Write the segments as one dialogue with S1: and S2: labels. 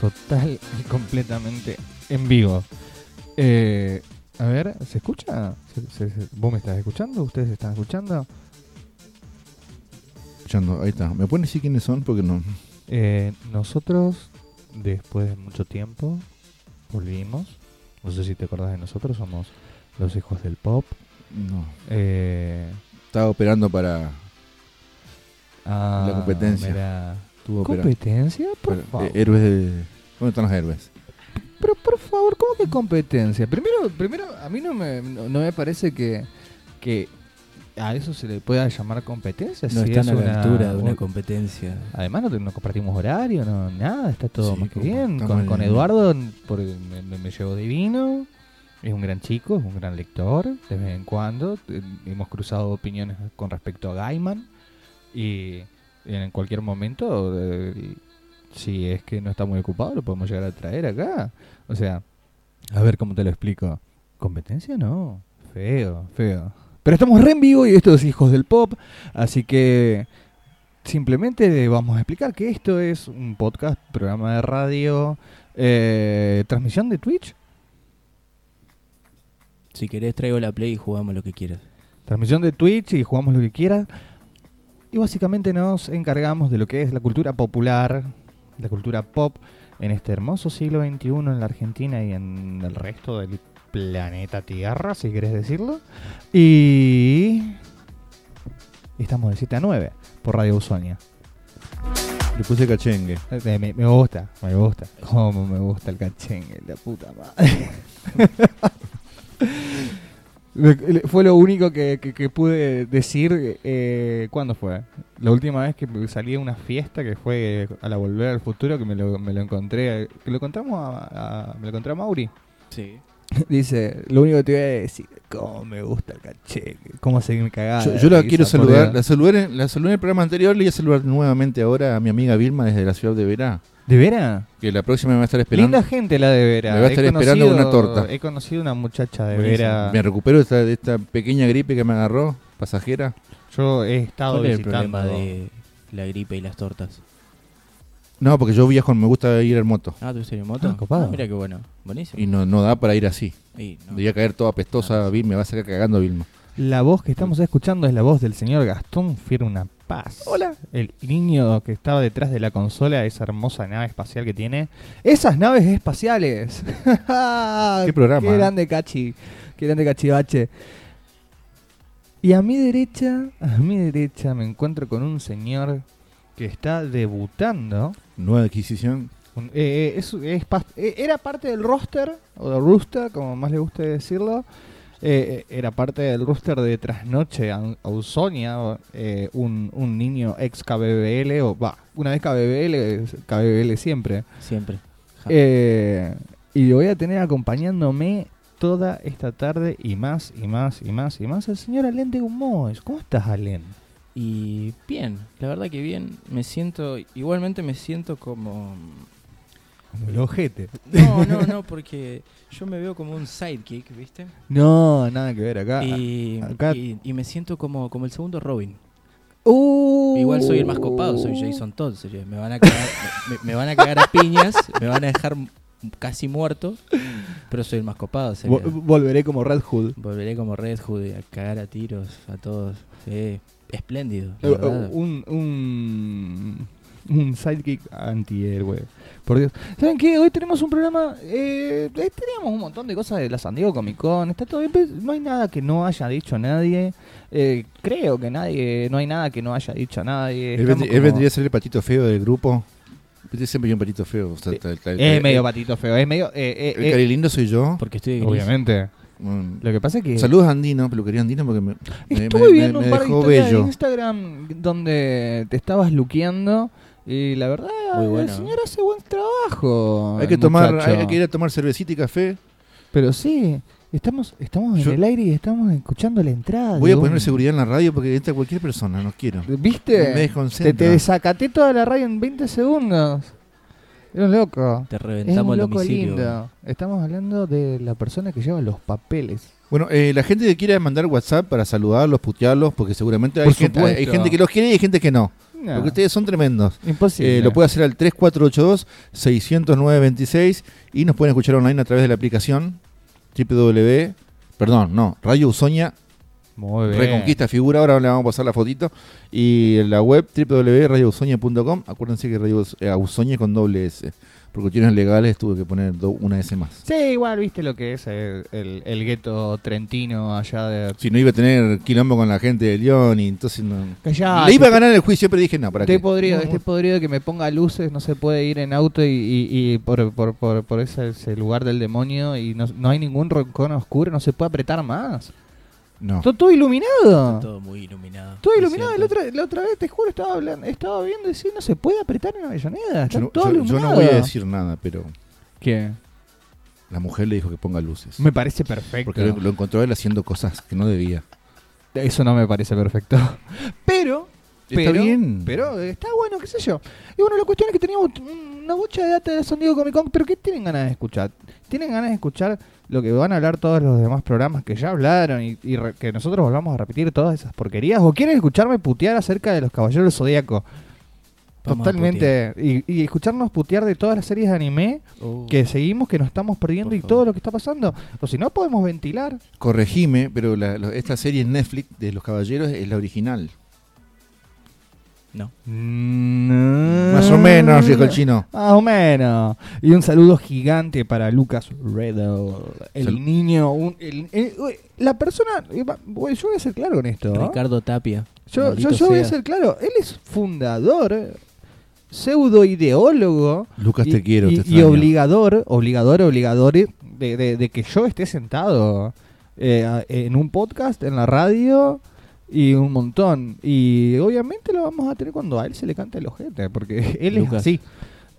S1: total y completamente en vivo. Eh, a ver, ¿se escucha? ¿Se- se- se- ¿Vos me estás escuchando? ¿Ustedes están escuchando?
S2: Escuchando, ahí está. ¿Me pueden decir quiénes son? Porque no.
S1: Eh, nosotros, después de mucho tiempo, volvimos. No sé si te acordás de nosotros, somos los hijos del pop.
S2: No.
S1: Eh,
S2: Estaba operando para.
S1: ah,
S2: La competencia.
S1: mirá.
S2: Estuvo operando.
S1: ¿Competencia? Por
S2: para-
S1: favor.
S2: eh, héroes de. ¿Dónde están los héroes?
S1: Pero por favor, ¿cómo que competencia? Primero, primero a mí no me, no, no me parece que, que a eso se le pueda llamar competencia.
S3: No
S1: si
S3: están
S1: es
S3: a la
S1: una-
S3: altura de una
S1: un-
S3: competencia.
S1: Además no, te- no compartimos horario, no, nada, está todo
S2: Sí,
S1: más que
S2: como-
S1: bien.
S2: estamos
S1: Con,
S2: en-
S1: con Eduardo por- me, me- me llevo divino, es un gran chico, es un gran lector, de vez en cuando. eh, Hemos cruzado opiniones con respecto a Gaiman y en cualquier momento, eh, si es que no está muy ocupado, lo podemos llegar a traer acá. O sea, a ver cómo te lo explico. Competencia no, feo, feo. Pero estamos re en vivo y estos hijos del pop, así que Simplemente vamos a explicar que esto es un podcast, programa de radio, eh, transmisión de Twitch.
S3: Si querés traigo la play y jugamos lo que quieras.
S1: Transmisión de Twitch y jugamos lo que quieras. Y básicamente nos encargamos de lo que es la cultura popular, la cultura pop en este hermoso siglo XXI en la Argentina y en el resto del planeta Tierra, si querés decirlo. Y estamos de 7 a 9 por Radio Usonia.
S2: Le puse cachengue.
S1: Eh, Me, me gusta, me gusta. Cómo me gusta el cachengue, la puta madre. Me- fue lo único que, que- que pude decir. Eh, ¿Cuándo fue? La última vez que salí a una fiesta que fue a la Volver al Futuro, que me lo, me lo encontré. Que lo encontramos a, a- me lo encontré a Mauri.
S3: Sí.
S1: Dice: Lo único que te voy a decir, cómo me gusta el cachengue, cómo se me cagaba.
S2: Yo,
S1: de
S2: yo la
S1: risa,
S2: quiero
S1: por
S2: saludar.
S1: Dios".
S2: La saludé, en- la saludé en el programa anterior. Le voy a saludar nuevamente ahora a mi amiga Vilma desde la ciudad de Verá.
S1: ¿De veras?
S2: Que la próxima me va a estar esperando.
S1: Linda gente la de Vera.
S2: Me va a
S1: He
S2: estar esperando
S1: conocido-
S2: una torta.
S1: He conocido una muchacha de
S3: Buenísimo.
S1: Vera.
S2: Me recupero de esta, de esta pequeña gripe que me agarró, pasajera.
S1: Yo he estado
S3: ¿Cuál es el
S1: visitando.
S3: problema de la gripe y las tortas?
S2: No, porque yo viajo, me gusta ir en moto.
S3: Ah, ¿tú estás en moto?
S1: Ah, copado.
S3: mira qué bueno. Buenísimo.
S2: Y no, no da para ir así.
S3: Y no.
S2: Debería caer toda apestosa, Vilma. Me va a sacar cagando Vilma.
S1: La voz que estamos escuchando es la voz del señor Gastón Firuna Paz. Hola. El niño que estaba detrás de la consola, esa hermosa nave espacial que tiene. ¡Esas naves espaciales! ¡Qué
S2: programa,
S1: ¡Qué
S2: eh?
S1: grande cachi! ¡Qué grande cachivache! Y a mi derecha, a mi derecha me encuentro con un señor que está debutando.
S2: Nueva adquisición.
S1: Un- eh, eh, es- es pas- eh, era parte del roster, o del rooster, como más le guste decirlo. Eh, eh, era parte del roster de Trasnoche a, a Usonia, o, eh, un, un niño ex KBBL, o va, una vez KBBL, es KBBL siempre.
S3: Siempre. Ja.
S1: Eh, y lo voy a tener acompañándome toda esta tarde y más, y más, y más, y más, el señor Alén de Humoes. ¿Cómo estás, Alén?
S3: Y bien, la verdad que bien. Me siento, igualmente me siento como...
S1: Como el ojete.
S3: No, no, no, porque yo me veo como un sidekick, ¿viste?
S1: No, nada que ver acá.
S3: y,
S1: acá-
S3: y- y me siento como, como el segundo Robin.
S1: Uh.
S3: Igual soy el más copado, soy Jason Todd. sería. Me van a cagar, me, me van a, cagar a piñas, me van a dejar m- casi muerto, pero soy el más copado. sería.
S1: Vol- volveré como Red Hood.
S3: Volveré como Red Hood a cagar a tiros a todos. Sí, espléndido. la
S1: Eh, eh,
S3: verdad.
S1: un, un, un sidekick antihéroe. Por Dios. ¿Saben qué? Hoy tenemos un programa. Eh, eh, teníamos un montón de cosas de la San Diego Comic Con. Está todo bien. pero No hay nada que no haya dicho nadie. Eh, creo que nadie. No hay nada que no haya dicho nadie.
S2: Él,
S1: Estamos
S2: vendría- él
S1: como-
S2: vendría a ser el patito feo del grupo. Viste, siempre hay un patito feo. o sea,
S1: Sí.
S2: tal- tal-
S1: Es
S3: eh,
S2: el-
S1: medio patito feo. Es medio. eh, eh,
S2: El
S1: eh,
S2: carilindo soy yo.
S3: Porque estoy de gris.
S1: obviamente.
S2: Mm.
S1: Lo que pasa es que.
S2: Saludos a Andino, peluquería Andino, porque me, me-
S1: Estuve
S2: me-
S1: viendo
S2: me-
S1: un
S2: me
S1: par de
S2: dejó
S1: historias
S2: bello.
S1: de Instagram donde te estabas luqueando y la verdad,
S3: Muy
S1: el
S3: bueno,
S1: señor hace buen trabajo.
S2: Hay que
S1: el
S2: tomar,
S1: muchacho.
S2: hay, hay que ir a tomar cervecita y café.
S1: Pero sí, estamos, estamos en
S2: Yo-
S1: el aire y estamos escuchando la entrada.
S2: Voy
S1: de
S2: a
S1: un-
S2: poner seguridad en la radio porque entra cualquier persona, no quiero.
S1: ¿Viste?
S2: Me
S1: te,
S2: desconcentra.
S1: te desacaté toda la radio en 20 segundos. Era un loco.
S3: Te
S1: Es
S3: reventamos
S1: un
S3: el
S1: loco
S3: domicilio.
S1: lindo. Estamos hablando de la persona que lleva los papeles.
S2: Bueno, eh, la gente que quiera mandar WhatsApp para saludarlos, putearlos, porque seguramente hay
S1: Por
S2: gente, hay- hay
S1: supuesto. Ah.
S2: gente que los quiere y hay gente que no.
S1: No,
S2: Porque ustedes son tremendos.
S1: Imposible.
S2: Eh, lo puede hacer al 3482-609-26 y nos pueden escuchar online a través de la aplicación www. Perdón, no, Radio Usoña
S1: Muy bien.
S2: Reconquista figura, ahora le vamos a pasar la fotito. Y en la web www.radiousoña.com. Acuérdense que Radio Us- eh, Usoña es con doble S. Por cuestiones legales tuve que poner do- una S más.
S1: Sí, igual viste lo que es eh, el, el gueto trentino allá de.
S2: Si no iba a tener quilombo con la gente de León y entonces no.
S1: Callá,
S2: Le iba a ganar el juicio, pero dije, no, para
S1: Estoy
S2: qué.
S1: podrido,
S2: No,
S1: estoy podrido que me ponga luces, no se puede ir en auto y, y- y por, por, por, por ese, ese lugar del demonio y no, no hay ningún rincón oscuro, no se puede apretar más.
S2: No.
S1: Todo, todo iluminado.
S3: Todo muy iluminado.
S1: Todo
S3: es
S1: iluminado. La
S3: cierto.
S1: otra, la otra vez, te juro, estaba, hablando, estaba viendo y decía, no se puede apretar en Avellaneda. Está
S2: Yo no,
S1: todo
S2: yo- yo
S1: iluminado.
S2: no voy a decir nada, pero
S1: ¿Qué?
S2: la mujer le dijo que ponga luces.
S1: Me parece perfecto.
S2: Porque lo, lo encontró él haciendo cosas que no debía.
S1: Eso no me parece perfecto. Pero.
S2: Está
S1: Pero,
S2: bien.
S1: pero eh, está bueno, qué sé yo. Y bueno, la cuestión es que teníamos un- una bocha de data de San Diego Comic Con, pero ¿qué tienen ganas de escuchar? ¿Tienen ganas de escuchar lo que van a hablar todos los demás programas que ya hablaron y, y re- que nosotros volvamos a repetir todas esas porquerías? ¿O quieren escucharme putear acerca de los Caballeros Zodíaco?
S3: Vamos a
S1: Totalmente. Y, y escucharnos putear de todas las series de anime
S3: putear. Oh.
S1: que seguimos, que nos estamos perdiendo
S3: Por
S1: y
S3: favor.
S1: todo lo que está pasando. O si no, podemos ventilar.
S2: Corregime, pero la- lo- esta serie en Netflix de Los Caballeros es la original.
S3: No. Mm,
S1: Mm.
S2: Más o menos, dijo el chino.
S1: Más o menos. Y un saludo gigante para Lucas Riddle. El
S2: Sal-
S1: niño. un- el- el- uy, la persona. eh, va- bueno, yo voy a ser claro en esto. ¿ah?
S3: Ricardo Tapia.
S1: Yo, yo,
S3: maldito
S1: yo voy a
S3: sea.
S1: ser claro. Él es fundador, pseudoideólogo.
S2: Lucas,
S1: y-
S2: te quiero.
S1: Y,
S2: te
S1: y
S2: extraño.
S1: obligador, obligador, obligador de, de- de que yo esté sentado eh, a- en un podcast, en la radio y un montón. Y obviamente lo vamos a tener cuando a él se le cante el ojete, porque él es
S3: Lucas.
S1: así.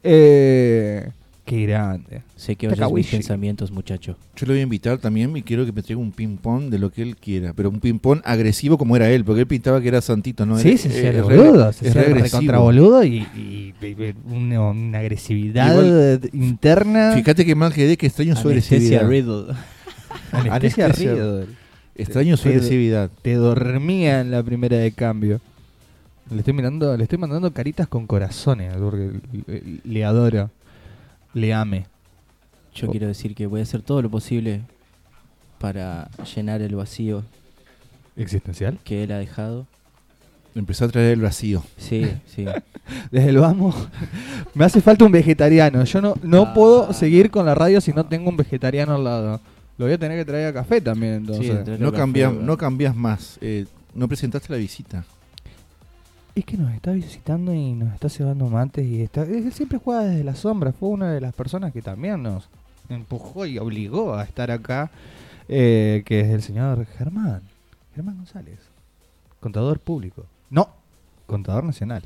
S1: Eh, qué grande.
S3: Sé que oyes mis
S1: Takawishi.
S3: pensamientos, muchacho.
S2: Yo lo voy a invitar también y quiero que me traiga un ping-pong de lo que él quiera, pero un ping-pong agresivo como era él, porque él pintaba que era santito, ¿no?
S1: sí,
S2: Era-
S1: se
S2: eh,
S1: hacía el
S2: es re-
S1: boludo, se
S2: es
S1: hacía
S2: re
S1: el
S2: agresivo.
S1: recontraboludo y, y- y- una, una agresividad
S2: Igual-
S1: interna.
S2: Fíjate que mal quedé que extraño su
S3: Anestesia
S2: agresividad.
S3: Riddle.
S1: Anestesia
S2: Anestesia.
S1: Riddle.
S2: Extraño su
S1: Te-
S2: agresividad.
S1: Te dormía en la primera de cambio. Le estoy mirando, le estoy mandando caritas con corazones, porque le, le adoro. Le ame.
S3: Yo
S1: Oh.
S3: quiero decir que voy a hacer todo lo posible para llenar el vacío
S1: ¿Existencial?
S3: que él ha dejado.
S2: Empezó a traer el vacío.
S3: Sí, sí.
S1: Desde el vamos. Me hace falta un vegetariano. Yo no, no
S3: Ah.
S1: puedo seguir con la radio si no tengo un vegetariano al lado. Lo voy a tener que traer a café también, entonces.
S3: Sí, entre- Traer
S2: No
S3: el
S2: cambias,
S3: vacío,
S2: no cambias más. eh, no presentaste la visita.
S1: Es que nos está visitando y nos está cebando mates y está. Él siempre juega desde la sombra. Fue una de las personas que también nos empujó y obligó a estar acá, eh, que es el señor Germán. Germán González. Contador público. No, contador nacional.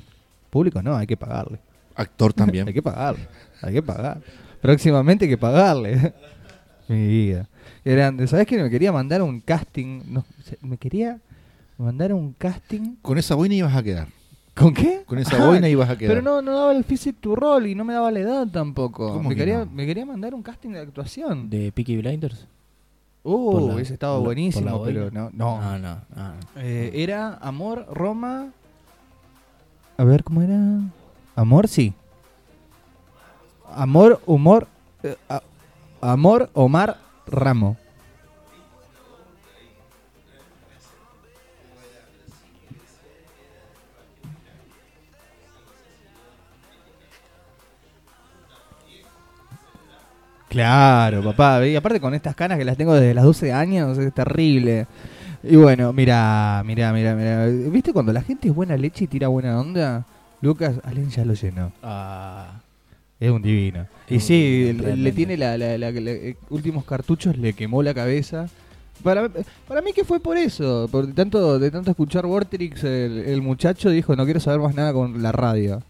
S1: Público no, hay que pagarle.
S2: Actor también.
S1: Hay que pagarle. Hay que pagar. Próximamente hay que pagarle. Mi vida. Qué Grande. ¿Sabes que me quería mandar un casting? No, se- me quería mandar un casting.
S2: Con esa boina ibas a quedar.
S1: ¿Con qué?
S2: Con esa
S1: Ah,
S2: boina ibas a quedar.
S1: pero no, no daba el físico tu rol y no me daba la edad tampoco. Me
S2: ¿Cómo que
S1: quería,
S2: no?
S1: me quería mandar un casting de actuación.
S3: ¿De Peaky Blinders? por
S1: uh,
S3: la-
S1: hubiese estado
S3: por la-
S1: buenísimo,
S3: por la
S1: pero no. no.
S3: Ah, no. ah.
S1: Eh, era Amor, Roma. A ver, ¿cómo era? Amor, sí. Amor, humor. eh, a- amor, Omar, Ramo. Claro, papá. Y aparte con estas canas que las tengo desde los 12 años, es terrible. Y bueno, mira, mira, mira, mira. ¿Viste cuando la gente es buena leche y tira buena onda? Lucas, Allen ya lo llenó.
S3: Ah.
S1: Es un divino.
S3: Es
S1: Y
S3: un divino,
S1: sí, le- le,
S3: realmente.
S1: tiene la, la- la- la- eh, últimos cartuchos, le quemó la cabeza. Para, para mí que fue por eso, por tanto, de tanto escuchar Vortrix, el, el muchacho dijo, no quiero saber más nada con la radio.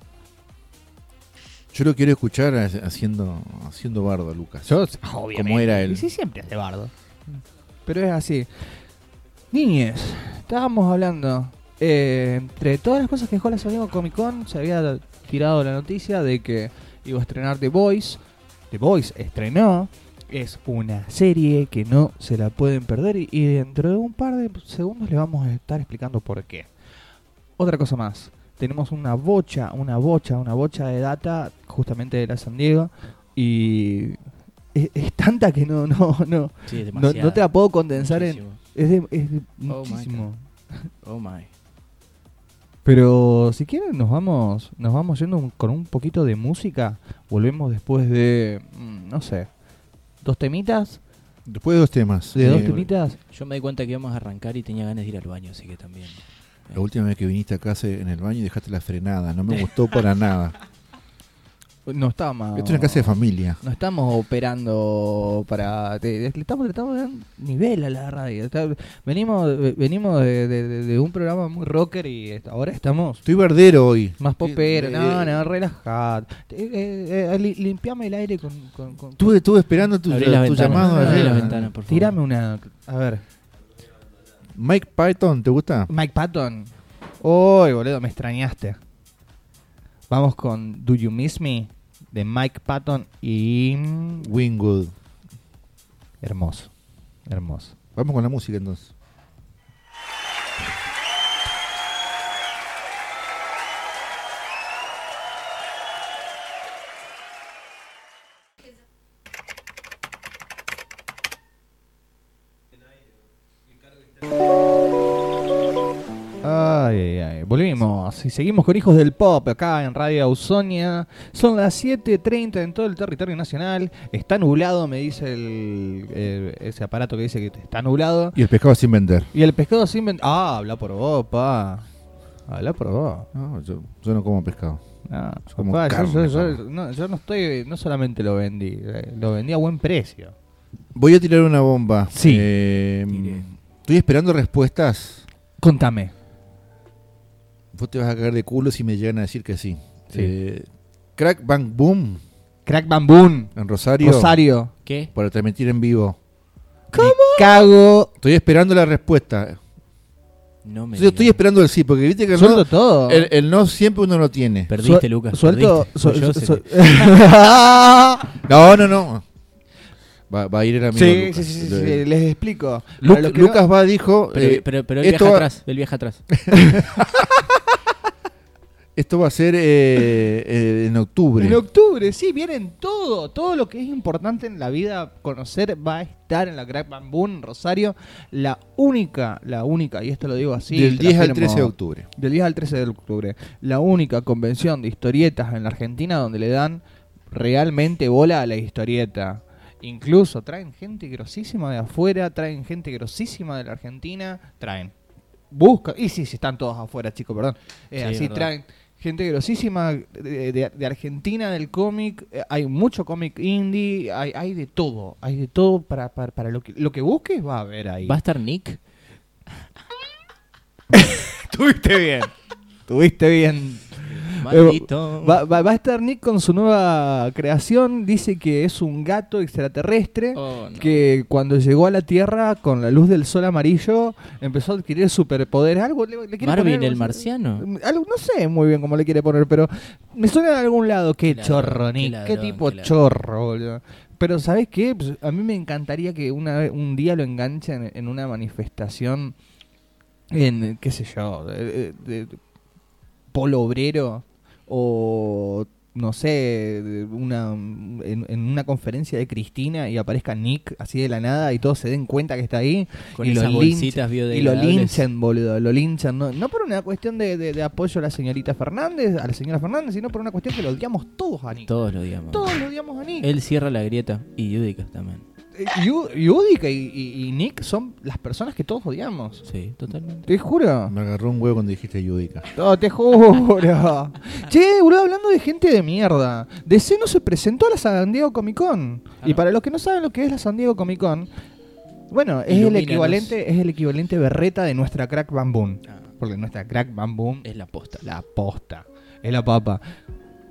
S2: Yo lo quiero escuchar ha- haciendo, haciendo bardo, Lucas.
S1: Yo,
S2: Como era él.
S1: Y sí, siempre hace bardo. Pero es así. Niñez, estábamos hablando. eh, entre todas las cosas que dejó la San Diego Comic Con, se había tirado la noticia de que iba a estrenar The Voice. The Voice estrenó. Es una serie que no se la pueden perder y, y dentro de un par de segundos le vamos a estar explicando por qué. Otra cosa más. tenemos una bocha, una bocha, una bocha de data justamente de la San Diego y es, es tanta que no, no, no,
S3: Sí, es
S1: no,
S3: demasiado.
S1: no te la puedo condensar
S3: Muchísimo.
S1: en... Es, de- es de
S3: my God.
S1: muchísimo.
S3: Oh my.
S1: Pero si quieren nos vamos, nos vamos yendo un- con un poquito de música. Volvemos después de, mm, no sé, dos temitas,
S2: Después de dos temas.
S1: de
S2: Eh,
S1: dos temitas.
S3: Yo me di cuenta que íbamos a arrancar y tenía ganas de ir al baño, así que también.
S2: La última vez que viniste acá se- en el baño y dejaste la frenada. No me gustó para nada.
S1: No estamos.
S2: Esto es una casa de familia.
S1: No estamos operando para. te- le estamos, le estamos dando nivel a la radio. Está- venimos ve- venimos de, de- de- de un programa muy rocker y est- ahora estamos
S2: Estoy verdero hoy.
S1: más popero.
S2: Eh,
S1: No,
S2: eh,
S1: no, relajad. Eh, eh, eh, li- limpiame el aire con. con, con-
S2: Estuve, estuve esperando tu,
S3: Abrí
S2: tu
S3: las ventanas,
S2: llamado.
S1: abrí
S2: ayer.
S1: las
S3: ventanas, por favor.
S1: Tirame una. A ver.
S2: Mike Python, ¿te gusta?
S1: Mike Patton. Uy, boludo, me extrañaste. Vamos con Do You Miss Me de Mike Patton y. mm,
S2: Wingwood.
S1: Hermoso. Hermoso.
S2: Vamos con la música entonces.
S1: Ay, ay, ay. Volvimos y seguimos con Hijos del Pop acá en Radio Ausonia. Son las 7.30 en todo el territorio nacional. Está nublado, me dice el, eh, ese aparato que dice que está nublado.
S2: Y el pescado sin vender.
S1: Y el pescado sin ven- Ah, habla por vos, pa. Habla por vos.
S2: No, yo, yo no como pescado.
S1: No,
S2: Es como
S1: papá, yo-
S2: carne,
S1: yo, yo-
S2: papá.
S1: no, yo no estoy, no solamente lo vendí, eh, lo vendí a buen precio.
S2: Voy a tirar una bomba.
S1: Sí.
S2: Eh,
S3: Tire.
S2: estoy esperando respuestas.
S1: Contame.
S2: Vos te vas a caer de culo si me llegan a decir que sí.
S1: Sí.
S2: Eh, Crack Bang Boom
S1: Crack Bamboon,
S2: en Rosario.
S1: Rosario.
S3: ¿Qué?
S2: Para transmitir en vivo.
S1: ¿Cómo? Cago.
S2: Estoy esperando la respuesta.
S3: No me.
S2: Yo estoy
S3: digas.
S2: esperando el sí, porque viste que el
S1: Suelto
S2: no,
S1: todo.
S2: el, el no siempre uno lo tiene.
S3: Perdiste,
S1: Suel-
S3: Lucas.
S1: Suelto.
S3: perdiste.
S1: suel-
S3: Yo
S1: suel-
S3: sé que-
S2: No, no, no. Va, va a ir el amigo.
S1: sí,
S2: Lucas.
S1: sí, sí, sí,
S2: Eh,
S1: sí, les explico.
S2: Lu-
S1: Para los que no-
S2: Lucas va, dijo.
S3: Pero,
S2: eh,
S3: pero, pero él
S2: esto
S3: viaja
S2: va-
S3: atrás. Él viaja atrás.
S2: Esto va a ser eh, eh, en octubre.
S1: en octubre, sí, vienen todo, todo lo que es importante en la vida conocer va a estar en la Crack Bamboon, Rosario. La única, la única, y esto lo digo así.
S2: del
S1: te la
S2: 10 al
S1: firmo.
S2: 13 de octubre.
S1: Del 10 al 13 de octubre. La única convención de historietas en la Argentina donde le dan realmente bola a la historieta. Incluso traen gente grosísima de afuera, traen gente grosísima de la Argentina, traen. Busca. Y sí, sí, están todos afuera, chicos, perdón. Eh,
S3: Sí,
S1: así
S3: verdad.
S1: traen gente grosísima de, de- de Argentina, del cómic. Eh, hay mucho cómic indie, hay, hay de todo. Hay de todo para, para, para lo, que, lo que busques, va a haber ahí.
S3: ¿Va a estar Nick?
S1: Eh, Tuviste bien. Tuviste bien.
S3: Maldito.
S1: Eh, Va, va- va a estar Nick con su nueva creación. Dice que es un gato extraterrestre
S3: Oh, no.
S1: que cuando llegó a la Tierra con la luz del sol amarillo empezó a adquirir superpoderes. Algo le, le quiere
S3: Marvin
S1: poner-
S3: el marciano.
S1: Mm, Algo, no sé muy bien cómo le quiere poner, pero me suena de algún lado. Qué,
S3: Qué ladrón,
S1: chorro,
S3: qué
S1: Nick. Qué,
S3: ladrón,
S1: tipo
S3: qué ladrón.
S1: chorro, boludo. Pero ¿sabes qué? Pues, a mí me encantaría que una, ve- un día lo enganchen en una manifestación en, qué sé yo, de- de- de- polo obrero o no sé, de una, en, en una conferencia de Cristina y aparezca Nick así de la nada y todos se den cuenta que está ahí
S3: Con
S1: y lo
S3: esas
S1: linch-
S3: bolsitas
S1: y lo
S3: biodegradables.
S1: linchan, boludo, lo linchan. No, no por una cuestión de, de- de apoyo a la señorita Fernández, a la señora Fernández, sino por una cuestión que lo odiamos todos a Nick.
S3: Todos lo digamos.
S1: Todos lo odiamos a Nick.
S3: Él cierra la grieta. Y Judica también.
S1: Eh, Yu- Yudica y, y- y Nick son las personas que todos odiamos.
S3: Sí, totalmente.
S1: Te juro.
S2: Me agarró un huevo cuando dijiste Judica.
S1: No, te juro. che, boludo, hablando de gente de mierda. DC no se presentó a la San Diego Comic Con.
S3: Ah,
S1: Y
S3: ¿no?
S1: para los que no saben lo que es la San Diego Comic Con, bueno, es el
S3: Ilumínanos.
S1: equivalente, es el equivalente berreta de nuestra Crack Bam Boom.
S3: Ah,
S1: Porque nuestra Crack Bam Boom es
S3: es la posta.
S1: la posta, es la papa.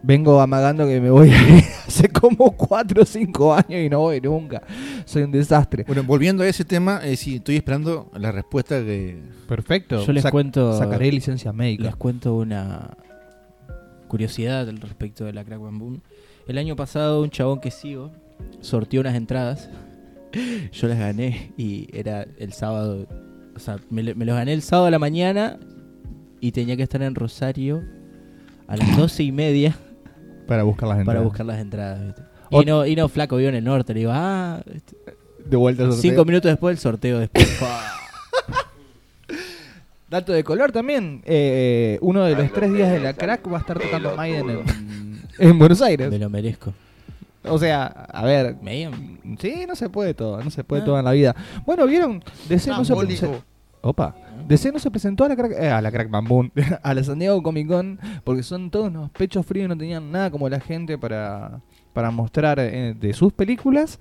S1: Vengo amagando que me voy a ir hace como 4 o 5 años y no voy nunca. Soy un desastre.
S2: Bueno, volviendo a ese tema, eh, sí, estoy esperando la respuesta que.
S1: Perfecto.
S3: Yo les
S1: Sac-
S3: cuento-
S1: Sacaré licencia médica.
S3: Les cuento una curiosidad al respecto de la Crack Bam Boom. El año pasado un chabón que sigo sorteó unas entradas. Yo las gané y era el sábado. O sea, me, lo- me los gané el sábado a la mañana y tenía que estar en Rosario a las doce y media
S1: Para buscar las
S3: para
S1: entradas.
S3: buscar las entradas. ¿viste?
S1: Ot-
S3: Y, no, y no, flaco, vivo en el norte. Le digo, ah, este,
S1: De vuelta al sorteo.
S3: cinco minutos después el sorteo. Después.
S1: Dato de color también. eh, uno de los tres días de la crack va a estar tocando Maiden
S3: Mm.
S1: en, en Buenos
S3: Me
S1: Aires.
S3: lo merezco.
S1: O sea, a ver.
S3: Megan.
S1: Sí, no se puede todo, no se puede
S3: Ah.
S1: todo en la vida. Bueno, vieron, DC no se
S2: Trambólico.
S1: presen- Opa, DC no se presentó a la crack, eh, a la crack Bambún, a la San Diego Comic Con, porque son todos unos pechos fríos y no tenían nada como la gente para, para mostrar eh, de sus películas.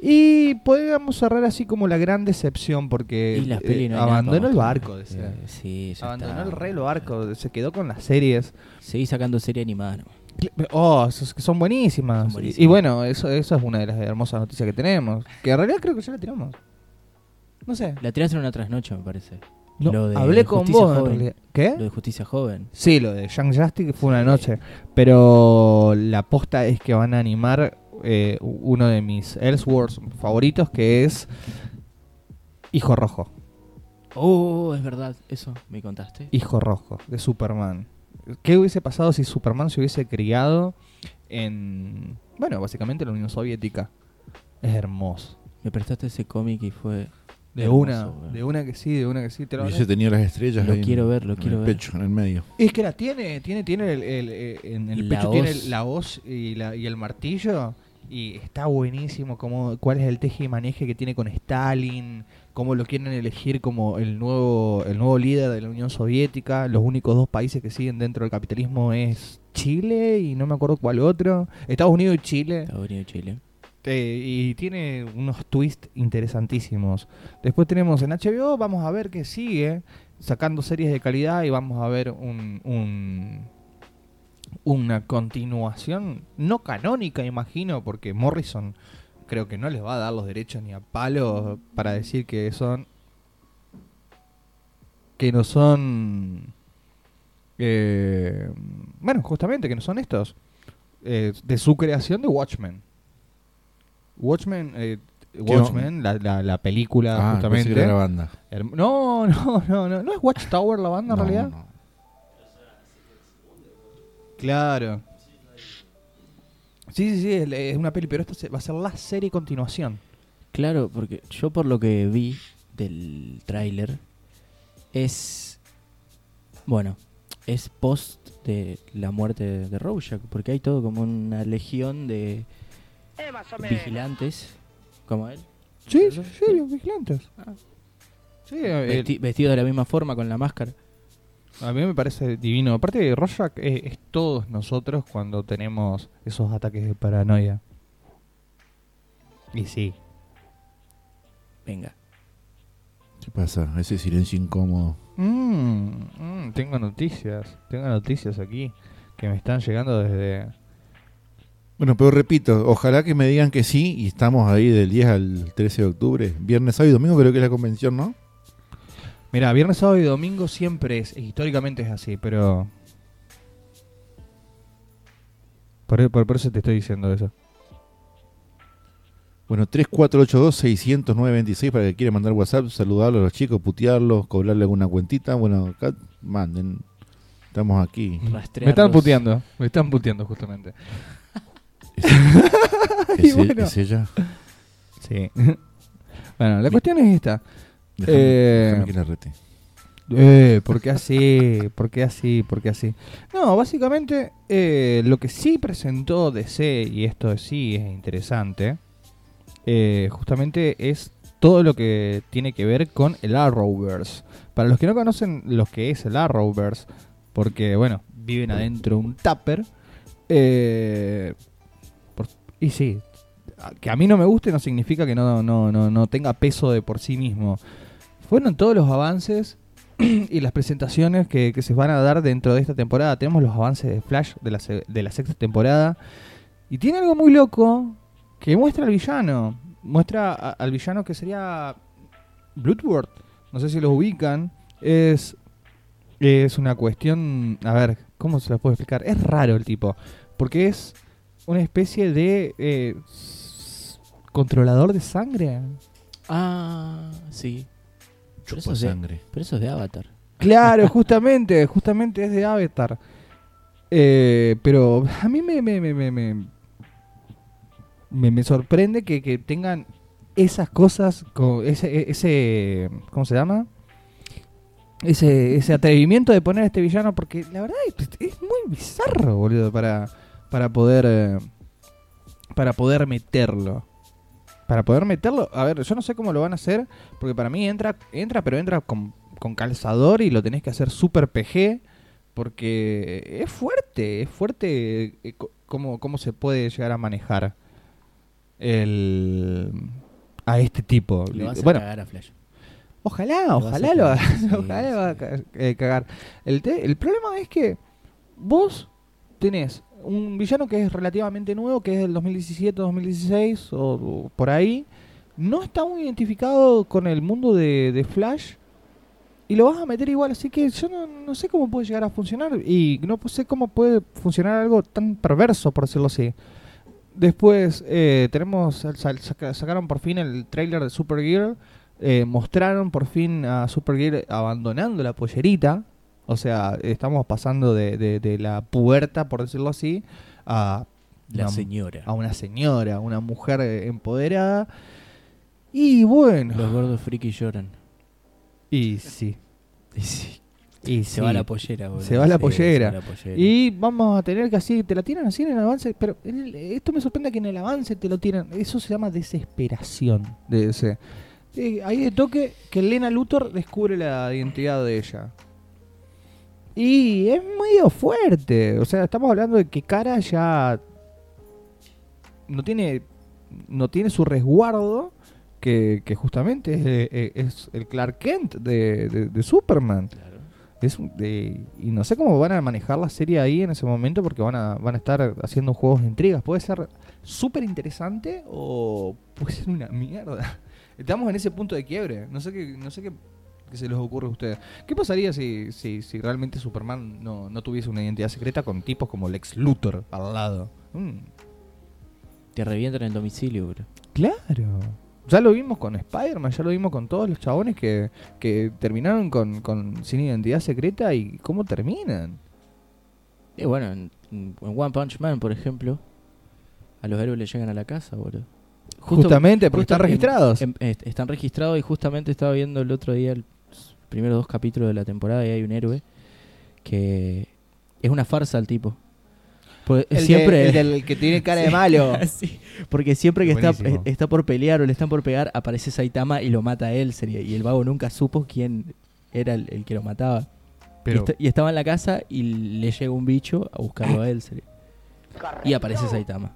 S1: Y podríamos cerrar así como la gran decepción, porque
S3: Y las
S1: eh,
S3: pelis no hay nada
S1: abandonó
S3: para
S1: el
S3: mostrar.
S1: barco, decía.
S3: Eh, sí, ya
S1: Abandonó
S3: está.
S1: el relo arco, se quedó con las series.
S3: Seguí sacando serie animada. ¿no?
S1: Cl- Oh, esos que son buenísimas.
S3: Son
S1: Y,
S3: buenísimas.
S1: y bueno, eso, eso es una de las hermosas noticias que tenemos. Que en realidad creo que ya la tiramos. No sé.
S3: La tiraste en una trasnoche, me parece.
S1: No,
S3: Lo de
S1: hablé con
S3: Justicia
S1: vos en
S3: Joven.
S1: realidad. ¿Qué?
S3: Lo de Justicia Joven.
S1: Sí, lo de Young Justice fue una noche. Pero la posta es que van a animar eh, uno de mis Ellsworth favoritos, que es Hijo Rojo.
S3: Oh, es verdad, eso me contaste.
S1: Hijo Rojo de Superman. ¿Qué hubiese pasado si Superman se hubiese criado en. Bueno, básicamente la Unión Soviética? Es hermoso.
S3: Me prestaste ese cómic y fue.
S1: De
S3: hermoso,
S1: una,
S3: weón.
S1: de una que sí, de una que sí. te lo-
S2: Hubiese tenido las estrellas.
S3: Lo
S2: ahí en-
S3: quiero ver, lo
S2: en
S3: quiero
S2: el
S3: ver.
S2: pecho, en el medio.
S1: Es que la tiene, tiene, tiene el, el- el- en el
S3: La
S1: pecho tiene
S3: hoz.
S1: la voz y, la, y el martillo. Y está buenísimo como, cuál es el teje y maneje que tiene con Stalin, cómo lo quieren elegir como el nuevo, el nuevo líder de la Unión Soviética. Los únicos dos países que siguen dentro del capitalismo es Chile y no me acuerdo cuál otro. Estados Unidos y Chile.
S3: Estados Unidos y Chile.
S1: Eh, y tiene unos twists interesantísimos. Después tenemos en HBO, vamos a ver qué sigue, sacando series de calidad y vamos a ver un, un- una continuación no canónica, imagino, porque Morrison creo que no les va a dar los derechos ni a palo para decir que son que no son eh, bueno, justamente que no son estos eh, de su creación de Watchmen. Watchmen, eh, Watchmen, la, la- la película
S2: Ah, pensé
S1: justamente.
S2: que era la banda.
S1: Herm- No, no, no, no. ¿No es Watchtower la banda en realidad?
S2: no.
S1: Claro. Sí, sí, sí, es, la- es una peli, pero esta se- va a ser la serie continuación.
S3: Claro, porque yo por lo que vi del tráiler es bueno, es post de la muerte de Rorschach, porque hay todo como una legión de vigilantes como él,
S1: Sí, sí, sí, los vigilantes. Ah. Sí, eh,
S3: vesti- vestidos de la misma forma con la máscara.
S1: a mí me parece divino. Aparte, Rorschach eh, es todos nosotros cuando tenemos esos ataques de paranoia. Y sí.
S3: Venga.
S2: ¿Qué pasa? Ese silencio incómodo.
S1: Mm, mm, tengo noticias, tengo noticias aquí que me están llegando desde...
S2: Bueno, pero repito, ojalá que me digan que sí y estamos ahí del 10 al 13 de octubre. Viernes, sábado y domingo creo que es la convención, ¿no?
S1: Mira, viernes, sábado y domingo siempre es, históricamente es así, pero... Por, por- por eso te estoy diciendo eso.
S2: Bueno, 3482-609-26 para que quiera mandar WhatsApp, saludarlo a los chicos, putearlos, cobrarle alguna cuentita. Bueno, acá manden. Estamos aquí.
S1: Me
S3: Rastrearlos.
S1: están puteando, me están puteando justamente.
S2: ¿Es,
S1: Y
S2: e-
S1: bueno.
S2: es ella?
S1: Sí. bueno, la cuestión es esta.
S2: Déjame,
S1: Eh,
S2: déjame que la rete.
S1: Eh, ¿por qué así? ¿Por qué así? ¿Por qué así? No, básicamente eh, lo que sí presentó DC, y esto sí es interesante, eh, justamente es todo lo que tiene que ver con el Arrowverse. Para los que no conocen lo que es el Arrowverse, porque bueno, viven adentro de un tupper, eh, por- y sí, a- que a mí no me guste no significa que no, no, no, no tenga peso de por sí mismo. Fueron todos los avances y las presentaciones que, que se van a dar dentro de esta temporada. Tenemos los avances de Flash de la, se- de la sexta temporada. Y tiene algo muy loco que muestra al villano. Muestra a- al villano que sería Bloodworth. No sé si los ubican. Es, es una cuestión... A ver, ¿cómo se la puedo explicar? Es raro el tipo. Porque es una especie de... eh, s- controlador de sangre.
S3: Ah, sí. Pero eso,
S2: Chupa
S3: es de,
S2: sangre.
S3: pero eso es de Avatar.
S1: Claro, justamente, justamente es de Avatar. Eh, pero a mí me, me, me, me, me- me- me sorprende que, que tengan esas cosas, co- ese, e, ese, ¿cómo se llama? Ese, ese atrevimiento de poner a este villano, porque la verdad es, es muy bizarro, boludo, para, para poder eh, para poder meterlo. Para poder meterlo, a ver, yo no sé cómo lo van a hacer, porque para mí entra, entra pero entra con, con calzador y lo tenés que hacer super PG, porque es fuerte, es fuerte eh, co- cómo, cómo se puede llegar a manejar el, a este tipo.
S3: Lo vas a
S1: Bueno,
S3: cagar a Flash.
S1: Ojalá,
S3: Lo vas a
S1: ojalá lo
S3: cagar, sí,
S1: ojalá lo
S3: sí.
S1: va a ca- eh, cagar. El, te- el problema es que vos tenés un villano que es relativamente nuevo, que es del 2017, 2016 o, o por ahí. No está muy identificado con el mundo de, de Flash y lo vas a meter igual. Así que yo no, no sé cómo puede llegar a funcionar y no sé cómo puede funcionar algo tan perverso, por decirlo así. Después eh, tenemos sal- saca- sacaron por fin el tráiler de Supergirl. eh, mostraron por fin a Supergirl abandonando la pollerita. O sea, estamos pasando de, de- de la puerta, por decirlo así, a
S3: La
S1: una-
S3: señora.
S1: a una señora, una mujer eh, empoderada. Y bueno.
S3: Los gordos frikis lloran.
S1: Y sí.
S3: Y sí,
S1: Y
S3: Se va la pollera, boludo.
S1: Se va la
S3: Sí,
S1: pollera.
S3: se va la pollera.
S1: Y vamos a tener que así, te la tiran así en el avance, pero en el- esto me sorprende que en el avance te lo tiran. Eso se llama desesperación de ese. Eh, ahí de toque que Lena Luthor descubre la identidad de ella. Y es medio fuerte. O sea, estamos hablando de que Cara ya no tiene no tiene su resguardo que, que justamente es, eh, eh, es el Clark Kent de- de- de Superman.
S3: Claro.
S1: Es un- de- y no sé cómo van a manejar la serie ahí en ese momento porque van a, van a estar haciendo juegos de intrigas. Puede ser súper interesante o puede ser una mierda. Estamos en ese punto de quiebre. No sé qué, no sé qué, qué se les ocurre a ustedes. ¿Qué pasaría si, si, si realmente Superman no, no tuviese una identidad secreta con tipos como Lex Luthor al lado? Mm,
S3: Te revientan en el domicilio, bro.
S1: Claro. Ya lo vimos con Spider-Man, ya lo vimos con todos los chabones que, que terminaron con, con sin identidad secreta y cómo terminan.
S3: Y Eh, bueno, en, en One Punch Man, por ejemplo, a los héroes le llegan a la casa, boludo. Justo-
S1: Justamente, porque
S3: justo
S1: están
S3: en-
S1: registrados.
S3: en- est- están registrados y justamente estaba viendo el otro día el- los primeros dos capítulos de la temporada y hay un héroe que es una farsa el tipo. Porque siempre
S1: que tiene cara
S3: Sí. Sí, porque siempre que está, eh,
S1: Buenísimo.
S3: está por pelear o le están por pegar, aparece Saitama y lo mata a él. Sería, y el vago nunca supo quién era el, el que lo mataba. Y,
S1: Pero,
S3: esta- y estaba en la casa y le llega un bicho a buscarlo a él. sería. Y aparece Saitama.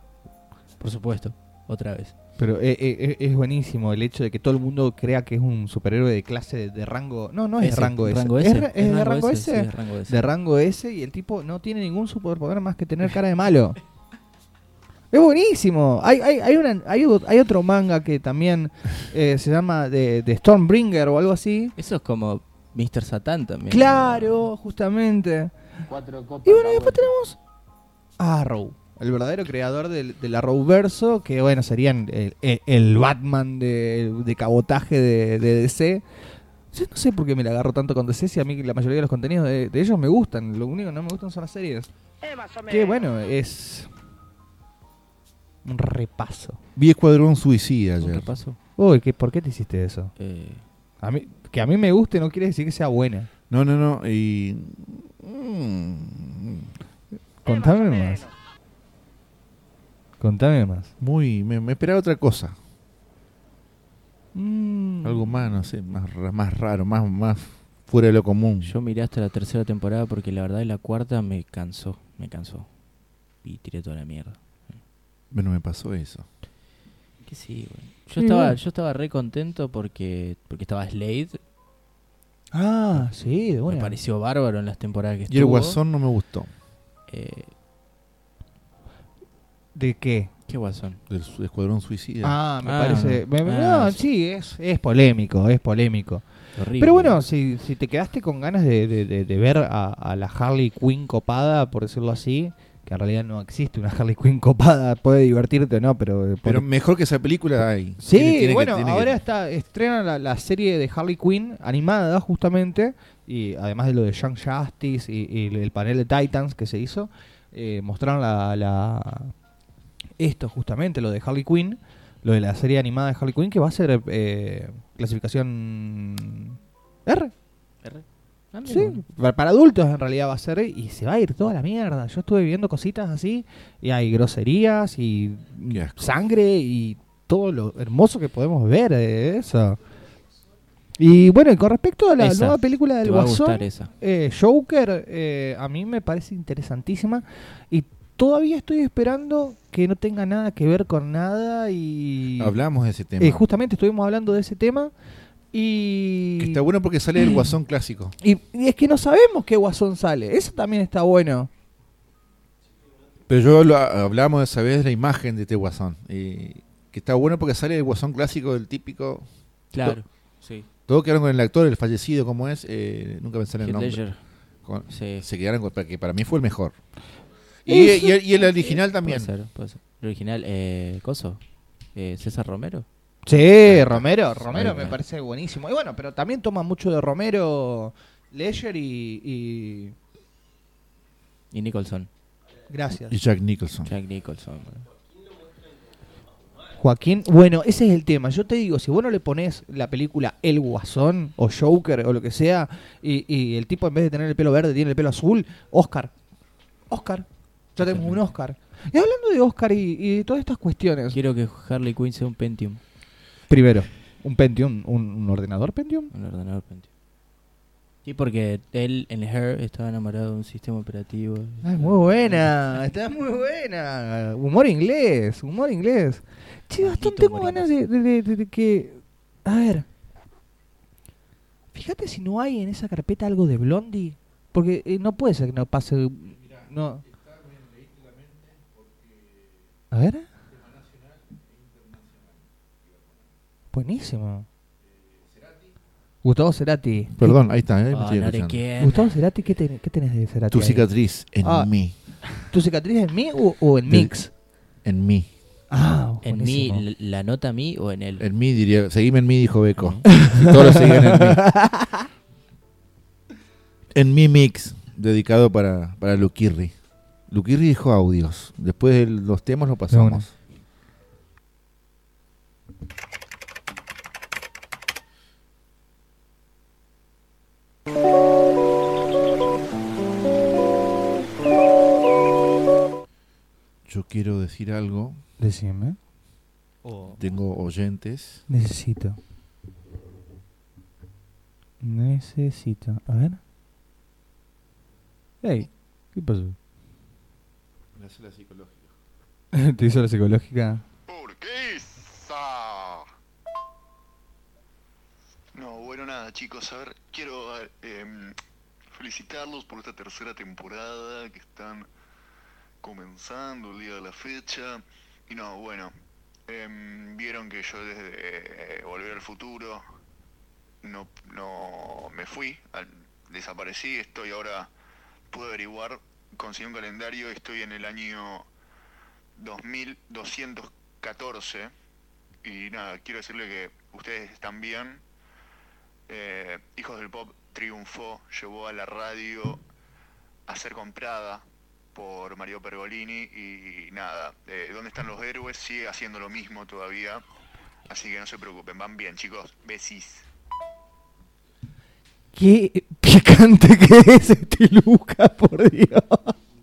S3: Por supuesto, otra vez.
S1: pero eh, eh, eh, es buenísimo el hecho de que todo el mundo crea que es un superhéroe de clase de, de rango. No, no es de
S3: Ese,
S1: rango S.
S3: rango
S1: ¿Es,
S3: S,
S1: ra- es
S3: es
S1: de rango
S3: S,
S1: S?
S3: sí, es rango S.
S1: De rango S y el tipo no tiene ningún superpoder más que tener cara de malo. Es buenísimo. Hay, hay, hay, una, hay, o- hay otro manga que también eh, se llama de, de Stormbringer o algo así.
S3: Eso es como Mr. Satan también.
S1: Claro, justamente. y bueno, y después tenemos a Arrow, el verdadero creador del, del Arrowverso, que bueno, serían el, el- el Batman de, de cabotaje de, de DC. Yo no sé por qué me la agarro tanto con DC si a mí la mayoría de los contenidos de, de ellos me gustan. Lo único que no me gustan son las series. Que bueno, es un repaso.
S2: Vi Escuadrón Suicida
S3: Un
S2: ayer.
S3: repaso.
S1: Uy, ¿qué, ¿por qué te hiciste eso?
S3: Eh,
S1: A mí, que a mí me guste no quiere decir que sea buena.
S2: No, no, no. Y. mm,
S1: Contame más. Contame más.
S2: Muy. Me, me esperaba otra cosa.
S1: Mm.
S2: Algo más, no sé. Más, ra- más raro. Más, más fuera de lo común.
S3: yo miré hasta la tercera temporada porque la verdad la cuarta me cansó. Me cansó. Y tiré toda la mierda.
S2: Bueno, me pasó eso.
S3: Que sí, güey.
S1: Sí,
S3: Yo estaba,
S1: bueno.
S3: yo estaba re contento porque, porque estaba Slade.
S1: Ah, sí, de
S3: Me
S1: una.
S3: pareció bárbaro en las temporadas que estuvo.
S2: Y el Guasón no me gustó.
S3: Eh,
S1: ¿De qué?
S3: ¿Qué guasón?
S2: Del su- Escuadrón Suicida.
S1: Ah, me
S3: Ah,
S1: parece. me- me-
S3: ah,
S1: no,
S3: sí.
S1: sí, es, es polémico, es polémico.
S3: Horrible.
S1: Pero bueno, si, si te quedaste con ganas de, de- de- de ver a, a la Harley Quinn copada, por decirlo así, que en realidad no existe una Harley Quinn copada, puede divertirte o no, pero...
S2: Pero mejor que esa película hay.
S1: Sí,
S2: Tiene- tiene que-
S1: bueno,
S2: tiene que-
S1: ahora está estrenan la, la serie de Harley Quinn animada justamente, y además de lo de Young Justice y, y el panel de Titans que se hizo, eh, mostraron la, la- esto justamente, lo de Harley Quinn, lo de la serie animada de Harley Quinn que va a ser eh, clasificación R. Sí, para, para adultos en realidad va a ser y se va a ir toda la mierda. Yo estuve viendo cositas así y hay groserías y
S2: Qué asco.
S1: sangre y todo lo hermoso que podemos ver de eso. Y bueno, y con respecto a la
S3: Esa,
S1: nueva película del
S3: Te va a gustar
S1: Guasón,
S3: esa.
S1: eh, Joker, eh, a mí me parece interesantísima y todavía estoy esperando que no tenga nada que ver con nada y
S2: Hablamos de ese tema.
S1: eh, justamente estuvimos hablando de ese tema y
S2: Que está bueno porque sale el guasón clásico.
S1: y, y es que no sabemos qué Guasón sale, eso también está bueno.
S2: Pero yo lo, hablamos esa vez de la imagen de este guasón. eh, que está bueno porque sale el guasón clásico, el típico.
S3: Claro. Sí.
S2: Todos quedaron con el actor, el fallecido, como es. eh, nunca me sale el
S3: Heath
S2: nombre.
S3: Ledger.
S2: Con-
S3: Sí.
S2: eh, se quedaron con. para- Que para mí fue el mejor. Y,
S1: Eso-
S2: y el, y el original
S3: Puede
S2: también.
S3: ser, puede ser. El original, eh, Coso. Eh, César Romero.
S1: Sí, Romero, Romero
S2: Ahí
S1: me
S2: está.
S1: parece buenísimo. Y bueno, pero también toma mucho de Romero, Ledger y, y-
S3: Y Nicholson.
S1: Gracias.
S2: Y Jack Nicholson.
S3: Jack Nicholson. bueno.
S1: Joaquín, bueno, ese es el tema. Yo te digo, si vos no le pones la película El Guasón o Joker o lo que sea, y, y el tipo en vez de tener el pelo verde tiene el pelo azul, Oscar. Oscar. Ya tenemos un Oscar. Y hablando de Oscar y, y de todas estas cuestiones.
S3: Quiero que Harley Quinn sea un Pentium.
S1: Primero, un Pentium, un, un ordenador Pentium.
S3: Un ordenador Pentium. Sí, porque él en Her estaba enamorado de un sistema operativo.
S1: Ah, es muy buena, está muy buena. Humor inglés, humor inglés. Che, Gastón,
S3: Maldito
S1: tengo
S3: humor
S1: ganas de, de- de- de que. A ver. Fíjate si no hay en esa carpeta algo de Blondie. Porque eh, no puede ser que no pase. No. A ver. Buenísimo. Gustavo Cerati.
S2: Perdón, ahí está. eh, me
S3: Ah,
S2: estoy
S3: no le
S2: escuchando.
S3: quiero.
S1: Gustavo Cerati, ¿qué, ten- qué tenés de Cerati?
S2: Tu
S1: ahí?
S2: cicatriz en
S1: Ah.
S2: mí.
S1: ¿Tu cicatriz en mí o, o en
S2: Del-
S1: mix?
S2: En mí.
S1: Ah,
S3: ¿En mí,
S1: buenísimo. Eh.
S3: l- la nota a mí o en él?
S2: En mí diría. Seguime en mí, dijo Beco. Si todos lo seguían en mí. En mi mix, dedicado para, para Luquirri. Luquirri dijo audios. Después de los temas lo pasamos. Yo quiero decir algo.
S1: Decime.
S3: Oh,
S2: Tengo oyentes.
S1: Necesito. Necesito. A ver. Ey, ¿qué pasó? ¿Te hizo la psicológica?
S4: Turquiza. No, bueno, nada, chicos. A ver, quiero eh, em, felicitarlos por esta tercera temporada que están comenzando el día de la fecha. Y no, bueno, em, vieron que yo desde eh, Volver al Futuro no, no me fui, al- desaparecí. Estoy ahora, pude averiguar, conseguí un calendario y estoy en el año 2214. Y nada, quiero decirle que ustedes están bien. Eh, Hijos del Pop triunfó, llevó a la radio a ser comprada por Mario Pergolini y nada, eh, ¿dónde están los héroes? Sigue haciendo lo mismo todavía. Así que no se preocupen, van bien chicos, besis.
S1: Qué picante que es este Luca, por Dios.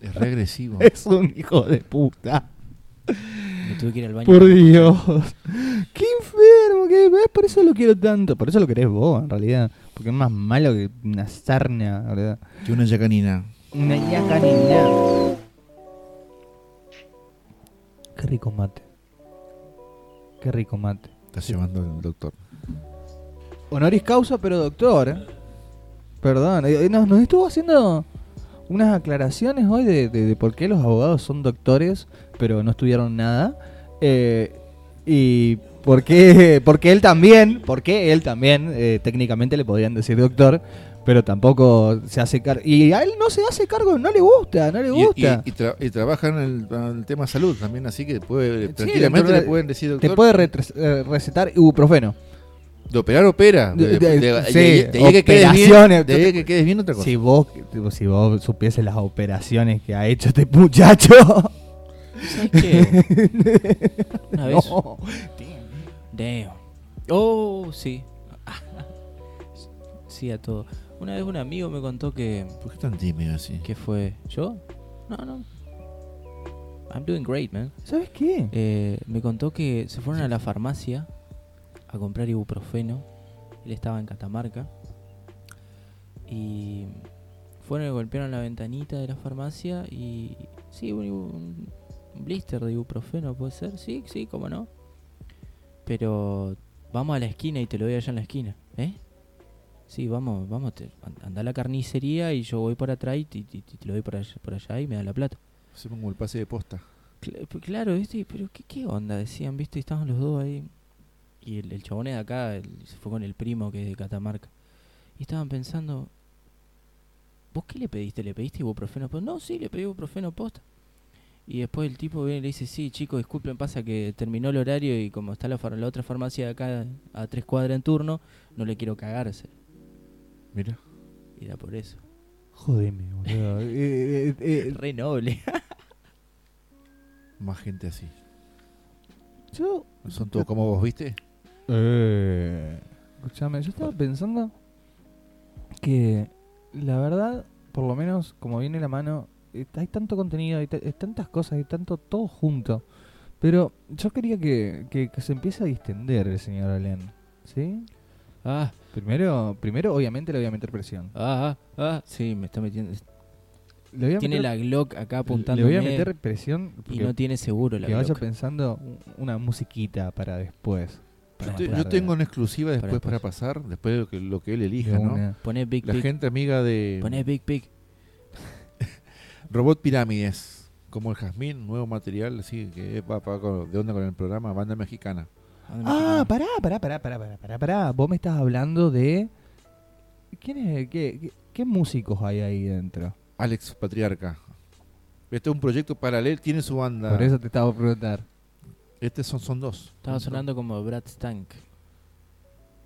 S2: Es regresivo.
S1: Es un hijo de puta.
S3: Me tuve que ir al baño.
S1: Por Dios. Qué enfermo, que ves, por eso lo quiero tanto. Por eso lo querés vos, en realidad. Porque es más malo que una sarna, la ¿verdad?
S2: Que una yacanina.
S1: Una yaca ni nada. Qué rico mate. Qué rico mate.
S2: Estás llamando al doctor.
S1: Honoris causa, pero doctor. ¿eh? Perdón, eh, eh, nos, nos estuvo haciendo unas aclaraciones hoy de, de- de por qué los abogados son doctores, pero no estudiaron nada. Eh, ¿Y por qué, porque él también? Porque él también? eh, técnicamente le podrían decir doctor, pero tampoco se hace cargo. Y a él no se hace cargo, no le gusta, no le
S2: Y, y,
S1: gusta.
S2: y tra- y trabaja en el, en el tema salud también, así que puede,
S1: Sí,
S2: tranquilamente
S1: doctor,
S2: le pueden decir doctor.
S1: Te puede retres- eh, recetar ibuprofeno.
S2: De operar, opera.
S1: De-
S2: De,
S1: de-
S2: de-
S1: sí,
S2: de- de ahí que quedes bien,
S1: operaciones.
S2: de ahí que quedes bien otra cosa.
S1: Si vos, tipo, si vos supieses las operaciones que ha hecho este muchacho.
S3: ¿Sabes qué? Una vez.
S1: No.
S3: Damn. Oh, sí. sí, a todo. Una vez un amigo me contó que.
S2: ¿Por qué tan tímido así?
S3: ¿Qué fue? ¿Yo? No, no. I'm doing great, man.
S1: ¿Sabes qué?
S3: Eh, me contó que se fueron a la farmacia a comprar ibuprofeno. Él estaba en Catamarca. Y fueron y golpearon la ventanita de la farmacia y... Sí, un, ibu- un blister de ibuprofeno puede ser. Sí, sí, cómo no. Pero vamos a la esquina y te lo doy allá en la esquina. ¿Eh? Sí, vamos, vamos. Te, an- anda a la carnicería y yo voy para atrás y te, te- te lo doy por allá, por allá y me da la plata.
S2: Se pongo el pase de posta.
S3: Cla- pe- pues, Claro, ¿viste? Pero ¿qué, qué onda? Decían, ¿viste? Y Estaban los dos ahí. Y el, el chabón es de acá, el- se fue con el primo que es de Catamarca. Y estaban pensando, ¿vos qué le pediste? ¿Le pediste ibuprofeno posta? No, sí, le pedí ibuprofeno posta. Y después el tipo viene y le dice, sí, chicos, disculpen, pasa que terminó el horario y como está la, far- la otra farmacia de acá a tres cuadras en turno, no le quiero cagarse.
S2: Mira.
S3: Y era por eso.
S1: Jodeme, boludo. Eh, eh, eh,
S3: Re noble.
S2: Más gente así.
S1: yo.
S2: Son todos como vos, ¿viste?
S1: Eh, escuchame, yo estaba pensando que la verdad, por lo menos como viene la mano, eh, hay tanto contenido, hay, ta- hay tantas cosas, hay tanto todo junto. Pero yo quería que, que- que se empiece a distender el señor Alén. ¿Sí?
S3: Ah,
S1: Primero, primero obviamente le voy a meter presión.
S3: ah, ah. Sí, me está metiendo.
S1: Le voy a
S3: Tiene
S1: meter-
S3: la Glock acá apuntando.
S1: le voy a meter presión
S3: Y
S1: porque-
S3: no tiene seguro la
S1: que vaya
S3: Glock.
S1: pensando u- una musiquita para después.
S2: Yo,
S1: para
S2: te-
S1: más
S2: yo
S1: tarde.
S2: tengo una exclusiva después para,
S3: después.
S2: pasar, después de lo que, lo que él
S1: De
S2: elija, ¿no?
S1: una.
S3: Poné Big
S2: La
S3: Pig.
S2: gente amiga de
S3: Poné Big Pig.
S2: Robot Pirámides, como el Jazmín, nuevo material, así que va, va con- de onda con el programa, banda mexicana.
S1: Ah, pará, pará, pará, pará, pará, pará, pará. Vos me estás hablando de. ¿Quién es? ¿Qué, qué, qué músicos hay ahí dentro?
S2: Alex Patriarca. Este es un proyecto paralelo, tiene su banda.
S1: Por eso te estaba por preguntar.
S2: Estos son, son dos.
S3: Estaba sonando como Brad Stank.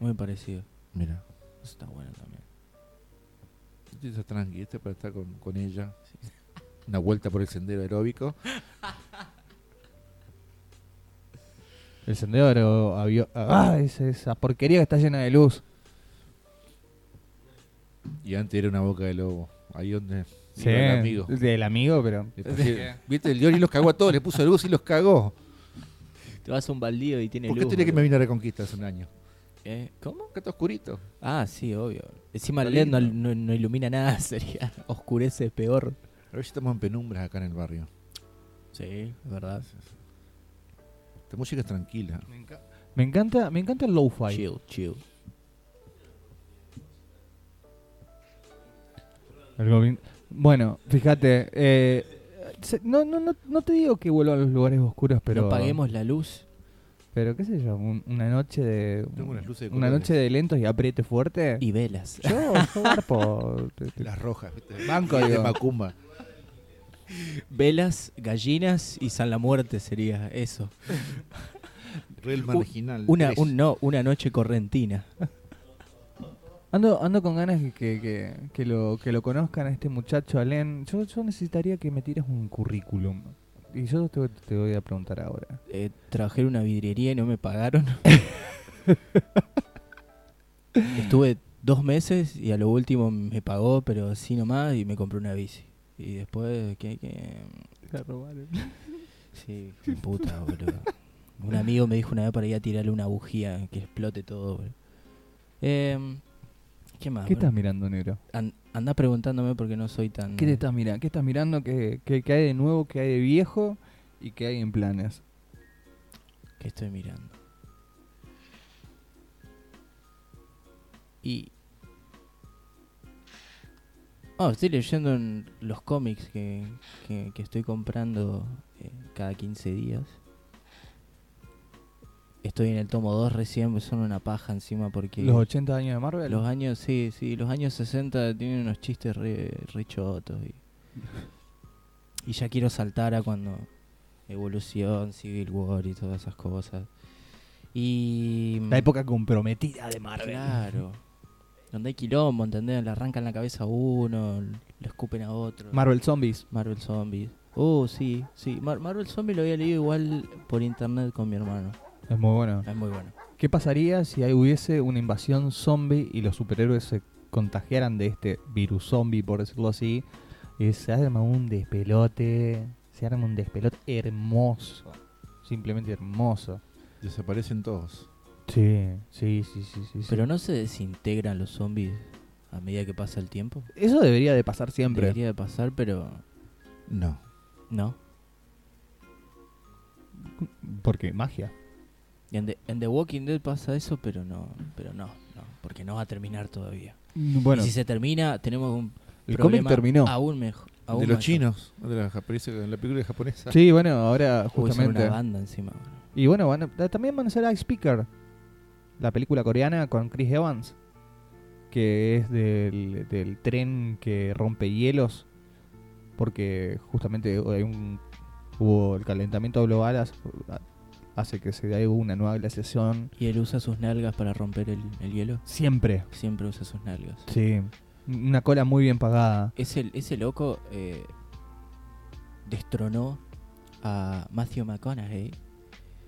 S3: Muy parecido.
S2: Mira,
S3: Eso está bueno también.
S2: este está tranqui, este para estar con, con ella. Una vuelta por el sendero aeróbico.
S1: El sendero aero- avio- Ah, es esa porquería que está llena de luz.
S2: Y antes era una boca de lobo. Ahí donde
S1: Sí,
S2: iba el amigo.
S1: Del amigo, pero.
S2: Le puse- Viste, el Diori los cagó a todos, le puso luz y los cagó.
S3: Te vas a un baldío y tiene
S2: ¿Por qué
S3: luz.
S2: tenía que me
S3: boludo.
S2: vino a Reconquista hace un año?
S3: ¿Eh? ¿Cómo?
S2: Acá está oscurito.
S3: Ah, sí, obvio. Encima el
S2: Está
S3: LED no,
S2: lindo.
S3: no- no ilumina nada, sería. Oscurece peor.
S2: A ver si estamos en penumbras acá en el barrio.
S3: Sí, es verdad.
S2: Esta música es tranquila.
S1: Me encanta, me encanta el low-fi.
S3: Chill, chill.
S1: El Goblin- Bueno, fíjate. eh, se- no, no, no, no te digo que vuelva a los lugares oscuros, pero.
S3: Pero paguemos la luz.
S1: Pero qué sé yo, un- una noche de.
S2: Tengo unas luces de
S1: una
S2: colores.
S1: noche de lentos y apriete fuerte.
S3: Y velas.
S1: Yo, yo barpo. te- te-
S2: Las rojas, ¿viste?
S1: Banco,
S2: de
S1: digo.
S2: Macumba.
S3: velas, gallinas y San la Muerte sería eso.
S2: Real marginal.
S3: Una,
S2: Tres.
S3: un, no, una noche correntina.
S1: Ando, ando con ganas que, que, que- que lo, que lo conozcan a este muchacho, Alen. Yo, yo necesitaría que me tires un currículum. Y yo te, te voy a preguntar ahora.
S3: Eh, trabajé en una vidriería y no me pagaron. Estuve dos meses y a lo último me pagó, pero así nomás, y me compré una bici. Y después, ¿qué? qué? Sí, hijo de puta, boludo. Un amigo me dijo una vez para ir a tirarle una bujía que explote todo, boludo. Em, ¿Qué más?
S1: ¿Qué
S3: boludo?
S1: estás mirando, negro?
S3: An- andá preguntándome porque no soy tan...
S1: ¿Qué te estás mirando? ¿Qué estás mirando? ¿Qué, qué, qué hay de nuevo? ¿Qué hay de viejo? ¿Y qué hay en planes?
S3: que estoy mirando. Y. Oh, estoy leyendo en los cómics que, que, que estoy comprando eh, cada 15 días. estoy en el tomo 2 recién, pues son una paja encima porque...
S1: Los 80 años de Marvel.
S3: Los años, sí, sí, los años 60 tienen unos chistes re, re chotos y, y ya quiero saltar a cuando Evolución, Civil War y todas esas cosas. Y...
S1: La época comprometida de Marvel.
S3: Claro. Donde hay quilombo, ¿entendés? Le arrancan la cabeza a uno, lo escupen a otro.
S1: Marvel Zombies.
S3: Marvel Zombies. Oh, sí, sí. Mar- Marvel Zombies lo había leído igual por internet con mi hermano.
S1: Es muy bueno.
S3: Es muy bueno.
S1: ¿Qué pasaría si ahí hubiese una invasión zombie y los superhéroes se contagiaran de este virus zombie, por decirlo así? Y se arma un despelote. Se arma un despelote hermoso. Simplemente hermoso.
S2: Desaparecen todos.
S1: Sí, sí, sí, sí, sí. sí.
S3: Pero no se desintegran los zombies a medida que pasa el tiempo.
S1: Eso debería de pasar siempre.
S3: Debería de pasar, pero
S2: No.
S3: no.
S1: Porque magia.
S3: Y en The, en The Walking Dead pasa eso, pero no, pero no, no, porque no va a terminar todavía.
S1: Bueno,
S3: y si se termina, tenemos un
S1: el cómic
S3: problema
S1: terminó.
S3: aún mejor. aún
S2: de los
S3: mayor.
S2: chinos, de la, japonesa- de la película japonesa.
S1: Sí, bueno, ahora
S3: Uy, son una
S1: justamente.
S3: banda encima. boludo.
S1: Y bueno, van a- eh, también van a ser Ice Speaker, la película coreana con Chris Evans, que es del, del tren que rompe hielos, porque justamente hay un- hubo el calentamiento global, hace, hace que se dé una nueva glaciación.
S3: Y él usa sus nalgas para romper el, el hielo.
S1: Siempre.
S3: Siempre usa sus nalgas.
S1: Sí. Una cola muy bien pagada.
S3: Ese, ese loco eh, destronó a Matthew McConaughey.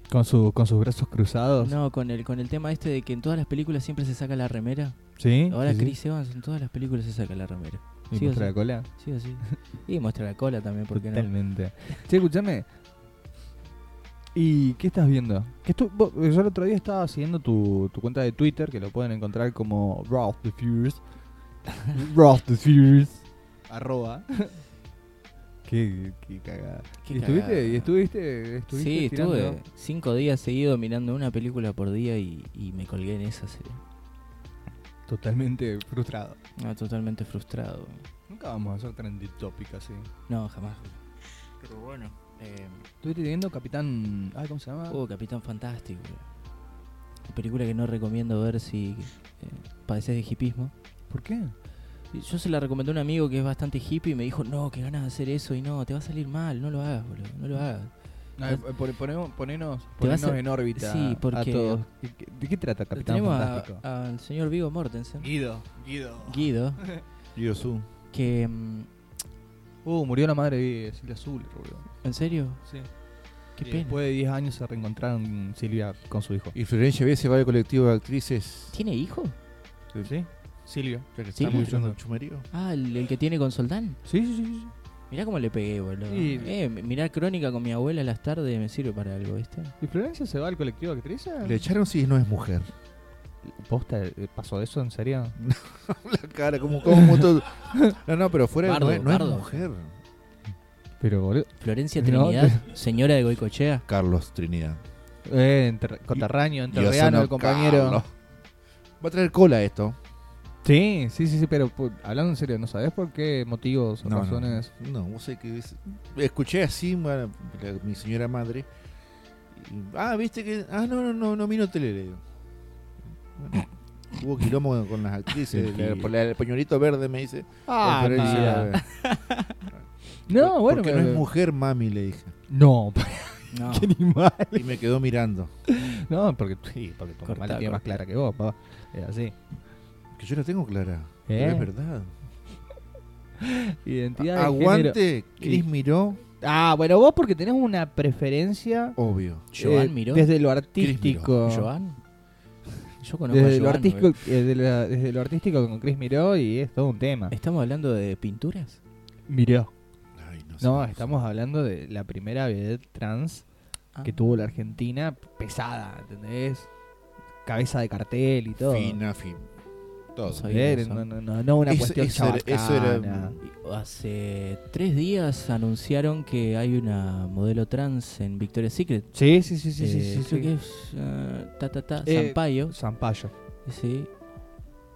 S1: Con, su, con sus brazos cruzados.
S3: No, con el, con el tema este de que en todas las películas siempre se saca la remera.
S1: Sí.
S3: Ahora
S1: sí, sí.
S3: Chris Evans en todas las películas se saca la remera.
S1: Y
S3: sí,
S1: muestra
S3: o
S1: la cola.
S3: Sí o sí. Y muestra la cola también, porque no.
S1: Totalmente. Che, escúchame. ¿Y qué estás viendo? ¿Qué estu- vos- yo el otro día estaba siguiendo tu, tu cuenta de Twitter, que lo pueden encontrar como Ralph the Furious. Ralph the Furious. Arroba. qué, qué cagada.
S3: Qué
S1: ¿Y estuviste,
S3: cagada.
S1: y estuviste, estuviste
S3: sí,
S1: tirando?
S3: estuve cinco días seguido mirando una película por día y, y me colgué en esa serie.
S1: Totalmente frustrado.
S3: No, totalmente frustrado.
S1: Nunca vamos a hacer trending topic así.
S3: No, jamás. Pero bueno. Eh,
S1: Estuviste teniendo Capitán... Ay, ¿cómo se llama?
S3: oh, Capitán Fantástico. Una Película que no recomiendo ver si eh, padeces de hipismo.
S1: ¿Por qué?
S3: Y Yo se la recomendé a un amigo que es bastante hippie y me dijo, no, que ganas de hacer eso y no, te va a salir mal, no lo hagas, boludo, no lo hagas.
S1: Ay, pon- ponemos- eh, ponenos
S3: Pues Te vas
S1: ponenos
S3: a-
S1: en órbita
S3: sí, porque-
S1: a todos. ¿De qué- ¿De qué trata Capitán
S3: Tenemos a-
S1: Fantástico?
S3: al señor Vigo Mortensen,
S1: Guido, Guido.
S3: Guido,
S2: Yosu.
S3: que... mm,
S1: Uh, murió la madre de Silvia Azul, boludo.
S3: ¿En serio?
S1: Sí.
S3: Qué
S1: Y
S3: pena.
S1: Después de 10 años se reencontraron Silvia con su hijo.
S2: Y Florencia B se va al colectivo de actrices.
S3: ¿Tiene hijo?
S1: ¿Sí? Silvia.
S2: Ya que
S3: Sí.
S2: estamos echando un chumerío.
S3: Ah, el, el que tiene con Soldán.
S1: Sí, sí, sí. sí.
S3: Mirá cómo le pegué, boludo.
S1: Sí.
S3: Eh, mirar crónica con mi abuela a las tardes me sirve para algo, ¿viste?
S1: ¿Y Florencia se va al colectivo de actrices?
S2: Le echaron si no es mujer.
S1: ¿Posta? eh, ¿Pasó eso en serio?
S2: La cara, como como todo. No, no, pero fuera
S3: Bardo,
S2: no, es, no es
S3: bardo.
S2: mujer.
S1: Pero, boludo.
S3: Florencia
S1: No,
S3: Trinidad, señora de Goicochea.
S2: Carlos Trinidad.
S1: Eh, enter- coterráneo, enterreano,
S2: Diosono
S1: el compañero.
S2: Carlos. Va a traer cola esto.
S1: Sí, sí, sí, sí, pero pu- hablando en serio, ¿no sabes por qué motivos o razones?
S2: No, no sé que es- escuché así ma- la- mi señora madre. y, ah, viste que ah no no no no vino tele. le digo. Bueno, hubo quilombo con- con las actrices, la- por la- el pañuelito verde me dice.
S1: Ah,
S2: por Florencia.
S1: No, bueno,
S2: porque
S1: pero-
S2: no es mujer, mami, le dije.
S1: No,
S3: No,
S1: qué animal.
S2: Y me quedó mirando.
S1: No, porque, sí, porque tu mamá
S3: Cortá,
S1: la tiene más
S3: cortá.
S1: clara que vos, papá. Es así.
S2: Que yo la tengo clara.
S1: ¿Eh?
S2: pero es verdad.
S1: Identidad de género.
S2: Aguante, Cris
S1: Y-
S2: miró,
S1: Ah, bueno, vos porque tenés una preferencia
S2: obvio.
S3: Joan
S1: eh,
S3: miró.
S1: desde lo artístico.
S3: ¿Joan? Yo conozco
S1: Desde
S3: a
S1: lo,
S3: Joan,
S1: artístico,
S3: boludo.
S1: eh, de la- desde lo artístico con Chris Miró y es todo un tema.
S3: ¿Estamos hablando de pinturas?
S1: Miró.
S2: Ay, no, sé.
S1: No, estamos hablando de la primera vedette trans
S3: Ah.
S1: que tuvo la Argentina pesada, ¿entendés? Cabeza de cartel y todo.
S2: Fina, fin. Todo.
S3: Soy-
S1: Eh,
S3: Eso.
S1: No, no, no, no una
S2: Eso-
S1: cuestión
S2: eso era- eso era-
S1: chabacana.
S3: Y Hace tres días anunciaron que hay una modelo trans en Victoria's Secret.
S1: Sí, sí, sí, sí, sí,
S3: Eh,
S1: sí,
S3: creo
S1: sí.
S3: que es ah, ta, ta, ta,
S1: Eh,
S3: Sampaio.
S1: Sampaio.
S3: Sí.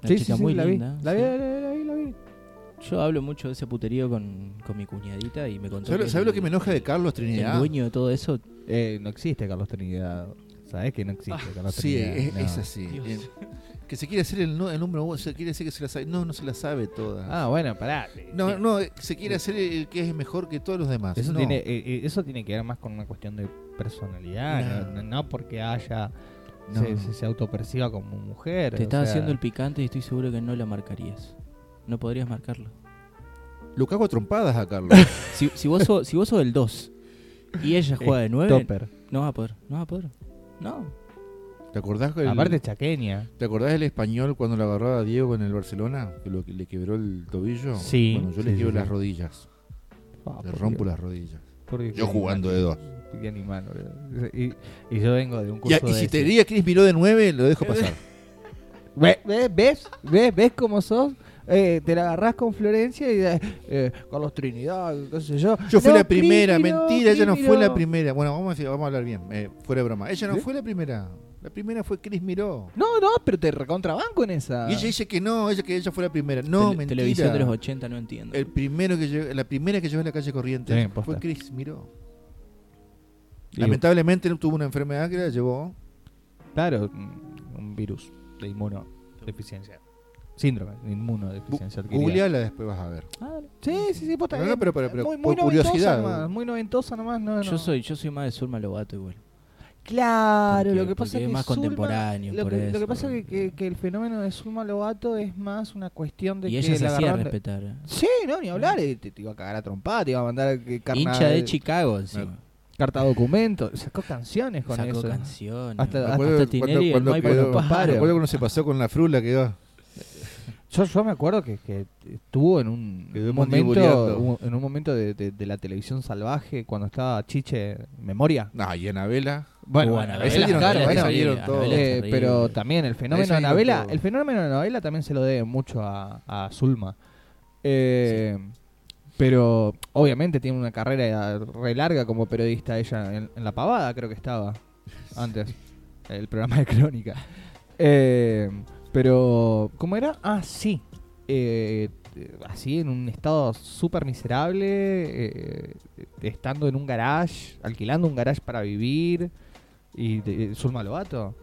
S3: Una
S1: Sí,
S3: chica
S1: sí, sí,
S3: muy
S1: la vi.
S3: linda.
S1: La vi,
S3: sí.
S1: la vi, la vi, la vi.
S3: Yo hablo mucho de ese puterío con, con mi cuñadita y me contó.
S2: ¿Sabes lo-
S3: el-
S2: sabes lo que me enoja de Carlos
S3: El
S2: Trinidad?
S3: dueño de todo eso
S1: Eh, no existe Carlos Trinidad. Sabes que no existe. con los
S2: Sí,
S1: Trinidad,
S2: es,
S1: no.
S2: es así.
S3: Dios.
S2: Eh, Que se quiere hacer el, nu- el número uno, se quiere decir que se la sabe. No, no se la sabe toda.
S1: Ah, bueno, pará.
S2: no, no, eh, se quiere hacer el que es mejor que todos los demás.
S1: Eso,
S2: no.
S1: tiene, eh, eh, eso tiene que ver más con una cuestión de personalidad, no,
S2: No.
S1: no porque haya
S2: No.
S1: se, se, se autoperciba como mujer.
S3: Te
S1: o
S3: estás
S1: sea,
S3: haciendo el picante y estoy seguro que no la marcarías. No podrías marcarlo.
S2: Lo cago a trompadas a Carlos.
S3: Si, si vos, sos, si vos sos del 2 y ella juega de 9,
S1: Topper.
S3: no vas a poder. No vas a poder. No.
S2: ¿Te acordás, el,
S1: Aparte chaqueña.
S2: ¿Te acordás del español cuando lo agarraba a Diego en el Barcelona? Que lo- que le quebró el tobillo.
S1: Sí,
S2: Bueno, yo
S1: sí,
S2: le quiebro
S1: sí,
S2: las
S1: sí.
S2: rodillas.
S1: Ah,
S2: Le
S1: por
S2: rompo
S1: Dios,
S2: las rodillas.
S1: por Dios,
S2: Yo
S1: qué
S2: jugando de dos.
S1: animal, qué animal, boludo. y, y yo vengo de un
S2: Y,
S1: curso
S2: y
S1: de
S2: si te
S1: ese.
S2: diría Chris miró de nueve, lo dejo pasar.
S1: Ve-
S2: Eh.
S1: ve- ¿Ves? ¿Ves? ¿Ves cómo sos? Eh, te la agarrás con Florencia y eh, eh, Carlos Trinidad, qué sé yo.
S2: Yo fui
S1: No,
S2: la primera,
S1: Cris miró,
S2: mentira, ella
S1: Cris
S2: no fue la
S1: miró.
S2: primera. Bueno, vamos a, decir- vamos a hablar bien, eh, fuera de broma. Ella no
S1: ¿Sí?
S2: fue la primera. La primera fue Chris Miró.
S1: No, no, pero te recontrabanco en esa.
S2: Y ella dice que no, ella que ella fue la primera. No,
S3: Tele-
S2: mentira.
S3: televisión de los 80 no entiendo.
S2: El primero que llegó- la primera que llegó a la calle corriente
S1: Está bien, posta.
S2: fue Chris Miró.
S1: Y-
S2: Lamentablemente no tuvo una enfermedad que la llevó.
S1: Claro, un un virus de inmunodeficiencia. Síndrome de
S2: Bu-
S1: inmunodeficiencia adquirida.
S2: Googleala después vas a ver.
S3: Ah, dale.
S1: Sí, sí, sí, posta.
S2: No, no,
S1: eh,
S2: pero- pero- pero
S1: muy,
S2: por
S1: muy noventosa
S2: curiosidad.
S1: nomás, muy noventosa nomás. No, no.
S3: Yo soy, yo soy más de Zulma Lobato igual.
S1: Claro,
S3: Porque-
S1: lo que pasa
S3: porque
S1: es
S3: es
S1: que
S3: más
S1: Zulma-
S3: contemporáneo,
S1: Lo
S3: por
S1: que, lo
S3: eso.
S1: que pasa es que, que- que el fenómeno de Zulma Lobato es más una cuestión de
S3: Y
S1: que
S3: ella se
S1: la
S3: hacía
S1: agarraron-
S3: respetar. eh.
S1: Sí, no, ni hablar. eh, Te, te iba a cagar a trompada, te iba a mandar eh, carna-
S3: Hincha de Chicago encima.
S1: carta documento. Sacó canciones con
S3: Sacó
S1: eso.
S3: canciones.
S1: Ah, Hasta-
S3: Hasta,
S2: Recuerdo
S3: Tinelli y el Maipo
S1: quedó-
S3: lo
S1: los
S2: cuando,
S1: paros.
S2: me acuerdo cuando se pasó con la frula que iba.
S1: Yo, yo me acuerdo que, que estuvo en un
S2: Quedó
S1: un
S2: mandibuleando.
S1: momento, un- en un momento de, de- de la televisión salvaje cuando estaba Chiche Memoria.
S2: No, y Anabela.
S1: Bueno,
S3: Bueno,
S1: Anabela
S2: ahí
S1: es
S2: salieron
S1: cara,
S2: todos, ahí
S1: ¿no?
S2: salieron
S3: Anabela
S2: todos.
S3: es
S1: Eh,
S3: terrible.
S1: pero también el
S2: Ahí
S1: fenómeno de
S2: salieron
S1: Anabela,
S2: todos.
S1: el fenómeno de Anabela también se lo debe mucho a, a Zulma. Eh, Pero obviamente tiene una carrera re larga como periodista ella en, en La Pavada, creo que estaba antes, el programa de crónica. Eh, pero, ¿cómo era? Ah, sí. Eh, eh, así en un estado súper miserable, eh, estando en un garage, alquilando un garage para vivir, y de- Zulma Lobato.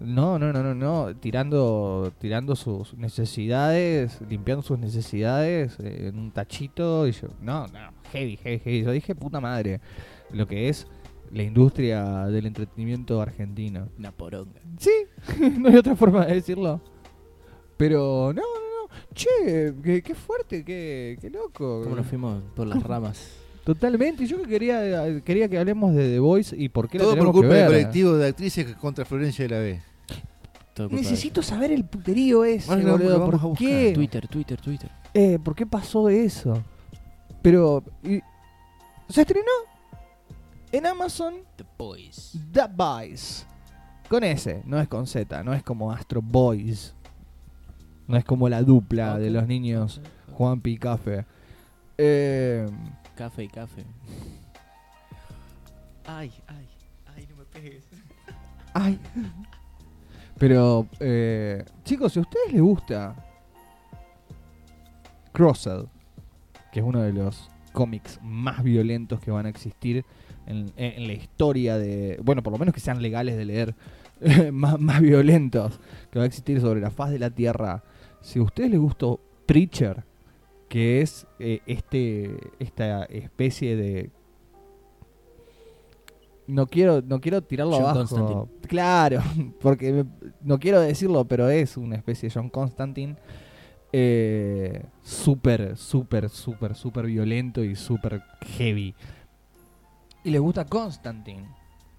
S1: No, no, no, no, no, tirando, tirando sus necesidades, limpiando sus necesidades eh, en un tachito. Y yo, no, no, heavy, heavy, heavy. Yo dije, puta madre, lo que es la industria del entretenimiento argentino.
S3: Una poronga.
S1: Sí, no hay otra forma de decirlo. Pero no, no, no. Che, qué, qué fuerte, qué, qué loco.
S3: ¿Cómo nos fuimos por las ramas?
S1: Totalmente. Yo que quería, eh, quería que hablemos de The Voice y por qué la
S2: Todo por
S1: tenemos que
S2: culpa del
S1: ver. ¿eh?
S2: colectivo de actrices contra Florencia de la B.
S3: Todo culpa de-
S1: Necesito saber el puterío ese,
S2: Bueno, lo-
S1: boludo.
S2: lo vamos a
S1: ¿Por
S2: buscar.
S1: qué?
S3: Twitter, Twitter, Twitter.
S1: Eh, ¿Por qué pasó eso? Pero. y- se estrenó en Amazon
S3: The Boys.
S1: The Boys. Con S, no es con Z, no es como Astro Boys. No es como la dupla de
S3: Ok.
S1: los niños Juan y Café. Eh,
S3: Café y café.
S1: ay. Pero, eh, chicos, si a ustedes les gusta Crossed, que es uno de los cómics más violentos que van a existir en, en la historia de, bueno, por lo menos que sean legales de leer, más, más violentos que va a existir sobre la faz de la Tierra. Si a ustedes les gustó Preacher, que es eh, este esta especie de no quiero no quiero tirarlo
S3: John
S1: abajo.
S3: Constantine.
S1: Claro, porque me- no quiero decirlo, pero es una especie de John Constantine eh, súper, súper, súper, súper violento y súper heavy. Y le gusta Constantine,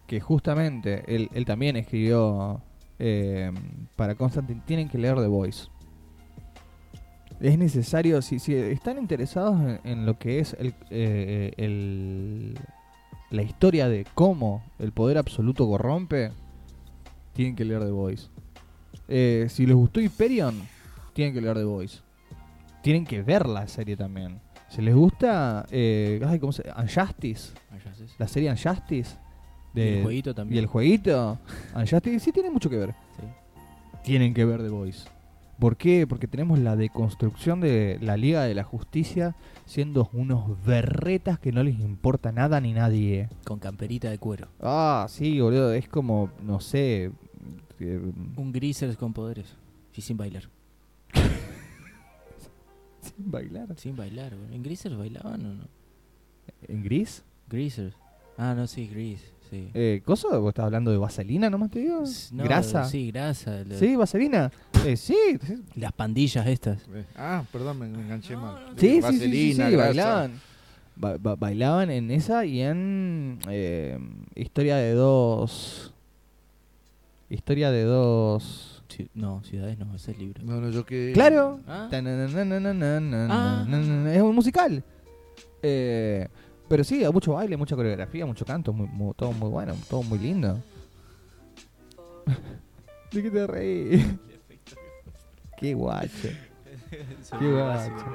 S1: que justamente él, él también escribió eh, para Constantine. Tienen que leer The Voice. Es necesario, si, si están interesados en, en lo que es el, eh, el- la historia de cómo el poder absoluto corrompe, tienen que leer The Voice. Eh, si les gustó Hyperion, tienen que leer The Voice. Tienen que ver la serie también. Si les gusta, eh, ay, ¿cómo se Unjustice,
S3: Allá se-
S1: la serie Unjustice.
S3: Y
S1: de-
S3: el jueguito
S1: Ah,
S3: también.
S1: Y el jueguito. Unjustice, sí tiene mucho que ver.
S3: Sí.
S1: Tienen que ver The Voice. ¿Por qué? Porque tenemos la deconstrucción de la Liga de la Justicia siendo unos berretas que no les importa nada ni nadie.
S3: Con camperita de cuero.
S1: Ah, sí, boludo, es como, no sé... eh,
S3: Un greasers con poderes. Y sin bailar.
S1: sin bailar.
S3: Sin bailar, boludo. ¿En greasers bailaban o no?
S1: ¿En gris?
S3: Greasers. Ah, no, sí, grease. Sí.
S1: Eh, ¿Cosa? ¿Vos estás hablando de vaselina nomás, te digo?
S3: No,
S1: ¿Grasa?
S3: Sí, grasa. lo-
S1: Sí, vaselina. Eh, sí, sí,
S3: Las pandillas estas.
S2: Eh, Ah, perdón, me me enganché mal.
S1: Ah, Sí, sí, sí, sí, sí,
S2: Vaselina, grasa.
S1: bailaban. Ba- ba- bailaban en esa y en eh, Historia de dos. Historia de dos.
S3: Ci- no, ciudades no, ese es libro.
S2: No, no, yo que.
S1: Claro.
S3: Ah.
S1: Tanananananananananana.
S3: Ah.
S1: Es un musical. Eh, pero sí, mucho baile, mucha coreografía, mucho canto, muy- muy- todo muy bueno, todo muy lindo. ¿De qué te reís? Qué guacho. Qué guacho.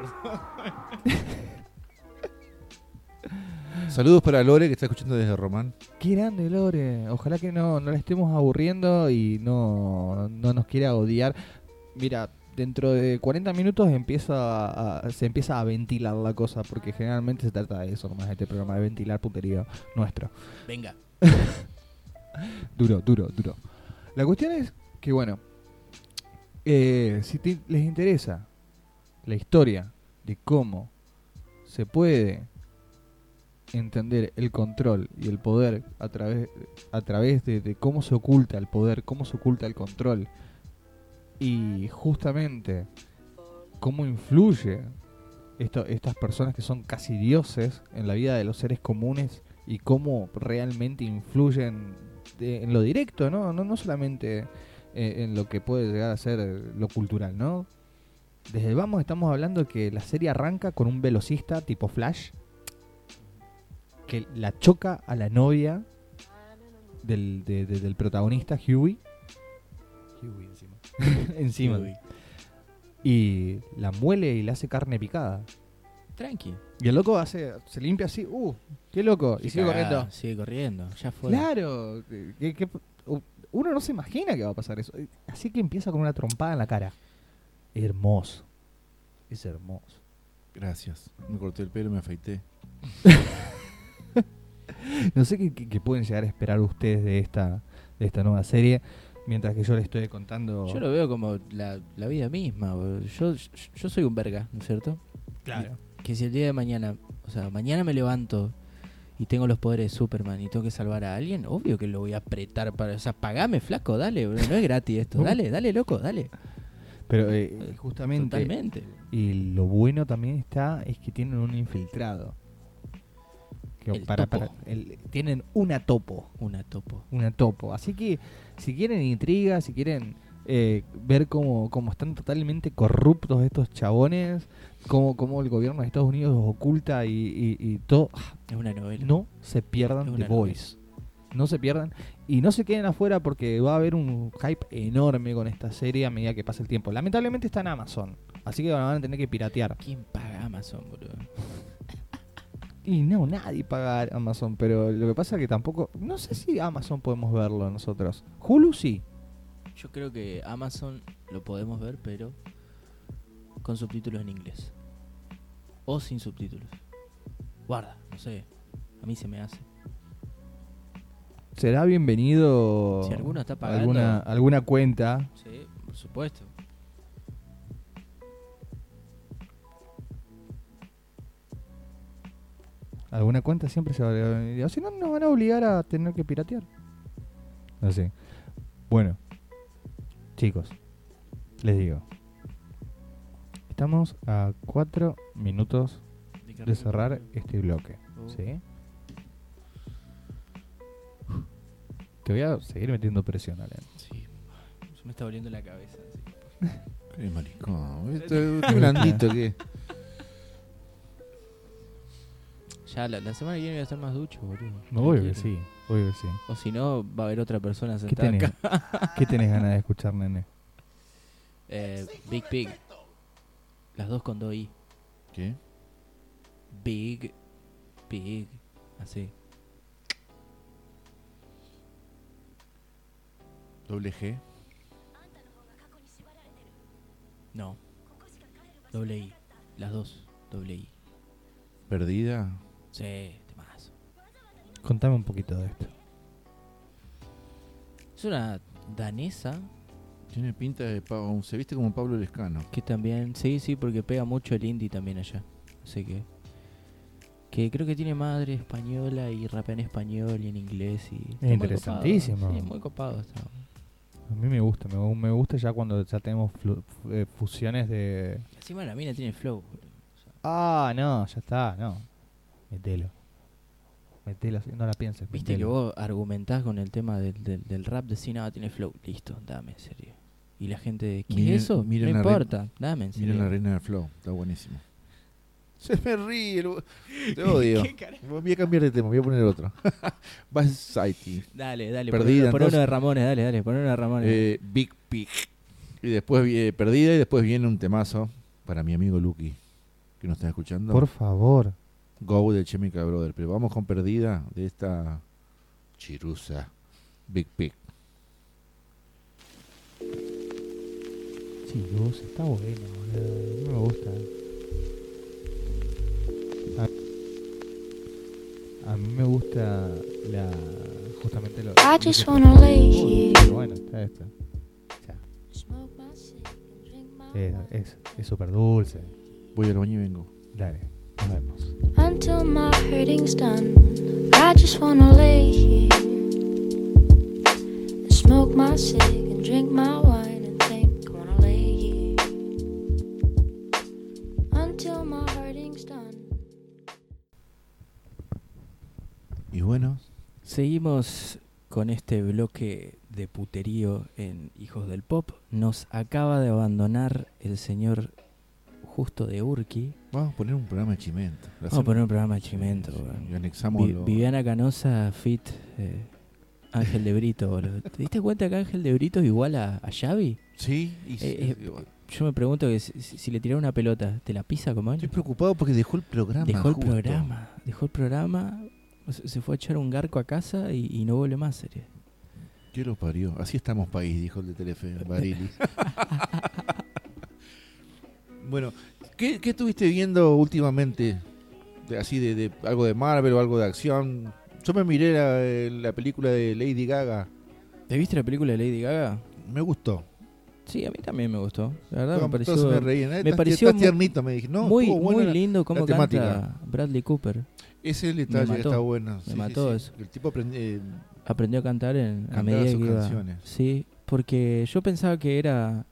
S2: Saludos para Lore que está escuchando desde Román.
S1: Qué grande, Lore. Ojalá que no, no la estemos aburriendo y no, no nos quiera odiar. Mira, dentro de 40 minutos empieza a- a- se empieza a ventilar la cosa, porque generalmente se trata de eso, nomás este programa de ventilar putería nuestro.
S3: Venga.
S1: Duro, duro, duro. La cuestión es que, bueno, eh, si te- les interesa la historia de cómo se puede entender el control y el poder a través, a través de, de cómo se oculta el poder, cómo se oculta el control y justamente cómo influye esto- estas personas que son casi dioses en la vida de los seres comunes y cómo realmente influyen de- en lo directo, ¿no? No, no solamente eh, en lo que puede llegar a ser eh, lo cultural, ¿no? Desde el Vamos estamos hablando que la serie arranca con un velocista tipo Flash que la choca a la novia del, de- de- del protagonista, Huey. Huey encima. encima.
S3: Uy.
S1: Y la muele y le hace carne picada.
S3: Tranqui.
S1: Y el loco hace, se limpia así, uh, qué loco, y
S3: Qué
S1: sigue
S3: cagada,
S1: corriendo.
S3: Sigue corriendo. Ya fue.
S1: Claro, que- que- uno no se imagina que va a pasar eso. Así que empieza con una trompada en la cara. Hermoso. Es hermoso.
S2: Gracias. Me corté el pelo, me afeité.
S1: No sé qué, qué- qué pueden llegar a esperar ustedes de esta, de esta nueva serie, mientras que yo les estoy contando...
S3: Yo lo veo como la, la vida misma. boludo. Yo, yo, yo soy un verga, ¿no es cierto?
S1: Claro.
S3: Que si el día de mañana, o sea, mañana me levanto y tengo los poderes de Superman y tengo que salvar a alguien, obvio que lo voy a apretar para. O sea, pagame, flaco, dale, boludo, no es gratis esto. Dale, dale, loco, dale.
S1: Pero eh, justamente...
S3: Totalmente.
S1: Y lo bueno también está es que tienen un infiltrado. Que
S3: El topo.
S1: el- tienen una topo.
S3: Una topo.
S1: una topo. Así que si quieren intriga, si quieren eh, ver cómo, cómo están totalmente corruptos estos chabones, cómo, cómo el gobierno de Estados Unidos los oculta y, y- y todo, ah,
S3: Es una novela.
S1: no se
S3: Es
S1: pierdan
S3: una
S1: The Voice. No se pierdan y no se queden afuera porque va a haber un hype enorme con esta serie a medida que pase el tiempo. Lamentablemente está en Amazon, así que van a tener que piratear.
S3: ¿Quién paga Amazon, boludo?
S1: Y no, nadie paga Amazon, pero lo que pasa es que tampoco... No sé si Amazon podemos verlo nosotros. Hulu sí,
S3: Yo creo que Amazon lo podemos ver, pero con subtítulos en inglés. O sin subtítulos. Guarda, no sé. A mí se me hace.
S1: será bienvenido
S3: Si alguno está pagando.
S1: alguna alguna cuenta
S3: Sí, por supuesto.
S1: alguna cuenta siempre se va a venir o si no nos van a obligar a tener que piratear así bueno chicos les digo estamos a cuatro minutos de cerrar este bloque ¿sí? te voy a seguir metiendo presión Alan
S3: Sí. Se me está doliendo la cabeza. sí.
S2: Qué maricón. Estoy, estoy este blandito que.
S3: Ya, la, la semana que viene voy a estar más ducho, boludo.
S1: obvio que
S3: Tranquilo.
S1: sí obvio que sí
S3: O si no, va a haber otra persona
S1: ¿qué
S3: sentada
S1: tenés,
S3: acá.
S1: ¿qué tenés ganas de escuchar nene?
S3: Eh, Big Pig. Las dos con dos i.
S2: ¿Qué?
S3: Big Pig. Así.
S2: Doble G.
S3: No. Doble I. Las dos. Doble I.
S2: Perdida.
S3: Sí, temazo.
S1: Contame un poquito de esto.
S3: Es una danesa
S2: Tiene pinta de Pablo. Se viste como Pablo Lescano.
S3: que también. Sí, sí, porque pega mucho el indie también allá. Así que. Que creo que tiene madre española y rapea en español y en inglés. y está muy
S1: interesantísimo.
S3: copado. ¿eh? Sí, muy copado está.
S1: A mí me gusta, me, me gusta ya cuando ya tenemos flu- fu- eh, fusiones de...
S3: Encima la mina tiene flow. boludo.
S1: Ah, no, ya está, no. Metelo. Metelo, así, no la pienses.
S3: Viste que
S1: metelo.
S3: vos argumentás con el tema del, del, del rap de sí, no, tiene flow. Listo, dame en serio. Y la gente, ¿qué
S2: Miren-
S3: es eso?
S2: miren
S3: no
S2: la re-
S3: importa, dame en serio.
S2: Miren la reina del flow. Está buenísimo. Se me ríe. lo- Te odio. voy a cambiar de tema. Voy a poner otro. Society.
S3: Dale, dale,
S2: Perdida,
S3: perdida, por, uno
S2: entonces.
S3: de Ramones, dale, dale, por uno de Ramones.
S2: Eh, Big Pig. Y después vi- eh, perdida y después viene un temazo para mi amigo Lucky, que nos está escuchando.
S1: Por favor.
S2: Go de Chemical Brother. Pero vamos con perdida de esta chirusa. Big Pig.
S1: Sí, vos, está bueno, boludo. No me gusta. A, a mí me gusta la... Justamente lo...
S5: I
S1: lo
S5: just
S1: que-
S5: wanna lay
S1: Uy,
S5: here.
S1: pero bueno, está esto. Es, es, es súper dulce.
S2: Voy al baño y vengo.
S1: Dale, nos vemos.
S5: Until my hurting's done, I just wanna lay here and smoke my cig and drink my wine and think I wanna lay here until my hurting's done.
S2: Y bueno,
S3: Seguimos con este bloque de puterío en Hijos del Pop. Nos acaba de abandonar el señor Justo de Urqui.
S2: vamos a poner un programa de chimento. Lo
S3: Vamos a
S2: hacemos-
S3: poner un programa de chimento.
S2: Sí,
S3: boludo.
S2: Y anexamos
S3: Vi-
S2: lo-
S3: Viviana Canosa, Fit, eh, Ángel de Brito. boludo. ¿Te diste cuenta que Ángel de Brito es igual a, a Xavi?
S2: Sí, y sí,
S3: eh,
S2: sí, bueno.
S3: Yo me pregunto que si, si- si le tirara una pelota, ¿te la pisa como él?
S2: Estoy preocupado porque dejó el programa.
S3: Dejó el
S2: justo.
S3: programa, dejó el programa, se se fue a echar un garco a casa y, y no vuelve más, serio.
S2: ¿Qué lo parió? Así estamos país, dijo el de Telefe, Barili. bueno, ¿qué, qué estuviste viendo últimamente? De- así de, de algo de Marvel o algo de acción. Yo me miré la, eh, la película de Lady Gaga.
S3: ¿Te viste la película de Lady Gaga?
S2: Me gustó.
S3: Sí, a mí también me gustó. La verdad Ah, me
S2: Como
S3: pareció
S2: todos me reían. "Ay,
S3: me
S2: estás-
S3: pareció
S2: estás
S3: mu-
S2: tiernito, me dije. No,
S3: muy,
S2: estuvo buena
S3: muy
S2: la-
S3: lindo cómo
S2: la
S3: canta
S2: temática.
S3: Bradley Cooper.
S2: Ese es el detalle que
S3: mató,
S2: está bueno. Sí, sí,
S3: mató
S2: sí.
S3: eso.
S2: El tipo aprende- eh,
S3: Aprendió a cantar en, a
S2: Cantaba
S3: medida que
S2: sus
S3: iba.
S2: canciones.
S3: Sí, porque yo pensaba que era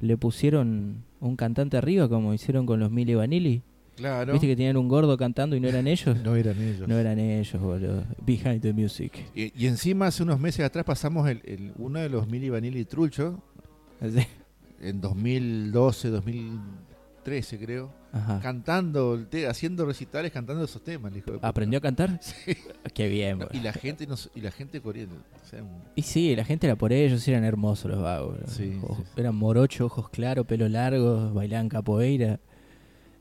S3: le pusieron un cantante arriba como hicieron con los Milli Vanilli.
S2: claro.
S3: ¿Viste que tenían un gordo cantando y no eran ellos?
S2: No eran ellos.
S3: no eran ellos, boludo. Behind the music.
S2: Y, y encima hace unos meses atrás pasamos el, el- uno de los Mili Vanilli Trulcho en 2012, 2013 creo,
S3: Ajá.
S2: cantando, el te- haciendo recitales, cantando esos temas. el hijo de puta.
S3: ¿Aprendió a cantar?
S2: Sí.
S3: Qué bien,
S2: No,
S3: boludo.
S2: y la gente nos, y la gente corriendo. o sea, un-
S3: Y sí, la gente era por ellos, eran hermosos los vagos. boludo.
S2: Sí,
S3: Ojo-
S2: sí, sí.
S3: Eran morochos, ojos claros, pelo largo, bailaban capoeira.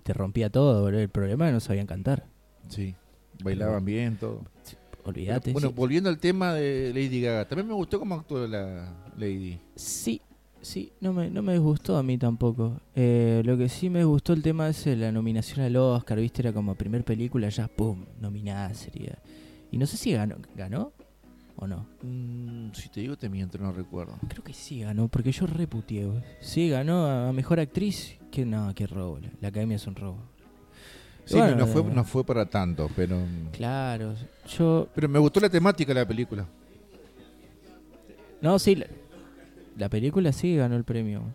S3: Te rompía todo, boludo. El problema es que no sabían cantar.
S2: sí, bailaban bien todo.
S3: Olvídate.
S2: bueno,
S3: sí.
S2: volviendo al tema de Lady Gaga, también me gustó cómo actuó la Lady.
S3: sí, sí, no me, no me disgustó a mí tampoco. Eh, lo que sí me gustó el tema es eh, la nominación al Oscar, ¿viste? Era como primer película, ya, ¡pum! Nominada sería. Y no sé si ganó, ¿ganó o no?
S2: Mm, si te digo te miento, no recuerdo.
S3: Creo que sí ganó, porque yo reputié. güey. Sí, ganó a a mejor actriz. Que no, qué robo. La, la academia es un robo.
S2: Sí,
S3: Bueno,
S2: no, fue,
S3: eh.
S2: no fue para tanto, pero
S3: Claro, yo.
S2: pero me gustó la temática de la película.
S3: No, sí, la, la película sí ganó el premio. güey.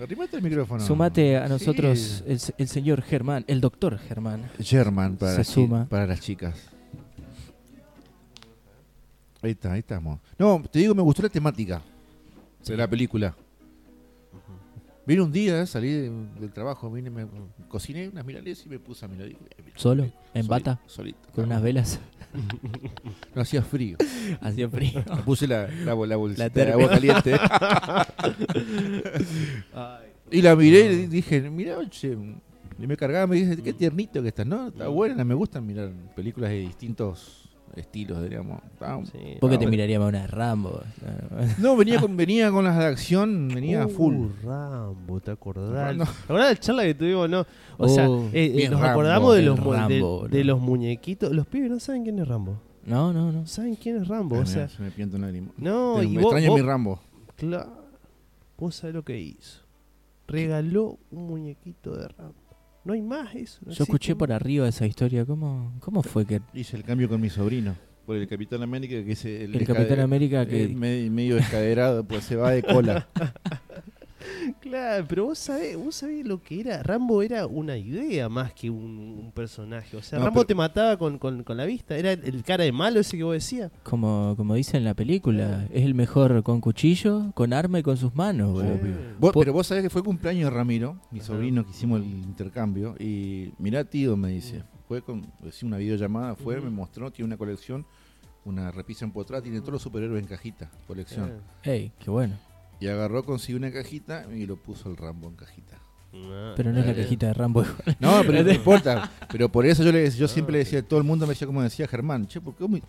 S2: Arrimate el micrófono.
S3: Sumate a
S2: Sí.
S3: nosotros, el, se- el señor Germán, el doctor Germán.
S2: German para,
S3: Se
S2: las chi-
S3: suma.
S2: para las chicas. Ahí está, ahí estamos. No, te digo, me gustó la temática de la película. Vine un día, salí de- del trabajo, vine, me cociné unas milanesas y me puse a mirar.
S3: Solo, en bata,
S2: Solito.
S3: con unas velas.
S2: No hacía frío.
S3: Hacía frío.
S2: Me puse la, la, bol- la bolsita
S3: La
S2: de
S3: termo.
S2: agua caliente. y la miré y dije, mirá, che. Mm. Y me cargaba, me dice, qué tiernito que estás, ¿no? Está buena, me gustan mirar películas de distintos estilos, diríamos. Ah,
S6: Sí,
S3: Porque
S2: Ah,
S3: te
S2: bueno.
S3: miraría más una Rambo.
S2: No, venía con, venía con las de acción, venía
S6: Uh,
S2: full.
S6: Rambo, ¿te acordás?
S2: No.
S6: ¿Te acordás de la charla que tuvimos? No. O sea,
S3: Oh,
S6: eh, eh,
S2: Mm. bien
S6: nos
S2: Rambo,
S6: acordamos de
S3: el
S6: los, mu- de-
S3: Rambo,
S6: de,
S3: boludo.
S6: los muñequitos. Los pibes no saben quién es Rambo.
S3: No, no, no.
S6: No saben quién es Rambo.
S2: Ah,
S6: o
S2: mirá,
S6: sea,
S2: se me pianta un lágrima.
S6: no,
S2: Te-
S6: y
S2: me
S6: vos,
S2: extraña
S6: vos-
S2: mi Rambo.
S6: Claro. Vos sabés lo que hizo. Regaló un muñequito de Rambo. No hay más eso. no
S3: Yo escuché
S6: existe
S3: por arriba esa historia. ¿Cómo, cómo fue que
S2: Hice el cambio con mi sobrino. Por el Capitán América, que es el,
S3: el Capitán
S2: descade-
S3: América
S2: el
S3: que...
S2: me- medio descaderado, pues se va de cola.
S6: más. Claro, pero vos sabés, vos sabés lo que era. Rambo era una idea más que un, un personaje. O sea,
S2: No,
S6: Rambo
S2: pero-
S6: te mataba con, con- con la vista. Era el, el cara de malo ese que vos decías.
S3: Como, como dice en la película, es el mejor con cuchillo, con arma y con sus manos, boludo.
S6: Eh,
S2: Vos-
S3: Po-
S2: pero vos sabés que fue cumpleaños de Ramiro, mi sobrino, que hicimos el intercambio. Y mirá, tío, me dice. Fue con hice una videollamada, fue, me mostró, tiene una colección, una repisa empotrada, tiene todos los superhéroes en cajita, colección.
S6: eh.
S3: Ey, qué bueno.
S2: Y agarró, consiguió una cajita y lo puso el Rambo en cajita.
S6: Ah,
S3: Pero
S6: eh.
S3: no es la cajita de Rambo.
S2: No, pero no importa. Pero por eso yo, le, yo siempre le decía, todo el mundo me decía como decía Germán, che, ¿por qué me-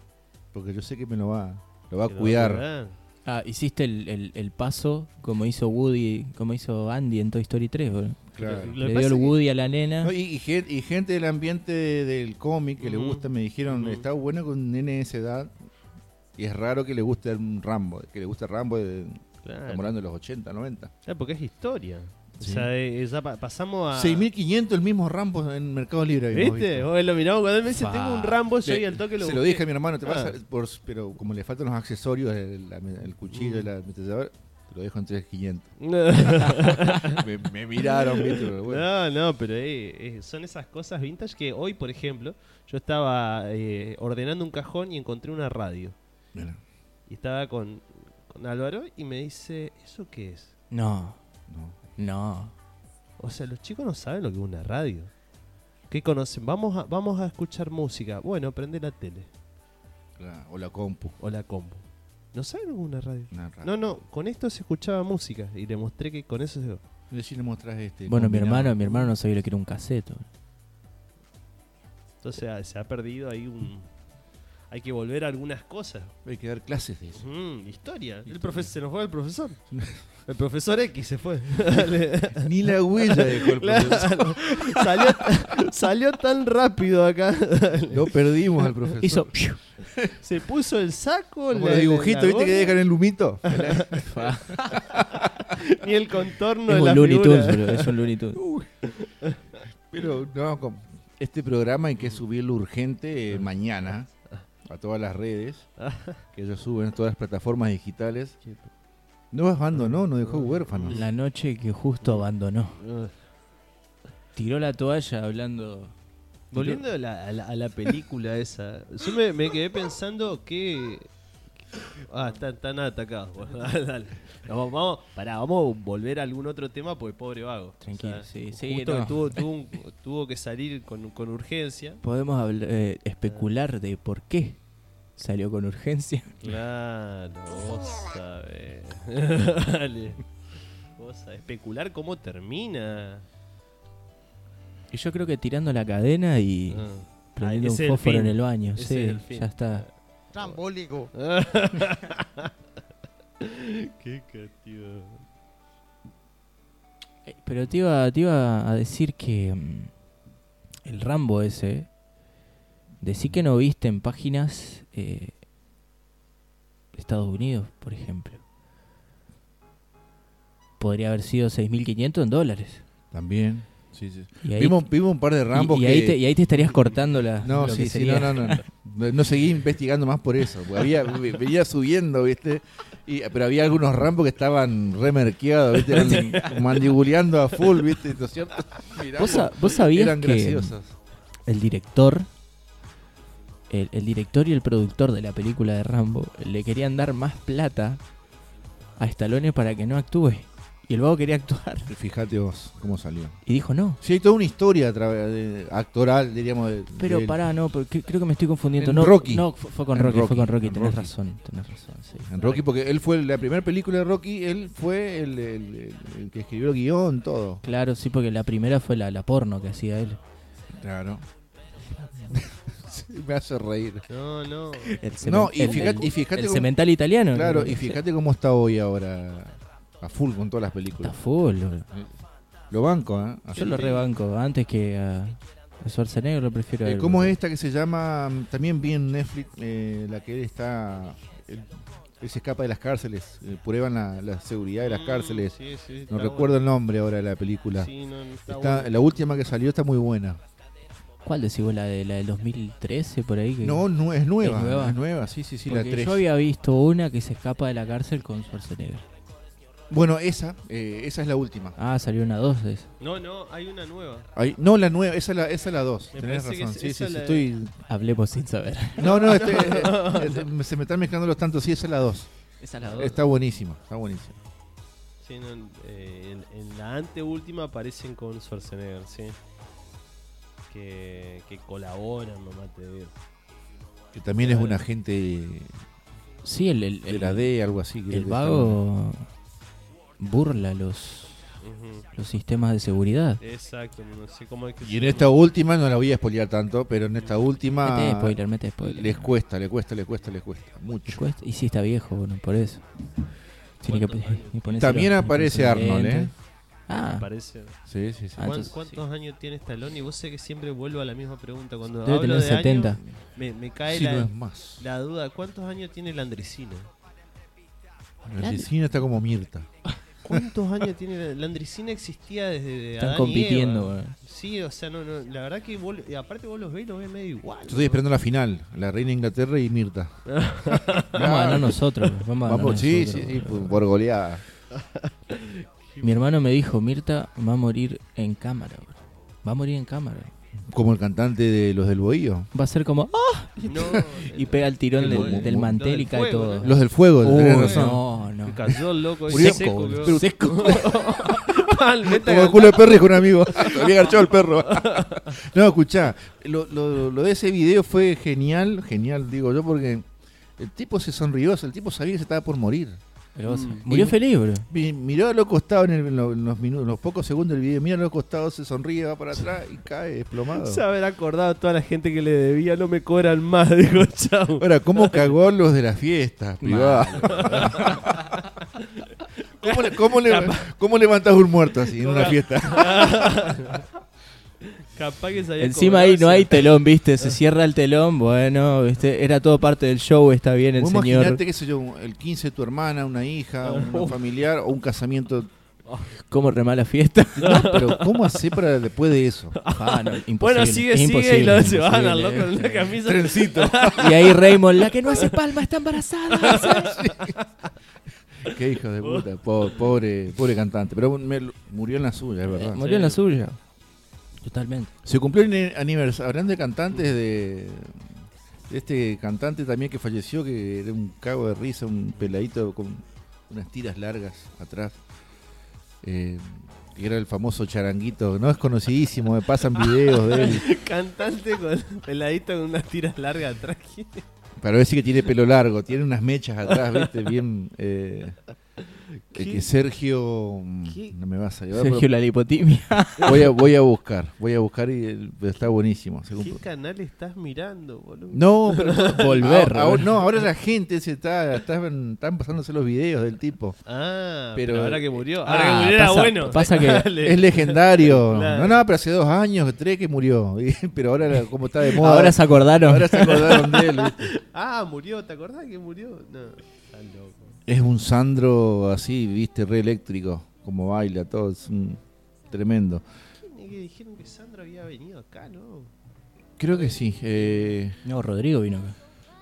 S2: Porque yo sé que me lo va, lo va a cuidar.
S3: Ah, hiciste el, el- el paso como hizo Woody, como hizo Andy en Toy Story 3, boludo.
S2: Claro.
S6: Lo que
S3: Le dio el
S6: pasa es que-
S3: Woody a la nena.
S2: No, y, y gen- y gente del ambiente del cómic que le
S6: Ujú.
S2: gusta, me dijeron,
S6: Ujú.
S2: está bueno con un nene de esa edad. Y es raro que le guste un Rambo, que le guste Rambo de, estamos
S6: Claro.
S2: hablando de los 80, 90.
S6: Claro, porque es historia.
S2: Sí.
S6: O sea, eh, ya pa- pasamos a.
S2: 6.500 el mismo Rambo en Mercado Libre. habíamos
S6: ¿Viste?
S2: visto.
S6: Vos lo miramos cuando él me dice,
S3: Fa.
S6: tengo un Rambo, yo
S2: Le-
S6: y al toque lo
S2: se lo
S6: busqué.
S2: dije a mi hermano, te vas
S6: Ah.
S2: a- por- pero como le faltan los accesorios, el, la- el
S6: Mm.
S2: cuchillo, la ametralladora, te lo dejo en 3.500. me, me miraron, ¿viste? Pero bueno.
S6: No, no, pero eh, eh, son esas cosas vintage que hoy, por ejemplo, yo estaba eh, ordenando un cajón y encontré una radio.
S2: Mira,
S6: Y estaba con, con Álvaro y me dice, ¿eso qué es?
S3: No,
S2: no.
S3: no.
S6: O sea, los chicos no saben lo que es una radio. ¿Qué conocen? Vamos a, vamos a escuchar música. Bueno, prende la tele
S2: La- o la compu.
S6: o la combo. No saben lo que es una radio.
S2: una rara.
S6: No, no, con esto se escuchaba música y le mostré que con eso se...
S2: No sé si le mostrás este.
S3: Bueno, mi
S2: combinado.
S3: hermano, mi hermano no sabía lo que era un caseto.
S6: Entonces ah, se ha perdido ahí un... Hay que volver a algunas cosas.
S2: Hay que dar clases de eso.
S6: Mm, historia. El
S2: Historia.
S6: profe se nos fue el profesor. El profesor X se fue. Le-
S2: Ni la huella dejó el profesor.
S6: Claro. salió, salió tan rápido acá.
S2: Lo perdimos al profesor.
S3: Hizo...
S6: Se puso el saco.
S2: Como
S6: la-
S2: los dibujitos,
S6: la
S2: ¿viste? Que
S6: gorra,
S2: dejan el lumito.
S6: Ni el contorno
S3: es
S6: de la
S3: un Looney Tunes,
S6: figura.
S3: boludo, es un Looney Tunes.
S2: Pero no, com- este programa hay que subirlo urgente eh, mañana a todas las redes que ellos suben a todas las plataformas digitales. No abandonó, no dejó huérfanos.
S3: La noche que justo abandonó. Tiró la toalla hablando...
S6: Volviendo a la, a la- a la película esa. Yo me, me quedé pensando que... Ah, están, están atacados. Bueno, dale, dale. No, vamos, vamos- pará, vamos a volver a algún otro tema porque pobre vago.
S3: Tranquilo, sí, sí,
S6: justo
S3: no.
S6: que tuvo, tuvo, un- tuvo que salir con, con urgencia.
S3: Podemos habl- eh, especular de por qué salió con urgencia.
S6: Claro, vos sabés. Dale. Vos sabés. Especular cómo termina.
S3: Y yo creo que tirando la cadena y
S6: Ah.
S3: prendiendo
S6: Ah,
S3: un
S6: ese es el
S3: fósforo
S6: fin.
S3: en el baño.
S6: Ese es el
S3: Sí,
S6: fin.
S3: ya está.
S7: Trambólico.
S6: Qué castigo.
S3: Eh, Pero te iba, te iba a decir que mm, el Rambo ese, decí que no viste en páginas eh, de Estados Unidos, por ejemplo. Podría haber sido 6.500 en dólares.
S2: También. Sí, sí.
S3: Y ahí,
S2: Vimos, vimos un par de Rambos
S3: y- y
S2: que.
S3: ahí te, y ahí te estarías cortando la...
S2: No,
S3: lo
S2: sí,
S3: que
S2: sí,
S3: sería.
S2: no, no, no. No- No seguí investigando más por eso. porque Había, ve- venía subiendo, ¿viste? Y, pero había algunos rambos que estaban remerqueados, ¿viste? Eran mandibuleando a full, ¿viste? ¿No es cierto? Mirá,
S3: ¿Vos, sa- vos sabías
S2: eran
S3: que
S2: graciosos.
S3: el director... El, el director y el productor de la película de Rambo le querían dar más plata a Stallone para que no actúe. Y el vago quería actuar.
S2: Fíjate vos cómo salió.
S3: Y dijo no.
S2: Sí, hay toda una historia a través de- actoral, diríamos. de-
S3: Pero
S2: del-
S3: pará, no, porque creo que me estoy confundiendo.
S2: En
S3: no,
S2: Rocky.
S3: No, fue, fue con
S2: En
S3: Rocky,
S2: Rocky,
S3: fue con Rocky,
S2: en
S3: tenés
S2: Rocky.
S3: razón, tenés razón, sí.
S2: En Rocky, porque él fue la primera película de Rocky, él fue el, el- el- el que escribió el guión, todo.
S3: Claro, sí, porque la primera fue la, la porno que hacía él.
S2: Claro. Me hace reír.
S6: No, no.
S3: El
S2: No,
S3: cemen-
S2: y
S3: el-
S2: fíjate,
S3: el-
S2: y fíjate
S3: el
S2: cómo-
S3: cemental italiano.
S2: Claro,
S3: que
S2: y fíjate cómo está hoy ahora. A full con todas las
S3: Está
S2: películas.
S3: full, boludo.
S2: Lo banco, ¿eh? A
S3: Yo
S2: full.
S3: lo rebanco. Antes que a, a Schwarzenegger lo prefiero. a
S2: Eh,
S3: él,
S2: ¿Cómo
S3: boludo.
S2: es esta que se llama? mm, También vi en Netflix, eh, la que él está. Él, él se escapa de las cárceles. eh, prueban la, la seguridad de las
S6: Mm,
S2: cárceles.
S6: sí, sí, está
S2: No recuerdo el nombre ahora de la película.
S6: bueno. Sí, no, no, está
S2: Está-
S6: bueno.
S2: La última que salió está muy buena.
S3: ¿Cuál decís vos? ¿La, de, la del 2013 por ahí? Que...
S2: No, no es nueva.
S3: ¿Es
S2: Es
S3: nueva?
S2: nueva, sí, sí, sí, la
S3: Porque
S2: 3.
S3: yo había visto una que se escapa de la cárcel con Schwarzenegger.
S2: Bueno, esa, eh, esa es la última.
S3: Ah, salió una dos de esas.
S6: no, no, hay una nueva.
S2: Ahí- no, la nueva, esa es la, esa es la 2.
S6: Me
S2: Tenés
S6: parece que
S2: razón.
S6: es-
S2: Sí,
S6: esa
S2: sí, sí,
S6: la-
S2: estoy.
S3: Hablemos sin saber.
S2: No, no, estoy- eh, eh, se me están mezclando los tantos. Sí, esa es la 2.
S3: Esa es la dos.
S2: Está buenísima, está buenísima.
S6: Sí, no, eh, en, en la anteúltima aparecen con Schwarzenegger, sí. Que, que colaboran, mamá te digo.
S2: Que también es un agente
S3: Sí, el, el,
S2: de
S3: el-
S2: la D, algo así. creo
S3: el
S2: que
S3: vago burla los,
S6: Ujú.
S3: los sistemas de seguridad.
S6: Exacto, no sé cómo es que
S2: está.
S6: se
S2: Y en
S6: llama.
S2: esta última, no la voy a spoilear tanto, pero en esta
S3: Mete
S2: última.
S3: spoiler, mete spoiler.
S2: Les cuesta, le cuesta, le cuesta, le cuesta. Mucho.
S3: Les cuesta. Y sí, está viejo, bueno, por eso. Tiene que-
S6: ¿Cuántos años?
S3: y ponerse
S2: También
S3: los-
S2: aparece
S3: los
S2: Arnold,
S3: lentes.
S2: ¿eh?
S3: Ah,
S6: Parece.
S2: Sí, sí, sí.
S3: Ah, entonces,
S6: ¿Cuántos años tiene Stallone? Y vos sé que siempre vuelvo a la misma pregunta. Cuando
S3: debe
S6: hablo
S3: tener
S6: de
S3: 70.
S6: años, me, me cae
S2: Sí,
S6: la,
S2: no es más.
S6: la duda. ¿Cuántos años tiene Landricina?
S2: La Argentina está como Mirta.
S6: ¿Cuántos años tiene la, Landricina? Existía desde.
S3: Están
S6: Adán y
S3: compitiendo,
S6: Eva.
S3: boludo.
S6: Sí, o sea, no, no, la verdad que vos, y aparte vos los ves y los ves medio igual.
S2: Yo estoy esperando la final, la Reina de Inglaterra y Mirta.
S3: Vamos a ganar nosotros. Vamos a ganar
S2: Vamos, sí, sí,
S3: nosotros,
S2: sí,
S3: boludo.
S2: por por goleada.
S3: Mi hermano me dijo, Mirta va a morir en cámara. bro. Va a morir en cámara.
S2: Como el cantante de los del Bohío.
S3: Va a ser como... ¡Ah!
S6: No,
S3: Y pega el tirón
S6: El
S3: del-
S6: boom,
S3: del
S2: boom.
S3: mantel y
S6: Lo del
S3: cae
S6: fuego,
S3: todo.
S6: ¿no?
S2: Los del Fuego,
S3: Uy,
S2: tenés razón.
S3: Uh, no, no.
S6: cayó el loco.
S2: Murió
S6: Murió seco,
S2: con-
S6: bro.
S3: Seco.
S6: Mal, vete a
S2: Como el culo de perro con un amigo. Lo había agarchado el perro. no, escuchá. Lo, lo- lo de ese video fue genial, genial, digo yo, porque el tipo se sonrió, o sea, el tipo sabía que se estaba por morir.
S3: Pero vos-
S6: Mm.
S3: Murió
S2: Y-
S3: feliz, bro.
S2: Mi- Miró a los costados en, el- en lo- en los, minu- en los pocos segundos del video, mira a los costados, se sonríe, va para atrás y cae desplomado.
S6: Se haber acordado a toda la gente que le debía, no me cobran más, digo, chao.
S2: Ahora, ¿cómo cagó los de las fiestas privadas? ¿Cómo, le- cómo le- cómo levantás un muerto así en una fiesta?
S6: Capaz que se había
S3: Encima
S6: cobrado,
S3: ahí no
S6: se-
S3: hay telón, viste,
S6: Ah.
S3: se cierra el telón, bueno, viste, era todo parte del show, está bien el
S2: Vos
S3: señor.
S2: Imaginate, qué sé yo, el 15 de tu hermana, una hija,
S6: Oh.
S2: un familiar o un casamiento.
S3: ¿Cómo remar la fiesta?
S2: Pero, ¿cómo hacer para después de eso?
S3: Ah, no, imposible.
S6: Bueno, sigue,
S3: es
S6: sigue, y
S3: imposible,
S6: lo
S3: es
S6: se van al loco
S3: imposible.
S6: en la camisa.
S2: Trencito.
S3: Y ahí Raymond, la que no hace palma está embarazada.
S2: Qué hijo de puta, po- pobre, pobre cantante. Pero me- murió en la suya, es verdad.
S3: Eh, Murió en la suya. Totalmente.
S2: Se cumplió el aniversario. Hablando de cantantes, de, de este cantante también que falleció, que era un cago de risa, un peladito con unas tiras largas atrás. Eh, que era el famoso charanguito. No es conocidísimo, me pasan videos de él.
S6: Cantante con peladito con unas tiras largas atrás.
S2: Para ver si que tiene pelo largo, tiene unas mechas atrás, ¿viste? Bien. eh,
S6: ¿Qué?
S2: que Sergio. mm,
S6: ¿Qué?
S2: No me vas a ayudar.
S3: Sergio la lipotimia.
S2: pero voy, a, voy a buscar, voy a buscar y eh, está buenísimo. se
S6: ¿Qué
S2: cumplió.
S6: canal estás mirando, boludo?
S2: No, pero
S3: Volver.
S2: Ah, ahora- no, ahora la gente se está, está- están pasándose los videos del tipo.
S6: Ah, pero,
S2: Pero-
S6: ahora que murió.
S3: Ah,
S6: Ahora que murió era
S3: pasa-
S6: bueno.
S3: pasa que-
S6: Dale.
S2: Es legendario.
S6: Claro.
S2: No, no, pero hace dos años, tres que murió. Y- pero ahora la- como está de moda.
S3: Ahora se acordaron.
S2: ahora se acordaron de él. ¿viste?
S6: Ah, murió. ¿Te acordás que murió? No. Está loco.
S2: Es un Sandro así, viste, re eléctrico, como baila, todo, es un- tremendo.
S6: ¿Quién es que dijeron que Sandra había venido acá, no?
S2: Creo que sí. eh,
S3: No, Rodrigo vino. acá.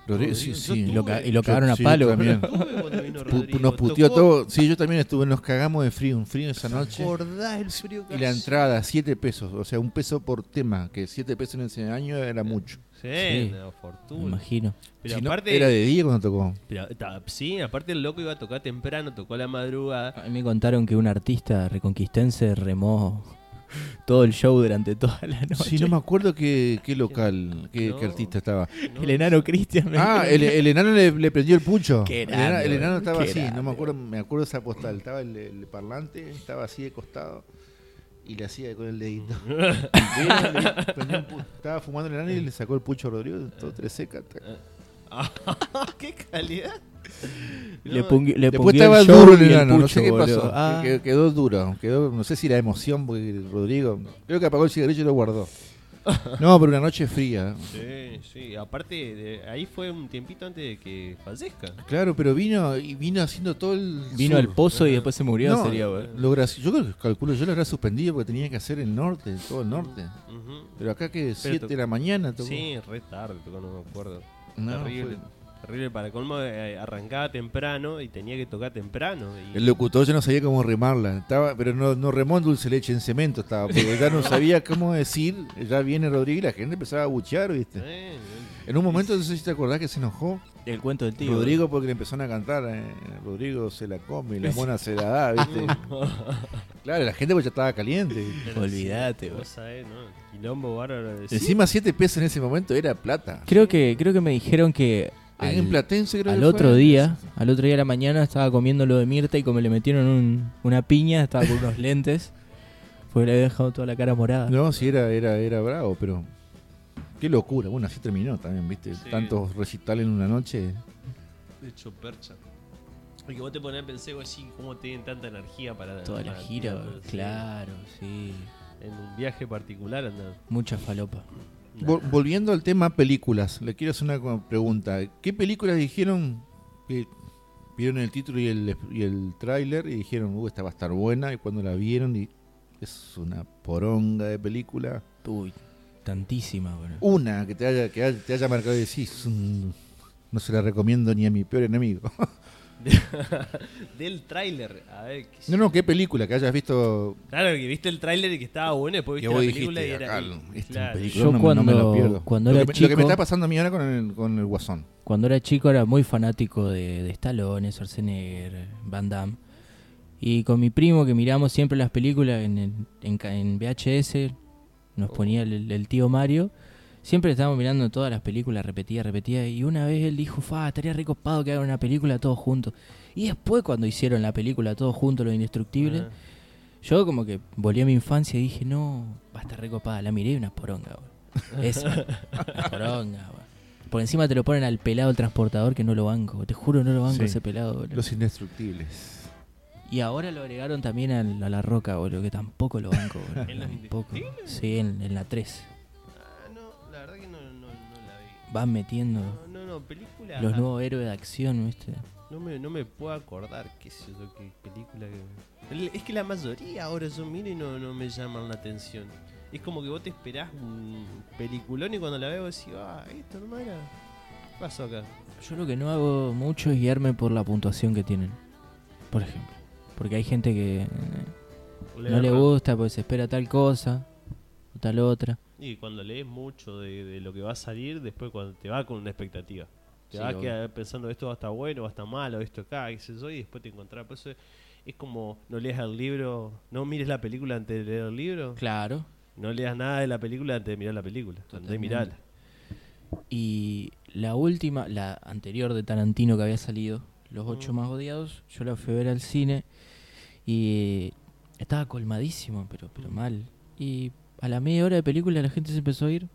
S2: Rodrigo- sí, sí.
S3: Y lo, ca- y
S2: Yo-
S3: lo cagaron a
S2: sí,
S3: palo.
S2: también.
S6: Estuve cuando vino
S2: Pu-
S6: Rodrigo.
S2: nos puteó
S6: Tocó-
S2: todo. Sí, yo también estuve, nos cagamos de frío, un frío esa
S6: ¿Te
S2: noche.
S6: acordás el frío que
S2: Y la
S6: hacía?
S2: entrada, 7 pesos, o sea, un peso por tema, que 7 pesos en ese año era mucho.
S6: Sí,
S3: Sí.
S6: no,
S3: Me
S6: fortuna.
S3: imagino.
S6: Pero
S2: Si no,
S6: aparte,
S2: era de día cuando tocó.
S6: pero, ta- sí, aparte el loco iba a tocar temprano, tocó a la madrugada.
S3: A mí me contaron que un artista reconquistense remó todo el show durante toda la noche.
S2: Si no me acuerdo qué, qué local, qué,
S6: No.
S2: qué artista estaba.
S6: ¿no?
S3: El enano Cristian. me
S2: Ah, el, el enano le, le prendió el pucho.
S3: Qué
S2: el, enano,
S3: grande,
S2: el enano
S3: boludo,
S2: estaba
S3: qué
S2: así, no
S3: grande.
S2: me acuerdo, me acuerdo esa postal. Estaba el, el parlante, estaba así de costado. y le hacía con el dedito. Y era, le prendía un pu- Estaba fumando el enano y le sacó el pucho a Rodrigo, todo tres secas. tac. Ah,
S6: ¡Qué calidad!
S3: Le,
S6: No,
S3: pungui- le
S2: Después
S3: pungueó
S2: estaba
S3: el show
S2: duro
S3: y
S2: el
S3: el
S2: enano, no
S3: pucho,
S2: sé qué
S3: boludo.
S2: pasó.
S3: Ah,
S2: Quedó, quedó duro, quedó, no sé si la emoción, porque Rodrigo, creo que apagó el cigarrillo y lo guardó. No, pero una noche fría.
S6: Sí, sí. Aparte, de- ahí fue un tiempito antes de que fallezca.
S2: Claro, pero vino y vino haciendo todo el.
S3: vino
S2: sur.
S3: al pozo y después se murió,
S2: No,
S3: sería, boludo.
S2: lo graci- Yo creo que calculo, yo lo habrá suspendido porque tenía que hacer el norte, todo el norte.
S6: Ujú.
S2: Pero acá que 7
S6: to-
S2: de la mañana tocó.
S6: Sí, re tarde, tocó, no me acuerdo.
S2: No,
S6: terrible. Terrible, para colmo eh, arrancaba temprano y tenía que tocar temprano. y-
S2: El locutor yo no sabía cómo remarla, estaba, pero no, no remó en dulce leche, en cemento estaba, porque ya no sabía cómo decir, ya viene Rodrigo y la gente empezaba a buchear, ¿viste?
S6: Eh,
S2: En un momento, no sé si te acordás que se enojó
S3: El cuento del tío.
S2: Rodrigo porque le empezaron a cantar, eh, Rodrigo se la come y la mona se la da, ¿viste? claro, la gente pues ya estaba caliente.
S3: boludo. Olvídate, boludo.
S6: cosa, eh, ¿no? Quilombo bárbaro de decir.
S2: Encima 7 pesos en ese momento era plata.
S3: Creo que, creo que me dijeron que al,
S2: en Platense creo
S3: al
S2: que fue.
S3: otro día, al otro día de la mañana estaba comiendo lo de Mirta y como le metieron un- una piña, estaba con unos lentes, pues le había dejado toda la cara morada.
S2: No, sí, era, era, era bravo, pero. Qué locura. Bueno, así terminó también, ¿viste? Tantos recitales en una noche.
S6: De hecho, percha. Y que vos te ponés a pensar, vos decís, ¿cómo tienen tanta energía para
S3: Toda la
S6: para
S3: gira,
S6: tirar,
S3: boludo.
S6: sí?
S3: claro, sí.
S6: En un viaje particular andan.
S3: Mucha falopa.
S2: Vol- volviendo al tema películas, le quiero hacer una co- pregunta. ¿Qué películas dijeron que vieron el título y el, y el tráiler y dijeron, uh, esta va a estar buena? Y cuando la vieron, y es una poronga de película.
S3: Uy, tantísima, boludo.
S2: Una que te haya, que haya- te haya marcado y decís, "Mm, no se la recomiendo ni a mi peor enemigo.
S6: Del tráiler, a ver. qué sé
S2: no, no, ¿qué película que hayas visto
S6: yo. Claro, que viste el tráiler y que estaba bueno, después
S2: Que
S6: viste la
S2: vos
S6: película y
S2: dijiste,
S6: era.
S2: acá, esta
S6: y-
S2: es una
S6: claro.
S2: película. no
S3: Yo
S2: me- no me la
S3: cuando-
S2: pierdo.
S3: cuando
S2: lo
S3: era
S2: que, me- lo que me
S3: chico-
S2: está pasando a mí ahora con el, con el Guasón.
S3: Cuando era chico era muy fanático de, de Stallone, Schwarzenegger, Van Damme. Y con mi primo que miramos siempre las películas en, el- en, ca- en VHS, nos ponía el, el tío Mario. Siempre estábamos mirando todas las películas, repetía, repetía. Y una vez él dijo, fa, estaría recopado que hagan una película todos juntos. Y después cuando hicieron la película todos juntos, Los Indestructibles,
S6: Ah.
S3: yo como que volví a mi infancia y dije, no, va a estar recopada. La miré y una poronga, boludo. Esa, una poronga, boludo. Por encima te lo ponen al pelado el transportador que no lo banco. Te juro, no lo banco
S2: Sí.
S3: ese pelado, boludo.
S2: Los Indestructibles.
S3: Y ahora lo agregaron también al- a La Roca, boludo, que tampoco lo banco, boludo.
S6: ¿En Los
S3: tampoco.
S6: Indestructibles?
S3: Sí, en, en la 3.
S6: Ah, no, la verdad que no, no, no la vi.
S3: Van metiendo
S6: No, no, no, película.
S3: los nuevos héroes de acción, ¿viste?
S6: No me, no me puedo acordar qué es eso, qué película que... El- Es que la mayoría ahora yo miro y no, no me llaman la atención. Es como que vos te esperás un peliculón y cuando la veo decís, ah, esto no era... ¿Qué pasó acá?
S3: Yo lo que no hago mucho es guiarme por la puntuación que tienen, por ejemplo. Porque hay gente que eh, no le
S6: erra.
S3: gusta porque se espera tal cosa o tal otra.
S6: Y cuando lees mucho de, de lo que va a salir, después cuando te va con una expectativa.
S3: Sí,
S6: Te vas a
S3: obvio.
S6: quedar pensando esto va a estar bueno, va a estar malo, esto acá, qué sé yo, y después te encontrás. Por eso es, es como no leas el libro, no mires la película antes de leer el libro,
S3: Claro.
S6: no leas nada de la película antes de mirar la película, antes de
S3: Totalmente.
S6: mirarla.
S3: Y la última, la anterior de Tarantino que había salido, Los ocho más odiados, yo la fui a ver al cine y estaba colmadísimo, pero, pero mal. Y a la media hora de película la gente se empezó a ir.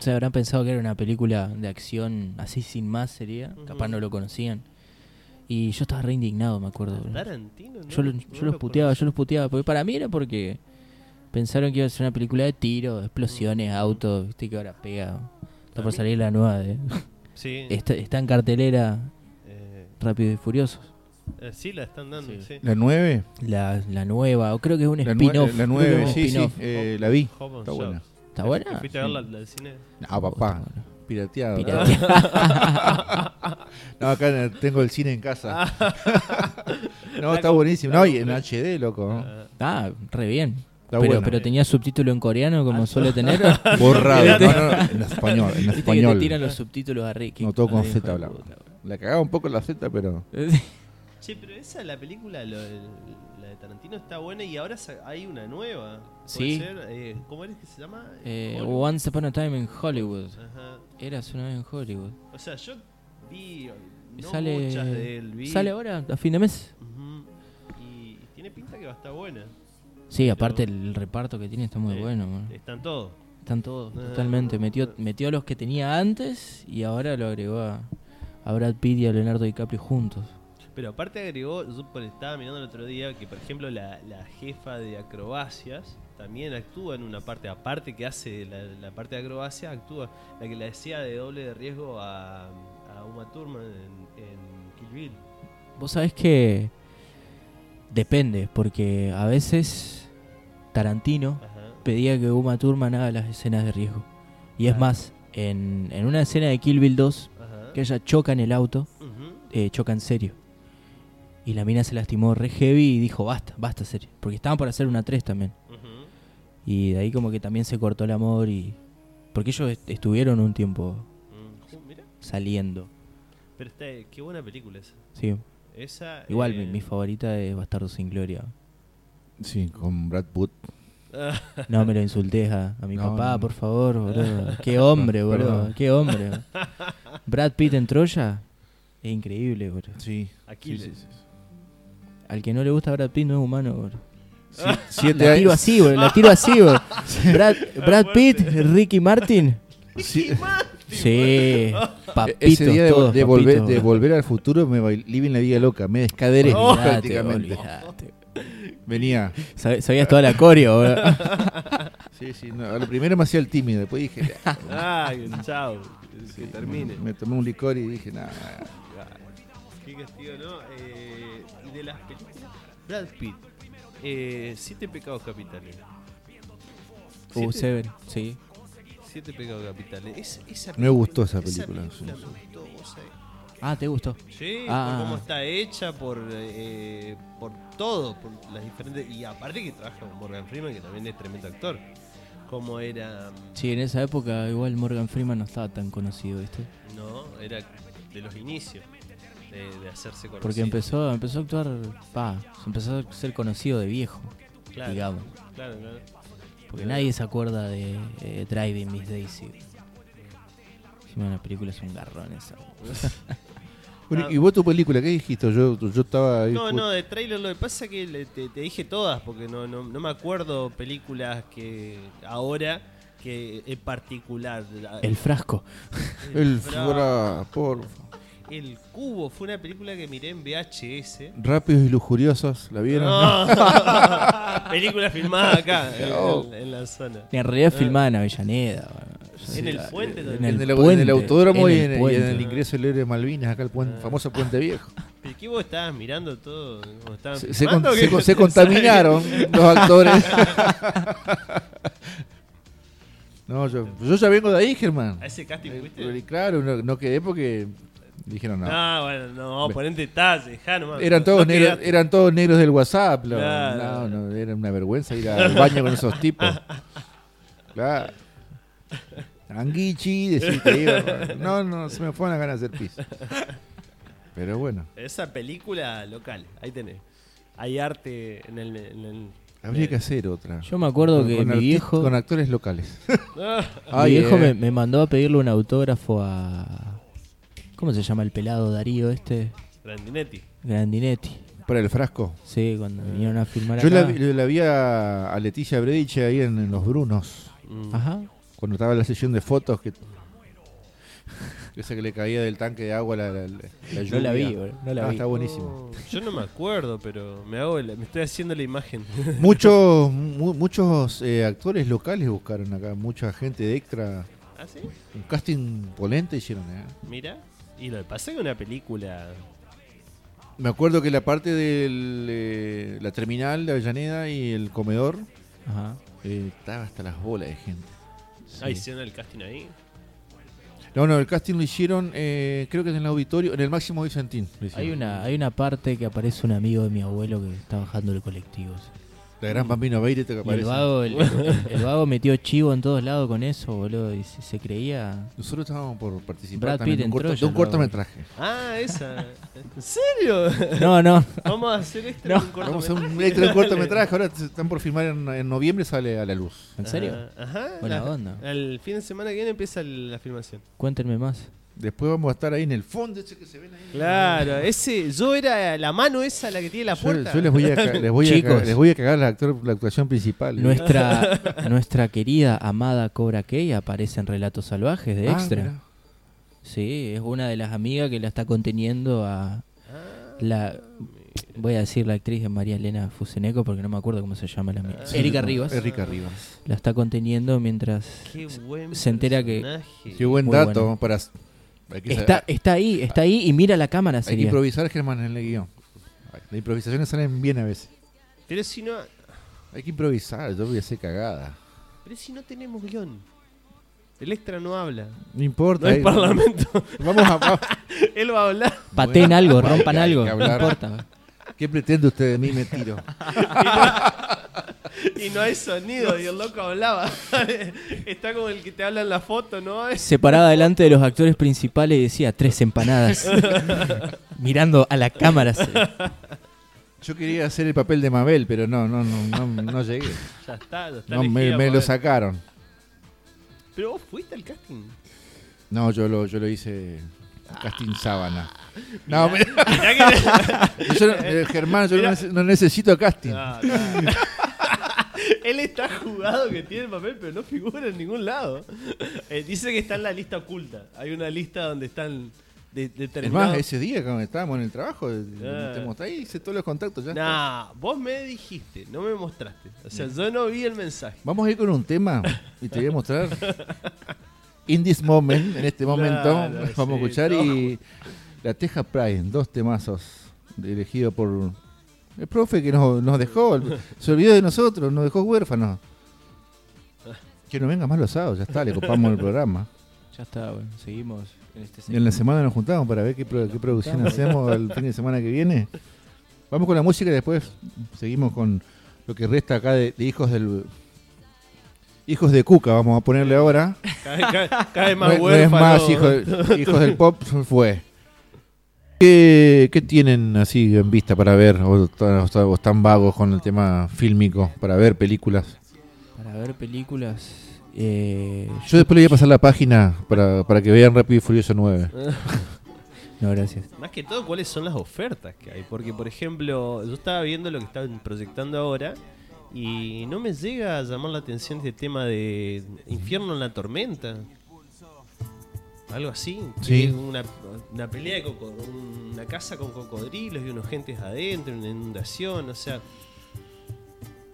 S3: Se habrán pensado que era una película de acción así sin más sería, capaz no lo conocían. Y yo estaba re indignado, me
S6: Ah,
S3: acuerdo. bro.
S6: Tarantino, no
S3: Yo,
S6: lo-
S3: lo- yo
S6: no
S3: los
S6: lo
S3: puteaba,
S6: conocí.
S3: yo los puteaba, porque para mí era porque pensaron que iba a ser una película de tiro, explosiones, autos, viste que ahora pega. Está por
S6: mí-
S3: salir la nueva de...
S6: Sí,
S3: Está, está en cartelera
S6: eh,
S3: Rápido y Furiosos.
S6: eh, sí la están dando,
S3: Sí.
S6: sí.
S2: La 9.
S3: La, la nueva, o creo que es un
S2: La, nue-
S3: spin-off.
S2: la
S3: creo que
S2: 9,
S3: es un
S2: sí, sí.
S3: spin-off.
S2: eh, la vi.
S6: Hop and
S2: Está
S6: Shop.
S2: buena.
S3: ¿Está buena?
S6: ¿Fuiste a verla al al cine?
S2: Ah, papá. Pirateado.
S3: Piratea.
S2: No, acá tengo el cine en casa. no, está buenísimo. No, y en HD, loco.
S3: Ah, re bien.
S2: Está
S3: pero,
S2: buena.
S3: pero tenía subtítulo en coreano
S6: Ah,
S3: como suele tener.
S2: Borrado. No, no, no, en español. En
S3: Viste que te
S2: español.
S3: tiran los subtítulos a Ricky.
S2: No, todo con
S3: Ay, hijo
S2: Z
S3: de
S2: hablaba.
S3: puta,
S2: La cagaba un poco la Z, pero.
S3: boludo.
S6: Sí, pero esa, la película, lo- el- la de Tarantino está buena y ahora sa- hay una nueva. ¿Puede
S3: Sí.
S6: ser? Eh, ¿Cómo eres que se llama?
S3: Eh,
S6: Hollywood.
S3: Once Upon a Time in Hollywood.
S6: Ajá.
S3: Eras una vez en Hollywood.
S6: O sea, yo vi no
S3: sale,
S6: muchas de él. Vi,
S3: sale ahora, a fin de mes.
S6: Ujú. y, y tiene pinta que va a estar buena.
S3: Sí, aparte el reparto que tiene está muy
S6: Sí.
S3: bueno. man.
S6: Están todos.
S3: Están todos,
S6: No,
S3: totalmente. Metió, metió a los que tenía antes y ahora lo agregó a, a Brad Pitt y a Leonardo DiCaprio juntos.
S6: Pero aparte agregó, yo por- estaba mirando el otro día que, por ejemplo, la, la jefa de acrobacias también actúa en una parte, aparte que hace la, la parte de acrobacias, actúa la que la decía de doble de riesgo a, a Uma Thurman en, en Kill Bill.
S3: Vos sabés que depende, porque a veces Tarantino
S6: Ajá.
S3: pedía que Uma Thurman haga las escenas de riesgo. Y es
S6: Claro.
S3: más, en, en una escena de Kill Bill 2,
S6: Ajá.
S3: que ella choca en el auto,
S6: Ujú.
S3: eh, choca en serio. Y la mina se lastimó re heavy y dijo, basta, basta serio. Porque estaban por hacer una 3 también.
S6: Ujú.
S3: Y de ahí como que también se cortó el amor y... Porque ellos est- estuvieron un tiempo
S6: Mm. Uh, mira.
S3: saliendo.
S6: Pero está, qué buena película esa.
S3: Sí.
S6: Esa,
S3: Igual
S6: eh,
S3: mi, mi favorita es Bastardo sin Gloria.
S2: Sí, con Brad Pitt.
S3: No me lo insultes a, a mi
S2: No,
S3: papá,
S2: no.
S3: por favor, boludo. Qué hombre, boludo.
S2: Perdón.
S3: Qué hombre. Brad Pitt en Troya. Es increíble, boludo.
S2: Sí.
S6: Aquiles.
S2: Sí, sí, sí.
S3: Al que no le gusta Brad Pitt no es humano, boludo.
S2: Sí, siete
S3: La tiro
S2: años.
S3: así, boludo. La tiro así, boludo. Brad, Brad Pitt, Ricky Martin.
S2: sí,
S3: Sí. Papitos
S2: ese día de,
S3: todos,
S2: de volver,
S3: papitos,
S2: de
S3: boludo.
S2: volver al futuro me bail- living la vida loca, me descaderé
S3: Olvidate,
S2: prácticamente.
S3: olvidate.
S2: Venía.
S3: Sab- Sabías toda la coreo, boludo.
S2: Sí, sí, no, a lo primero me hacía el tímido, después dije, "Ah,
S6: Ah, chao. Que termine.
S2: me tomé un licor y dije, nada.
S6: Qué castigo, ¿no? Eh, y de las películas. Brad Pitt. Eh, siete pecados capitales.
S3: Uh,
S6: Siete-
S3: Seven, sí.
S6: Siete pecados capitales. Es- esa
S2: Me gustó esa
S6: esa
S2: película.
S6: película me gustó, vos sabés.
S3: Ah, ¿te gustó?
S6: Sí,
S3: Ah.
S6: por cómo está hecha, por, eh, por todo, por las diferentes. Y aparte que trabaja con Morgan Freeman, que también es tremendo actor. Como era.
S3: Sí, en esa época igual Morgan Freeman no estaba tan conocido, ¿viste?
S6: No, era de los inicios de, de hacerse conocido.
S3: Porque empezó, empezó a actuar, pa, empezó a ser conocido de viejo,
S6: Claro.
S3: digamos.
S6: Claro, claro.
S3: Porque nadie se acuerda de eh, Driving Miss Daisy. Encima la película es un garrón esa.
S2: Bueno, ¿Y vos tu película? ¿Qué dijiste? Yo, yo estaba ahí.
S6: Ah. No,
S2: ju-
S6: no, de trailer lo que pasa es que le- te, te dije todas, porque no, no, no me acuerdo películas que ahora que en particular. La-
S3: El frasco.
S2: El
S6: Fra-
S2: fra, por favor.
S6: El Cubo fue una película que miré en VHS.
S2: Rápidos y lujuriosos, ¿la vieron?
S6: No. película filmada acá, en, en- en la zona.
S3: En
S2: Eh.
S3: realidad filmada en Avellaneda. bueno.
S6: En el puente
S3: En
S6: también.
S3: el,
S2: En, el, au-
S3: puente,
S2: en el autódromo y, en, y en
S3: puente.
S2: el ingreso del héroe de Malvinas, acá el puente-
S6: Ah.
S2: famoso puente viejo.
S6: ¿Pero qué vos estabas mirando todo? ¿Cómo estaban
S2: Se, se
S6: filmando
S2: con-
S6: o
S2: se
S6: qué?
S2: con- se contaminaron los actores. No, yo, yo ya vengo de ahí, Germán. Eh,
S6: ¿A ese casting fuiste?
S2: Y claro, no, no quedé porque dijeron no.
S6: No, bueno, no, vamos a poner en detalle, dejá nomás.
S2: Eran
S6: No
S2: todos, negros,
S6: quedaste.
S2: eran todos negros del WhatsApp. lo- No,
S6: Claro.
S2: no, era una vergüenza ir al baño con esos tipos. Claro. Anguichi, decir que iba. No, no, se me fueron las ganas de hacer pis. Pero bueno,
S6: Esa película local, ahí tenés. Hay arte en el. en el-
S2: habría que hacer otra.
S3: Yo me acuerdo
S2: Con-
S3: que
S2: con
S3: mi
S2: arti-
S3: viejo,
S2: Con actores locales.
S6: Ah,
S3: mi
S2: Ay,
S3: viejo
S2: eh,
S3: me, me mandó a pedirle un autógrafo a... ¿Cómo se llama el pelado Darío este?
S6: Grandinetti.
S3: Grandinetti.
S2: Para el frasco.
S3: Sí, cuando vinieron a filmar
S2: Eh. Yo la,
S3: acá.
S2: vi- la vi a, a Leticia Brediche ahí en, en Los Brunos.
S3: Mm. Ajá.
S2: Cuando estaba en la sesión de fotos que. Esa que le caía del tanque de agua la, la, la- la
S3: No la vi,
S2: lluvia.
S3: bro, no la
S2: Ah,
S3: vi.
S2: Está buenísimo.
S6: No, yo no me acuerdo, pero me hago la- me estoy haciendo la imagen.
S2: Muchos, mu- muchos eh, actores locales buscaron acá, mucha gente de extra.
S6: ¿Ah, sí?
S2: Un casting polente hicieron. eh.
S6: Mira. Y lo que pasa es que una película.
S2: Me acuerdo que la parte de la terminal de Avellaneda y el comedor
S3: Ajá.
S2: eh, estaba hasta las bolas de gente.
S6: Ah, hicieron el casting ahí.
S2: No, no, el casting lo hicieron, eh, creo que en el auditorio, en el Máximo Vicentín. lo hicieron.
S3: Hay una, hay una parte que aparece un amigo de mi abuelo que está bajando el colectivo. sí.
S2: La gran Bambino Beire te
S3: Y el
S2: aparece.
S3: vago, el, el- el vago metió chivo en todos lados con eso, boludo. Y se, se creía.
S2: Nosotros estábamos por participar
S3: Brad
S2: también
S3: Pitt
S2: de un,
S3: entró
S2: corto- de
S3: ya,
S2: un
S3: ¿no?
S2: cortometraje.
S6: Ah, esa. ¿En serio?
S3: No, no.
S6: Vamos a hacer extra
S3: No.
S6: un corto.
S2: Vamos a hacer un extra de cortometraje, ahora se están por filmar en, en noviembre, sale a la luz.
S3: ¿En serio?
S6: Ah,
S2: Ah.
S6: Ajá.
S3: Buena
S6: la-
S3: onda.
S6: El fin de semana que viene empieza el- la filmación.
S3: Cuéntenme más.
S2: Después vamos a estar ahí en el fondo ese que se ven ahí.
S6: Claro, ese, yo era la mano esa la que tiene la
S2: Ah. Yo,
S6: puerta.
S2: yo les voy a ca- les voy a,
S3: Chicos.
S2: ca- les voy a cagar al actor- la actuación principal. ¿eh?
S3: Nuestra, nuestra querida, amada Cobra Key aparece en Relatos Salvajes de
S2: Ah,
S3: Extra.
S2: mirá.
S3: Sí, es una de las amigas que la está conteniendo
S2: Ah,
S3: a la... Voy a decir la actriz de María Elena Fuseneco porque no me acuerdo cómo se llama la amiga.
S2: Sí,
S3: Erika
S2: no,
S3: Rivas.
S2: Erika Rivas.
S3: La está conteniendo mientras...
S6: Qué buen
S3: Se entera que-
S6: personaje.
S2: Qué buen
S3: Muy
S2: dato
S3: bueno.
S2: para. Hay que,
S3: Está, está ahí, está ahí y mira la cámara
S2: hay que
S3: sería.
S2: improvisar, Germán, en el guión. Las improvisaciones salen bien a veces.
S6: Pero si no,
S2: Hay que improvisar, yo voy a hacer cagada.
S6: pero si no tenemos guión. El extra no habla.
S2: No importa.
S6: No hay
S2: ahí-
S6: parlamento.
S2: Vamos a. va-
S6: Él va a hablar.
S3: Pateen
S2: Bueno,
S3: algo,
S2: hay que-
S3: rompan
S2: hay
S3: algo,
S2: que
S3: no
S2: hablar.
S3: importa.
S2: ¿Qué pretende usted de mí? Me tiro.
S6: Y no hay sonido, y el loco hablaba. Está como el que te habla en la foto, ¿no? Es-
S3: Se paraba delante de los actores principales y decía tres empanadas. Mirando a la cámara. se-
S2: Yo quería hacer el papel de Mabel, pero no, no, no, no, no llegué.
S6: Ya está, ya está
S2: No, me,
S6: elegida,
S2: me lo
S6: Mabel.
S2: sacaron.
S6: Pero vos fuiste al casting.
S2: No, yo lo, yo lo hice casting sábana. No,
S6: Mirá que-
S2: me- yo no- eh, Germán, yo no,
S6: Mirá.
S2: nece- no necesito casting.
S6: Ah, claro. Él está jugado que tiene el papel, pero no figura en ningún lado. Eh, dice que está en la lista oculta. Hay una lista donde están de,
S2: Es
S6: determinados.
S2: más, ese día cuando estábamos en el trabajo,
S6: Ah.
S2: estamos ahí, hice todos los contactos. Ya está.
S6: Nah, vos me dijiste, no me mostraste. O sea, yo no vi el mensaje.
S2: Vamos a ir con un tema y te voy a mostrar. In this moment, en este momento,
S6: Claro,
S2: vamos a
S6: sí,
S2: escuchar y La Teja Pride, dos temazos elegido por el profe que nos, nos dejó, el- se olvidó de nosotros, nos dejó huérfanos. Que no venga más los sábados, ya está, le copamos el programa.
S3: Ya está, bueno, seguimos en este
S2: Y en la semana nos juntamos para ver qué, pro- qué producción hacemos el fin de semana que viene. Vamos con la música y después seguimos con lo que resta acá de, de Hijos del... Hijos de Cuca, vamos a ponerle ahora.
S6: Cada, cada- cada vez
S2: no,
S6: más
S2: es- no es
S6: huérfano.
S2: más hijo de- Hijos del Pop, fue. ¿Qué, qué tienen así en vista para ver? O, tan- o tan- o están vagos con el tema fílmico para ver películas?
S3: Para ver películas. eh,
S2: Yo después le voy a pasar la página para, para que vean Rápido y Furioso 9.
S3: No, gracias.
S6: Más que todo, ¿cuáles son las ofertas que hay? Porque, por ejemplo, yo estaba viendo lo que estaban proyectando ahora y no me llega a llamar la atención este tema de Infierno en la Tormenta. Algo así.
S2: Sí.
S6: Que es Una, una pelea, de coco- una casa con cocodrilos y unos gentes adentro, una inundación, o sea...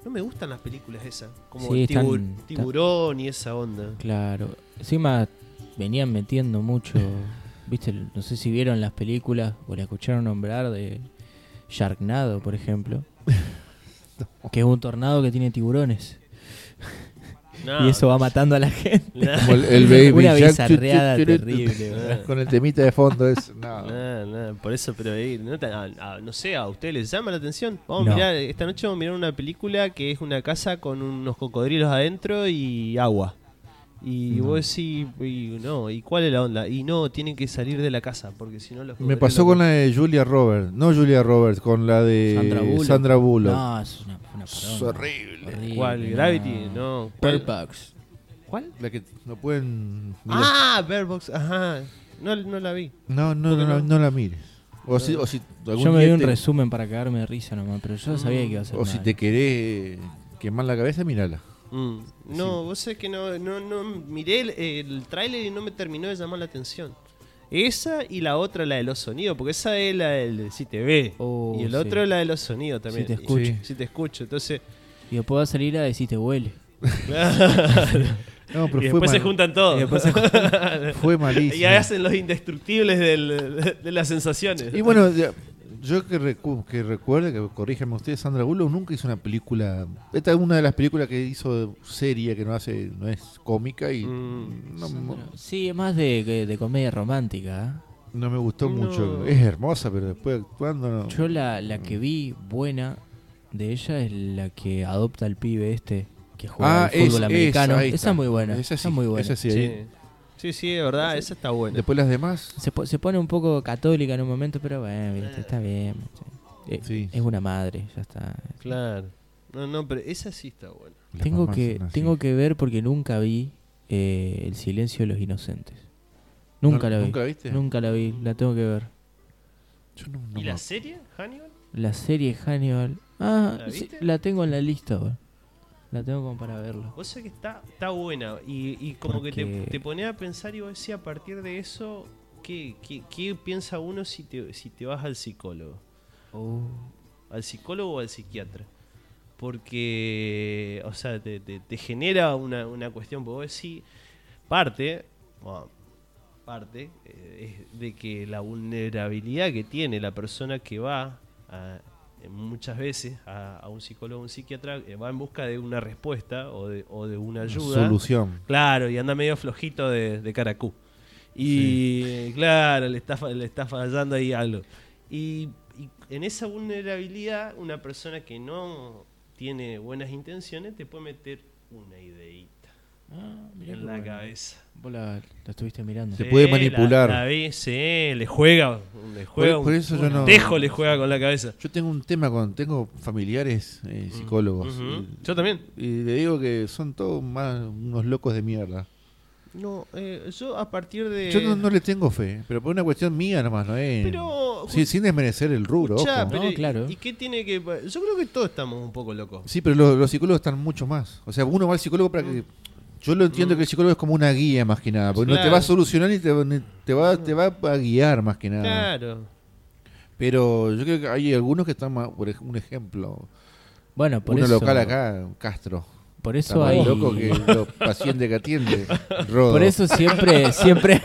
S6: No me gustan las películas esas, como
S3: Sí, están-
S6: Tibur-
S3: están-
S6: Tiburón y esa onda.
S3: Claro. Encima venían metiendo mucho. ¿Viste? No sé si vieron las películas o la escucharon nombrar de Sharknado, por ejemplo. Que es un tornado que tiene tiburones.
S6: No,
S3: y eso va matando a la gente.
S6: no,
S2: Como el, el Baby
S3: Una
S2: Jack.
S3: bizarreada terrible. boludo.
S2: Con el temita de fondo es. No.
S6: No, no, por eso, pero ahí, no, tan- a- a- no sé, a ustedes les llama la atención. Vamos
S3: No.
S6: a mirar, esta noche vamos a mirar una película que es una casa con unos cocodrilos adentro y agua. Y vos decís, y no, ¿y cuál es la onda? Y no, tienen que salir de la casa, porque si no los
S2: Me
S6: cocodrilos-
S2: pasó con la de Julia Roberts. No Julia Roberts, con la de Eh, Sandra Bullock.
S3: No, es una, una
S2: Es
S3: poronga.
S2: horrible.
S3: Horrible,
S6: ¿Cuál? Gravity, no.
S3: Bird Box.
S6: ¿Cuál?
S2: La que no pueden.
S6: Ah, Bird Box, ajá. No, no la vi.
S2: No, no, no, no, no la mires. O si, o si algún
S3: Yo me
S2: día
S3: vi un
S2: te-
S3: resumen para cagarme de risa nomás, pero yo sabía que iba a ser
S2: O si
S3: mal.
S2: te querés quemar la cabeza, mírala.
S6: Mm, No, vos sabés que no, no, no miré el, el tráiler y no me terminó de llamar la atención. Esa y la otra, la de los sonidos, porque esa es la del si te ve.
S3: Oh,
S6: y el
S3: sí.
S6: otro es la de los sonidos también.
S3: te
S6: Y-
S3: escucho.
S6: Sí. Si te escucho. Entonces,
S3: Y después va a salir a decir te huele.
S2: No, pero
S6: y
S2: fue,
S6: después se
S2: mal-
S6: juntan todos. Y,
S3: Y después se
S2: fue malísimo.
S6: hacen los indestructibles del- de las sensaciones.
S2: Y bueno, ya- yo que, recu- que recuerde, que corríjame ustedes, Sandra Bullock nunca hizo una película. Esta es una de las películas que hizo seria, que no hace, no es cómica y
S6: Mm.
S2: no, no-
S3: Sí, es más de, que- de comedia romántica. ¿eh?
S2: no me gustó
S6: No.
S2: mucho. Es hermosa, pero después actuando no.
S3: Yo la, la que vi buena de ella es la que adopta al pibe este que juega al fútbol americano.
S2: ahí
S3: Esa,
S2: está.
S3: es muy buena. Esa,
S2: Ah, Esa sí,
S3: es muy buena.
S2: esa sí,
S6: sí.
S2: ahí.
S6: sí, sí, de verdad, esa está buena.
S2: Después las demás.
S3: Se, po- se pone un poco católica en un momento, pero bueno, viste, está bien. sí. Eh,
S2: Sí.
S3: Es una madre, ya está.
S6: Claro. No, no, pero esa sí está buena.
S2: las
S3: Tengo
S2: mamás
S3: que,
S2: son así.
S3: tengo que ver porque nunca vi eh, El silencio de los inocentes. Nunca
S2: ¿No-
S3: la vi.
S2: ¿Nunca la viste?
S3: Nunca la vi, la tengo que ver.
S2: Yo no, no
S6: ¿Y
S2: me-
S6: la serie, Hannibal?
S3: La serie Hannibal. Ah,
S6: ¿La
S3: sí,
S6: viste?
S3: la tengo en la lista, ahora. La tengo como para verla.
S6: O sea que está, está buena y, y como que te,
S3: Porque-
S6: te ponía a pensar y vos decías a partir de eso, ¿qué, qué, qué piensa uno si te, si te vas al psicólogo? ¿Al psicólogo o al psiquiatra? Porque, o sea, te, te- te genera una, una cuestión, porque vos decís, parte, bueno, parte, eh, es de que la vulnerabilidad que tiene la persona que va a- eh, muchas veces a, a un psicólogo o un psiquiatra, eh, va en busca de una respuesta o de, o de una ayuda.
S2: Solución.
S6: Claro, y anda medio flojito de, de caracú. Y claro, le está, fa- le está fallando ahí algo. Y, y en esa vulnerabilidad, una persona que no tiene buenas intenciones te puede meter una ideita
S3: Ah, mirá
S6: en
S3: qué
S6: la
S3: bueno.
S6: cabeza.
S3: Vos la, la estuviste mirando.
S2: Sí. Te puede
S6: la-
S2: manipular.
S6: La, vi, sí, le juega, le juega
S2: Por-
S6: un,
S2: por eso yo
S6: un
S2: no-
S6: tejo le juega con la cabeza.
S2: Yo tengo un tema con. Tengo familiares eh, psicólogos.
S6: Mm.
S2: eh,
S6: Ujú.
S2: Y-
S6: Yo también.
S2: Y le digo que son todos más unos locos de mierda.
S6: No, eh, yo a partir de...
S2: Yo no, no le tengo fe, pero por una cuestión mía nomás, ¿no es?
S6: Pero,
S2: Sí, sin desmerecer el rubro,
S6: Escuchá,
S2: ojo.
S6: pero
S3: No,
S6: ¿y-
S3: claro.
S6: ¿Y qué tiene que.? pa- Yo creo que todos estamos un poco locos.
S2: Sí, pero los, los psicólogos están mucho más. O sea, uno va al psicólogo para que.
S3: Mm.
S2: Yo lo entiendo que el psicólogo es como una guía más que nada, porque no te
S6: Claro.
S2: va a solucionar ni te, ni te va, te va a guiar más que nada.
S6: Claro.
S2: Pero yo creo que hay algunos que están más. Por ej- un ejemplo,
S3: Bueno, por
S2: uno
S3: eso.
S2: local acá, Castro.
S3: Por
S2: Está
S3: eso
S2: más
S3: hay.
S2: loco que los pacientes que atiende. Rodo.
S3: Por eso siempre, siempre.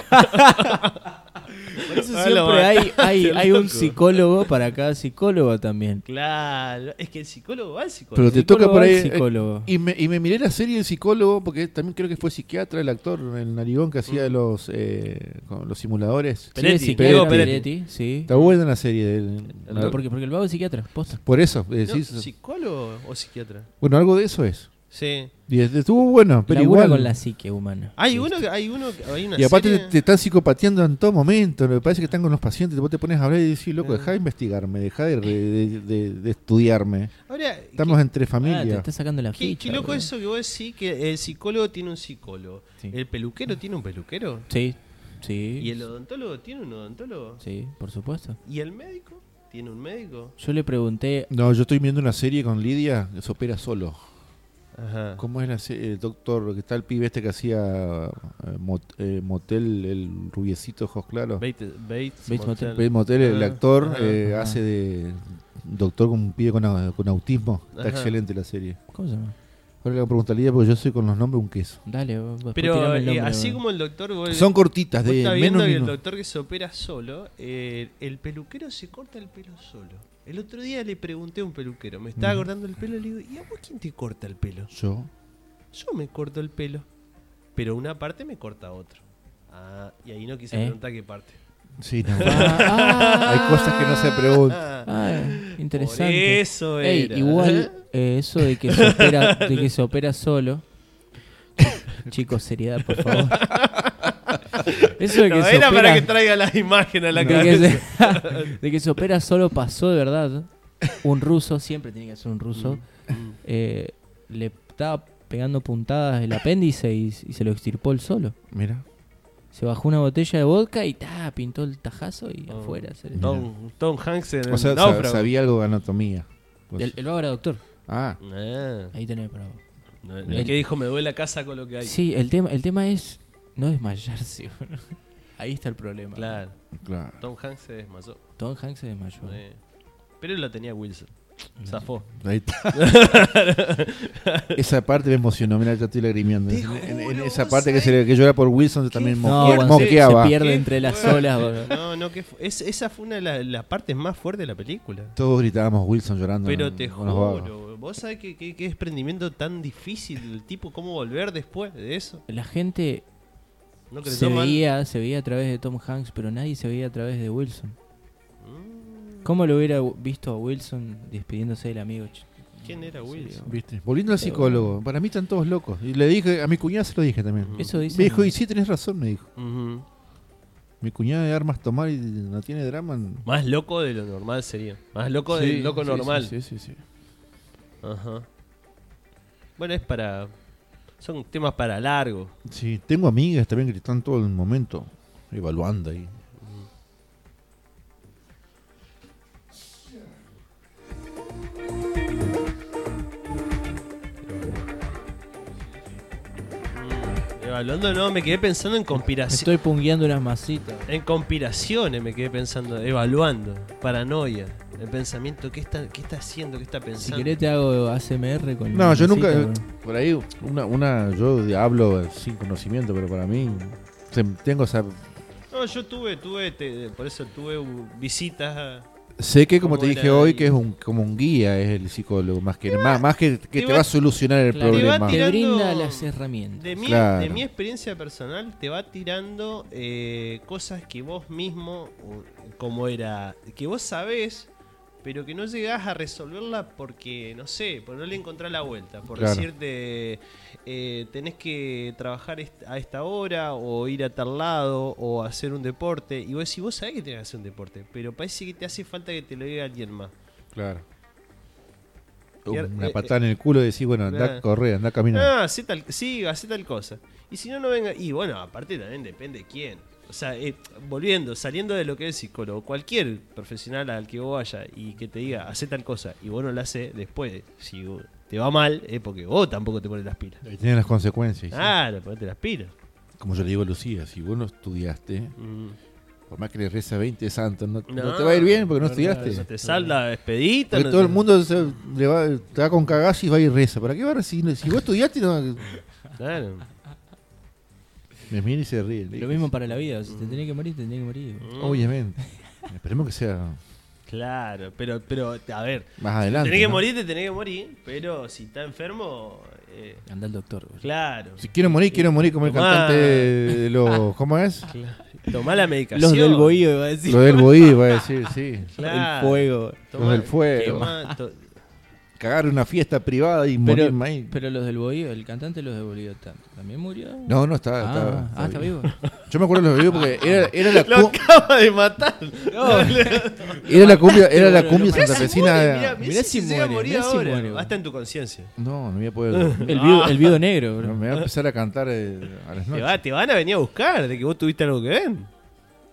S3: por eso
S6: Ah, lo
S3: siempre hay, hay,
S6: mataste,
S3: hay un
S6: loco.
S3: psicólogo para cada psicólogo también.
S6: Claro. Es que el psicólogo va al
S2: Pero
S6: psicólogo.
S2: te
S3: El
S2: toca
S3: psicólogo
S2: por ahí. eh,
S3: al psicólogo.
S2: Y me, y me miré la serie del psicólogo, porque también creo que fue psiquiatra el actor, el narigón que hacía los, eh, con los simuladores.
S3: Mm. Sí,
S6: Peretti,
S3: psiquiatra,
S6: Diego Peretti.
S3: Peretti, sí.
S2: Está buena la serie de él.
S3: No, porque, porque el vago es psiquiatra, posta.
S2: Por eso, eh,
S6: No,
S2: sí,
S6: ¿Psicólogo o pquiatra?
S2: bueno, algo de eso es.
S6: Sí.
S2: Y es- estuvo bueno, pero
S3: Labura
S2: igual.
S3: con la psique humana.
S6: Hay
S3: Sí.
S6: uno que. Hay uno que- Hay una
S2: Y aparte te,
S6: serie-
S2: te están psicopateando en todo momento, me parece que están con los pacientes, vos te pones a hablar y decís, loco,
S6: Ah.
S2: deja de
S3: Mm.
S2: investigarme, deja de, re- de- de- de estudiarme.
S6: Ahora.
S2: Estamos entre
S3: Ah, te
S2: familia.
S3: está sacando la
S6: ¿qué- ¿Qué,
S3: ficha.
S6: qué loco
S3: boludo.
S6: eso que vos decís que el psicólogo tiene un psicólogo.
S3: Sí.
S6: El peluquero tiene un peluquero.
S3: Sí, sí.
S6: Y el odontólogo tiene un odontólogo.
S3: Sí, por supuesto.
S6: Y el médico tiene un médico.
S3: Yo le pregunté.
S2: No, yo estoy viendo una serie con Lidia, que se opera solo.
S6: Ajá.
S2: ¿Cómo es la se- el doctor que está el pibe este que hacía eh, mot- eh, motel, el rubiecito ojos claros?
S6: Bates, Bates,
S3: Bates Motel.
S2: Bates Motel, el
S6: Ah,
S2: actor,
S6: ajá.
S2: eh,
S3: Ajá.
S2: hace de doctor con un pibe con, au- con autismo. Está
S6: Ajá.
S2: excelente la serie.
S3: ¿Cómo se llama?
S2: Ahora le voy a preguntar a Lidia porque yo soy con los nombres un queso.
S3: Dale, vos- vos
S6: Pero
S3: tirame el
S6: eh,
S3: nombre,
S6: así
S3: boludo.
S6: como el doctor. vos-
S2: Son cortitas,
S6: Vos
S2: de
S6: estás viendo
S2: menos
S6: que el
S2: minutos.
S6: doctor que se opera solo, eh, el peluquero se corta el pelo solo. El otro día le pregunté a un peluquero, me estaba cortando el pelo, le digo, ¿y a vos quién te corta el pelo?
S2: Yo.
S6: Yo me corto el pelo, pero una parte me corta otro. Ah, y ahí no quise
S3: ¿Eh?
S6: preguntar qué parte.
S2: Sí, no.
S3: Ah, ah,
S2: Hay cosas que no se preguntan.
S3: ah, interesante.
S6: Por eso
S3: Ey,
S6: era.
S3: igual eh, eso de que se opera, de que se opera solo. Chicos, seriedad, por favor. Eso de que
S6: No,
S3: se
S6: era
S3: opera,
S6: para que traiga las imágenes a la
S3: de, que
S6: cabeza.
S3: se, de que se opera solo pasó de verdad. Un ruso, siempre tiene que ser un ruso, eh, le estaba pegando puntadas el apéndice y, y se lo extirpó el solo.
S2: Mira.
S3: Se bajó una botella de vodka y ta, pintó el tajazo y afuera. se le-
S6: Tom, Tom Hanks en
S2: O sea,
S6: el
S2: sa-
S6: náufrago.
S2: sabía algo de anatomía. Pues-
S3: El, el vago era doctor.
S2: Ah,
S6: Ah,
S3: Ahí tenés para vos.
S6: no, no, el que dijo, me duele la casa con lo que hay.
S3: Sí, el tema, el tema es no desmayarse. boludo. Ahí está el problema.
S6: Claro,
S2: claro.
S6: Tom Hanks se desmayó.
S3: Tom Hanks se desmayó.
S6: Eh, Pero la tenía Wilson. Zafó.
S2: Ahí está. esa parte me emocionó. Mira, ya estoy lagrimeando.
S6: Te
S2: En- en, en
S6: juro,
S2: esa
S6: vos
S2: parte que, se,
S6: sabés.
S2: le- que llora por Wilson, también
S3: No,
S2: moque-
S3: cuando se-
S2: moqueaba.
S3: se pierde entre las olas. boludo.
S6: No, no, que fu- es- esa fue una de la- las partes más fuertes de la película.
S2: Todos gritábamos Wilson llorando.
S6: Pero
S2: ¿no?
S6: te
S2: Con los vagos.
S6: juro, vos sabés qué que, desprendimiento tan difícil el tipo, cómo volver después de eso.
S3: La gente
S6: No
S3: se
S6: creyó mal.
S3: veía, se veía a través de Tom Hanks, pero nadie se veía a través de Wilson. ¿Cómo lo hubiera visto a Wilson despidiéndose del amigo? Ch-
S6: ¿Quién era Wilson?
S2: Viste, volviendo al psicólogo, para mí están todos locos. Y le dije, a mi cuñada se lo dije también.
S6: Ujú.
S3: Eso dice.
S2: Me dijo, y sí, tenés razón, me dijo.
S6: Ujú.
S2: Mi cuñada de armas tomar y no tiene drama. no".
S6: Más loco de lo normal sería. Más loco
S2: Sí,
S6: de loco
S2: sí,
S6: normal.
S2: Sí, sí, sí.
S6: Ajá. Bueno, es para. Son temas para largo.
S2: Sí, tengo amigas también que están todo el momento. Evaluando ahí.
S6: Evaluando, Eh, no, me quedé pensando en conspiración.
S3: Estoy pungueando unas masitas.
S6: En conspiraciones me quedé pensando, evaluando, paranoia, el pensamiento, ¿qué está, qué está haciendo? ¿Qué está
S3: Si
S6: pensando?
S3: querés te hago ACMR con
S2: No, yo
S3: masita,
S2: nunca.
S3: con-
S2: Por ahí, una, una, yo de- hablo sin conocimiento, pero para mí. se- Tengo esa.
S6: No, yo tuve, tuve, te- por eso tuve uh, visitas a-
S2: Sé que, como te
S6: Como
S2: dije
S6: era
S2: hoy,
S6: el-
S2: que es un, como un guía, es el psicólogo, más que, más, más que, que
S6: te
S2: te
S6: va-
S2: va a solucionar el
S3: Claro.
S2: problema.
S6: Te va
S3: Te
S6: tirando-
S3: brinda las herramientas.
S6: de mi,
S2: Claro.
S6: de mi experiencia personal, te va tirando eh, cosas que vos mismo, o como era, que vos sabés, pero que no llegás a resolverla porque, no sé, por no le encontrás la vuelta. Por
S2: Claro.
S6: decirte, eh, tenés que trabajar est- a esta hora o ir a tal lado o hacer un deporte. Y vos decís, vos sabés que tenés que hacer un deporte, pero parece que te hace falta que te lo diga alguien más.
S2: Claro.
S6: Pier-
S2: Una
S6: eh,
S2: patada en el culo y decís, bueno,
S6: claro.
S2: anda, corre, anda, camina.
S6: Ah, hace tal, sí, hace tal cosa. Y si no, no venga. Y bueno, aparte también depende de quién. O sea, eh, volviendo, saliendo de lo que es psicólogo, cualquier profesional al que vos vayas y que te diga, hace tal cosa, y vos no la haces, después, si vos- te va mal, es porque vos tampoco te pones las pilas.
S2: Ahí tienen las consecuencias. ¿sí?
S6: Claro, ponete las pilas.
S2: Como yo le digo a Lucía, si vos no estudiaste,
S6: Mm.
S2: por más que le reza 20 santos, no, no
S6: No,
S2: te va a ir bien porque no
S3: verdad,
S2: estudiaste.
S6: No te salda despedita.
S2: Porque
S6: no
S2: todo
S6: te-
S2: el mundo se- le va, te va con cagazo y va y reza. ¿Para qué va a rezar? Si vos estudiaste, no,
S6: Claro.
S2: me mira y se ríe.
S3: Lo mismo para la vida. Si te tenés que morir, te tenés que morir.
S2: Obviamente. Esperemos que sea
S6: Claro, pero, pero a ver,
S2: más adelante.
S6: tenés que
S2: ¿no?
S6: morir, te tenés que morir, pero si está enfermo, eh,
S3: Anda al doctor. boludo.
S6: claro.
S2: Si quiero morir, quiero morir como el
S6: Tomá.
S2: cantante de los. ¿Cómo es?
S6: Tomá la medicación.
S3: Los del bohío, iba a decir.
S2: Lo del boí, va a decir, sí.
S3: El
S6: Claro.
S3: fuego.
S2: Los del fuego.
S6: quemá, to-
S2: Cagar una fiesta privada y
S3: Pero,
S2: morirme ahí.
S3: pero los del bohío, el cantante de los del bohío tam- también murió.
S2: No, no, está,
S3: Ah, ah, está vivo.
S2: Yo me acuerdo de los videos porque era, era la,
S6: Lo
S2: cu-
S6: acaba de matar.
S2: era la cumbia, era la
S3: Bueno,
S2: cumbia
S3: no pasa
S2: santafesina.
S3: mirá si
S6: llega a
S3: muere,
S6: morir
S3: mirá si
S6: ahora.
S3: muere,
S6: Va a estar en tu conciencia.
S2: No, no voy a poder.
S3: El viudo, el viudo negro,
S2: No,
S3: bro.
S2: me voy a empezar a cantar eh, a las
S6: Te,
S2: noches.
S6: va- te van a venir a buscar de que vos tuviste algo que ver. Porque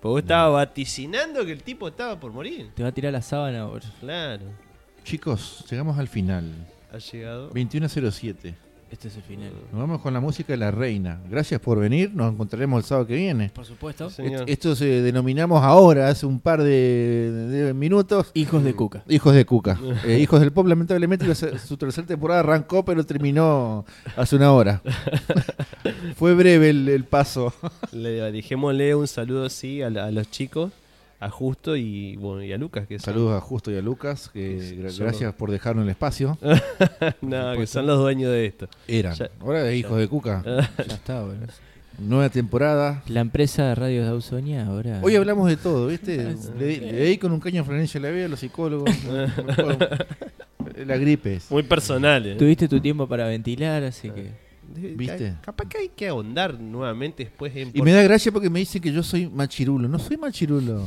S6: vos estabas vaticinando que el tipo estaba por morir.
S3: Te va a tirar la sábana, bro.
S6: Claro.
S2: Chicos, llegamos al final.
S6: Ha llegado.
S2: 21.07.
S3: Este es el final.
S2: Nos vamos con la música de la reina. Gracias por venir. Nos encontraremos el sábado que viene.
S3: Por supuesto.
S6: Señor.
S2: Est- Esto se denominamos ahora, hace un par de, de minutos,
S3: Hijos de Cuca.
S2: Hijos de Cuca. Eh, Hijos del Pop, lamentablemente, iba a ser- su tercera temporada arrancó, pero terminó hace una hora. Fue breve el, el paso.
S6: Le dijémosle un saludo sí a, la- a los chicos, a Justo y, bueno, y a Lucas. Que son-
S2: Saludos a Justo y a Lucas. que
S6: Sí, sí,
S2: gra-
S6: son
S2: gracias por dejarnos el espacio.
S6: No, que son los dueños de esto.
S2: Eran.
S6: Ya- Eh.
S2: Ahora de Hijos de Cuca.
S3: Ya está, bro.
S2: Nueva temporada.
S3: La empresa de radios de Ausonia ahora.
S2: Hoy hablamos de todo,
S3: Ah,
S2: ¿viste? Le, le di con un caño a Florencia la a los psicólogos. la gripe. es.
S6: Muy personales.
S3: Tuviste tu tiempo para ventilar, así que.
S6: De-
S2: ¿Viste?
S6: ca- Capaz que hay que ahondar nuevamente después en
S2: Y
S6: por
S2: me da gracia porque me dicen que yo soy machirulo. No soy machirulo.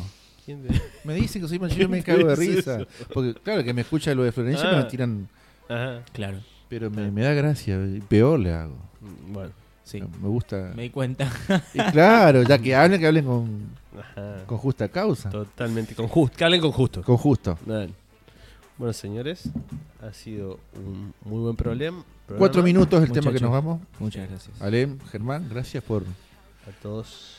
S6: quién de-
S2: Me dicen que soy machirulo y me cago de risa. Porque, claro, que me escucha lo de Florencia,
S6: Ah.
S2: me tiran.
S6: Ajá.
S3: Claro,
S2: Pero me, me da gracia. y Peor le hago.
S6: Mm, Bueno.
S3: sí.
S2: Me gusta.
S3: Me di cuenta.
S2: Y claro, ya que hablen, que hablen con,
S6: Ajá.
S2: con justa causa.
S6: Totalmente con justo. Que hablen con justo.
S2: Con justo.
S6: Dale. Bueno, señores, ha sido un muy buen problem- programa.
S2: Cuatro minutos el tema
S3: Muchachos.
S2: que nos vamos.
S3: Muchas gracias.
S2: Alem, Germán, gracias por,
S6: A todos.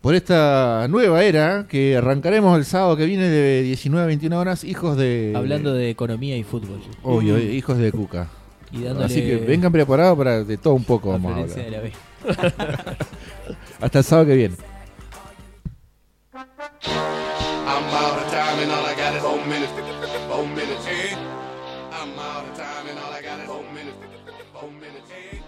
S2: por esta nueva era que arrancaremos el sábado que viene de 19 a 21 horas. Hijos de.
S3: Hablando de economía y fútbol.
S2: Obvio, hijos de Cuca.
S3: Y dándole
S2: Así que vengan preparados para de todo un
S3: a
S2: poco vamos a
S3: Florencia de
S2: hablar.
S3: la B.
S2: Hasta el sábado que viene.
S7: I'm out of time and all I got is four minutes. Four minutes. eh? I'm out of time and all I got is four minutes. Four minutes. eh?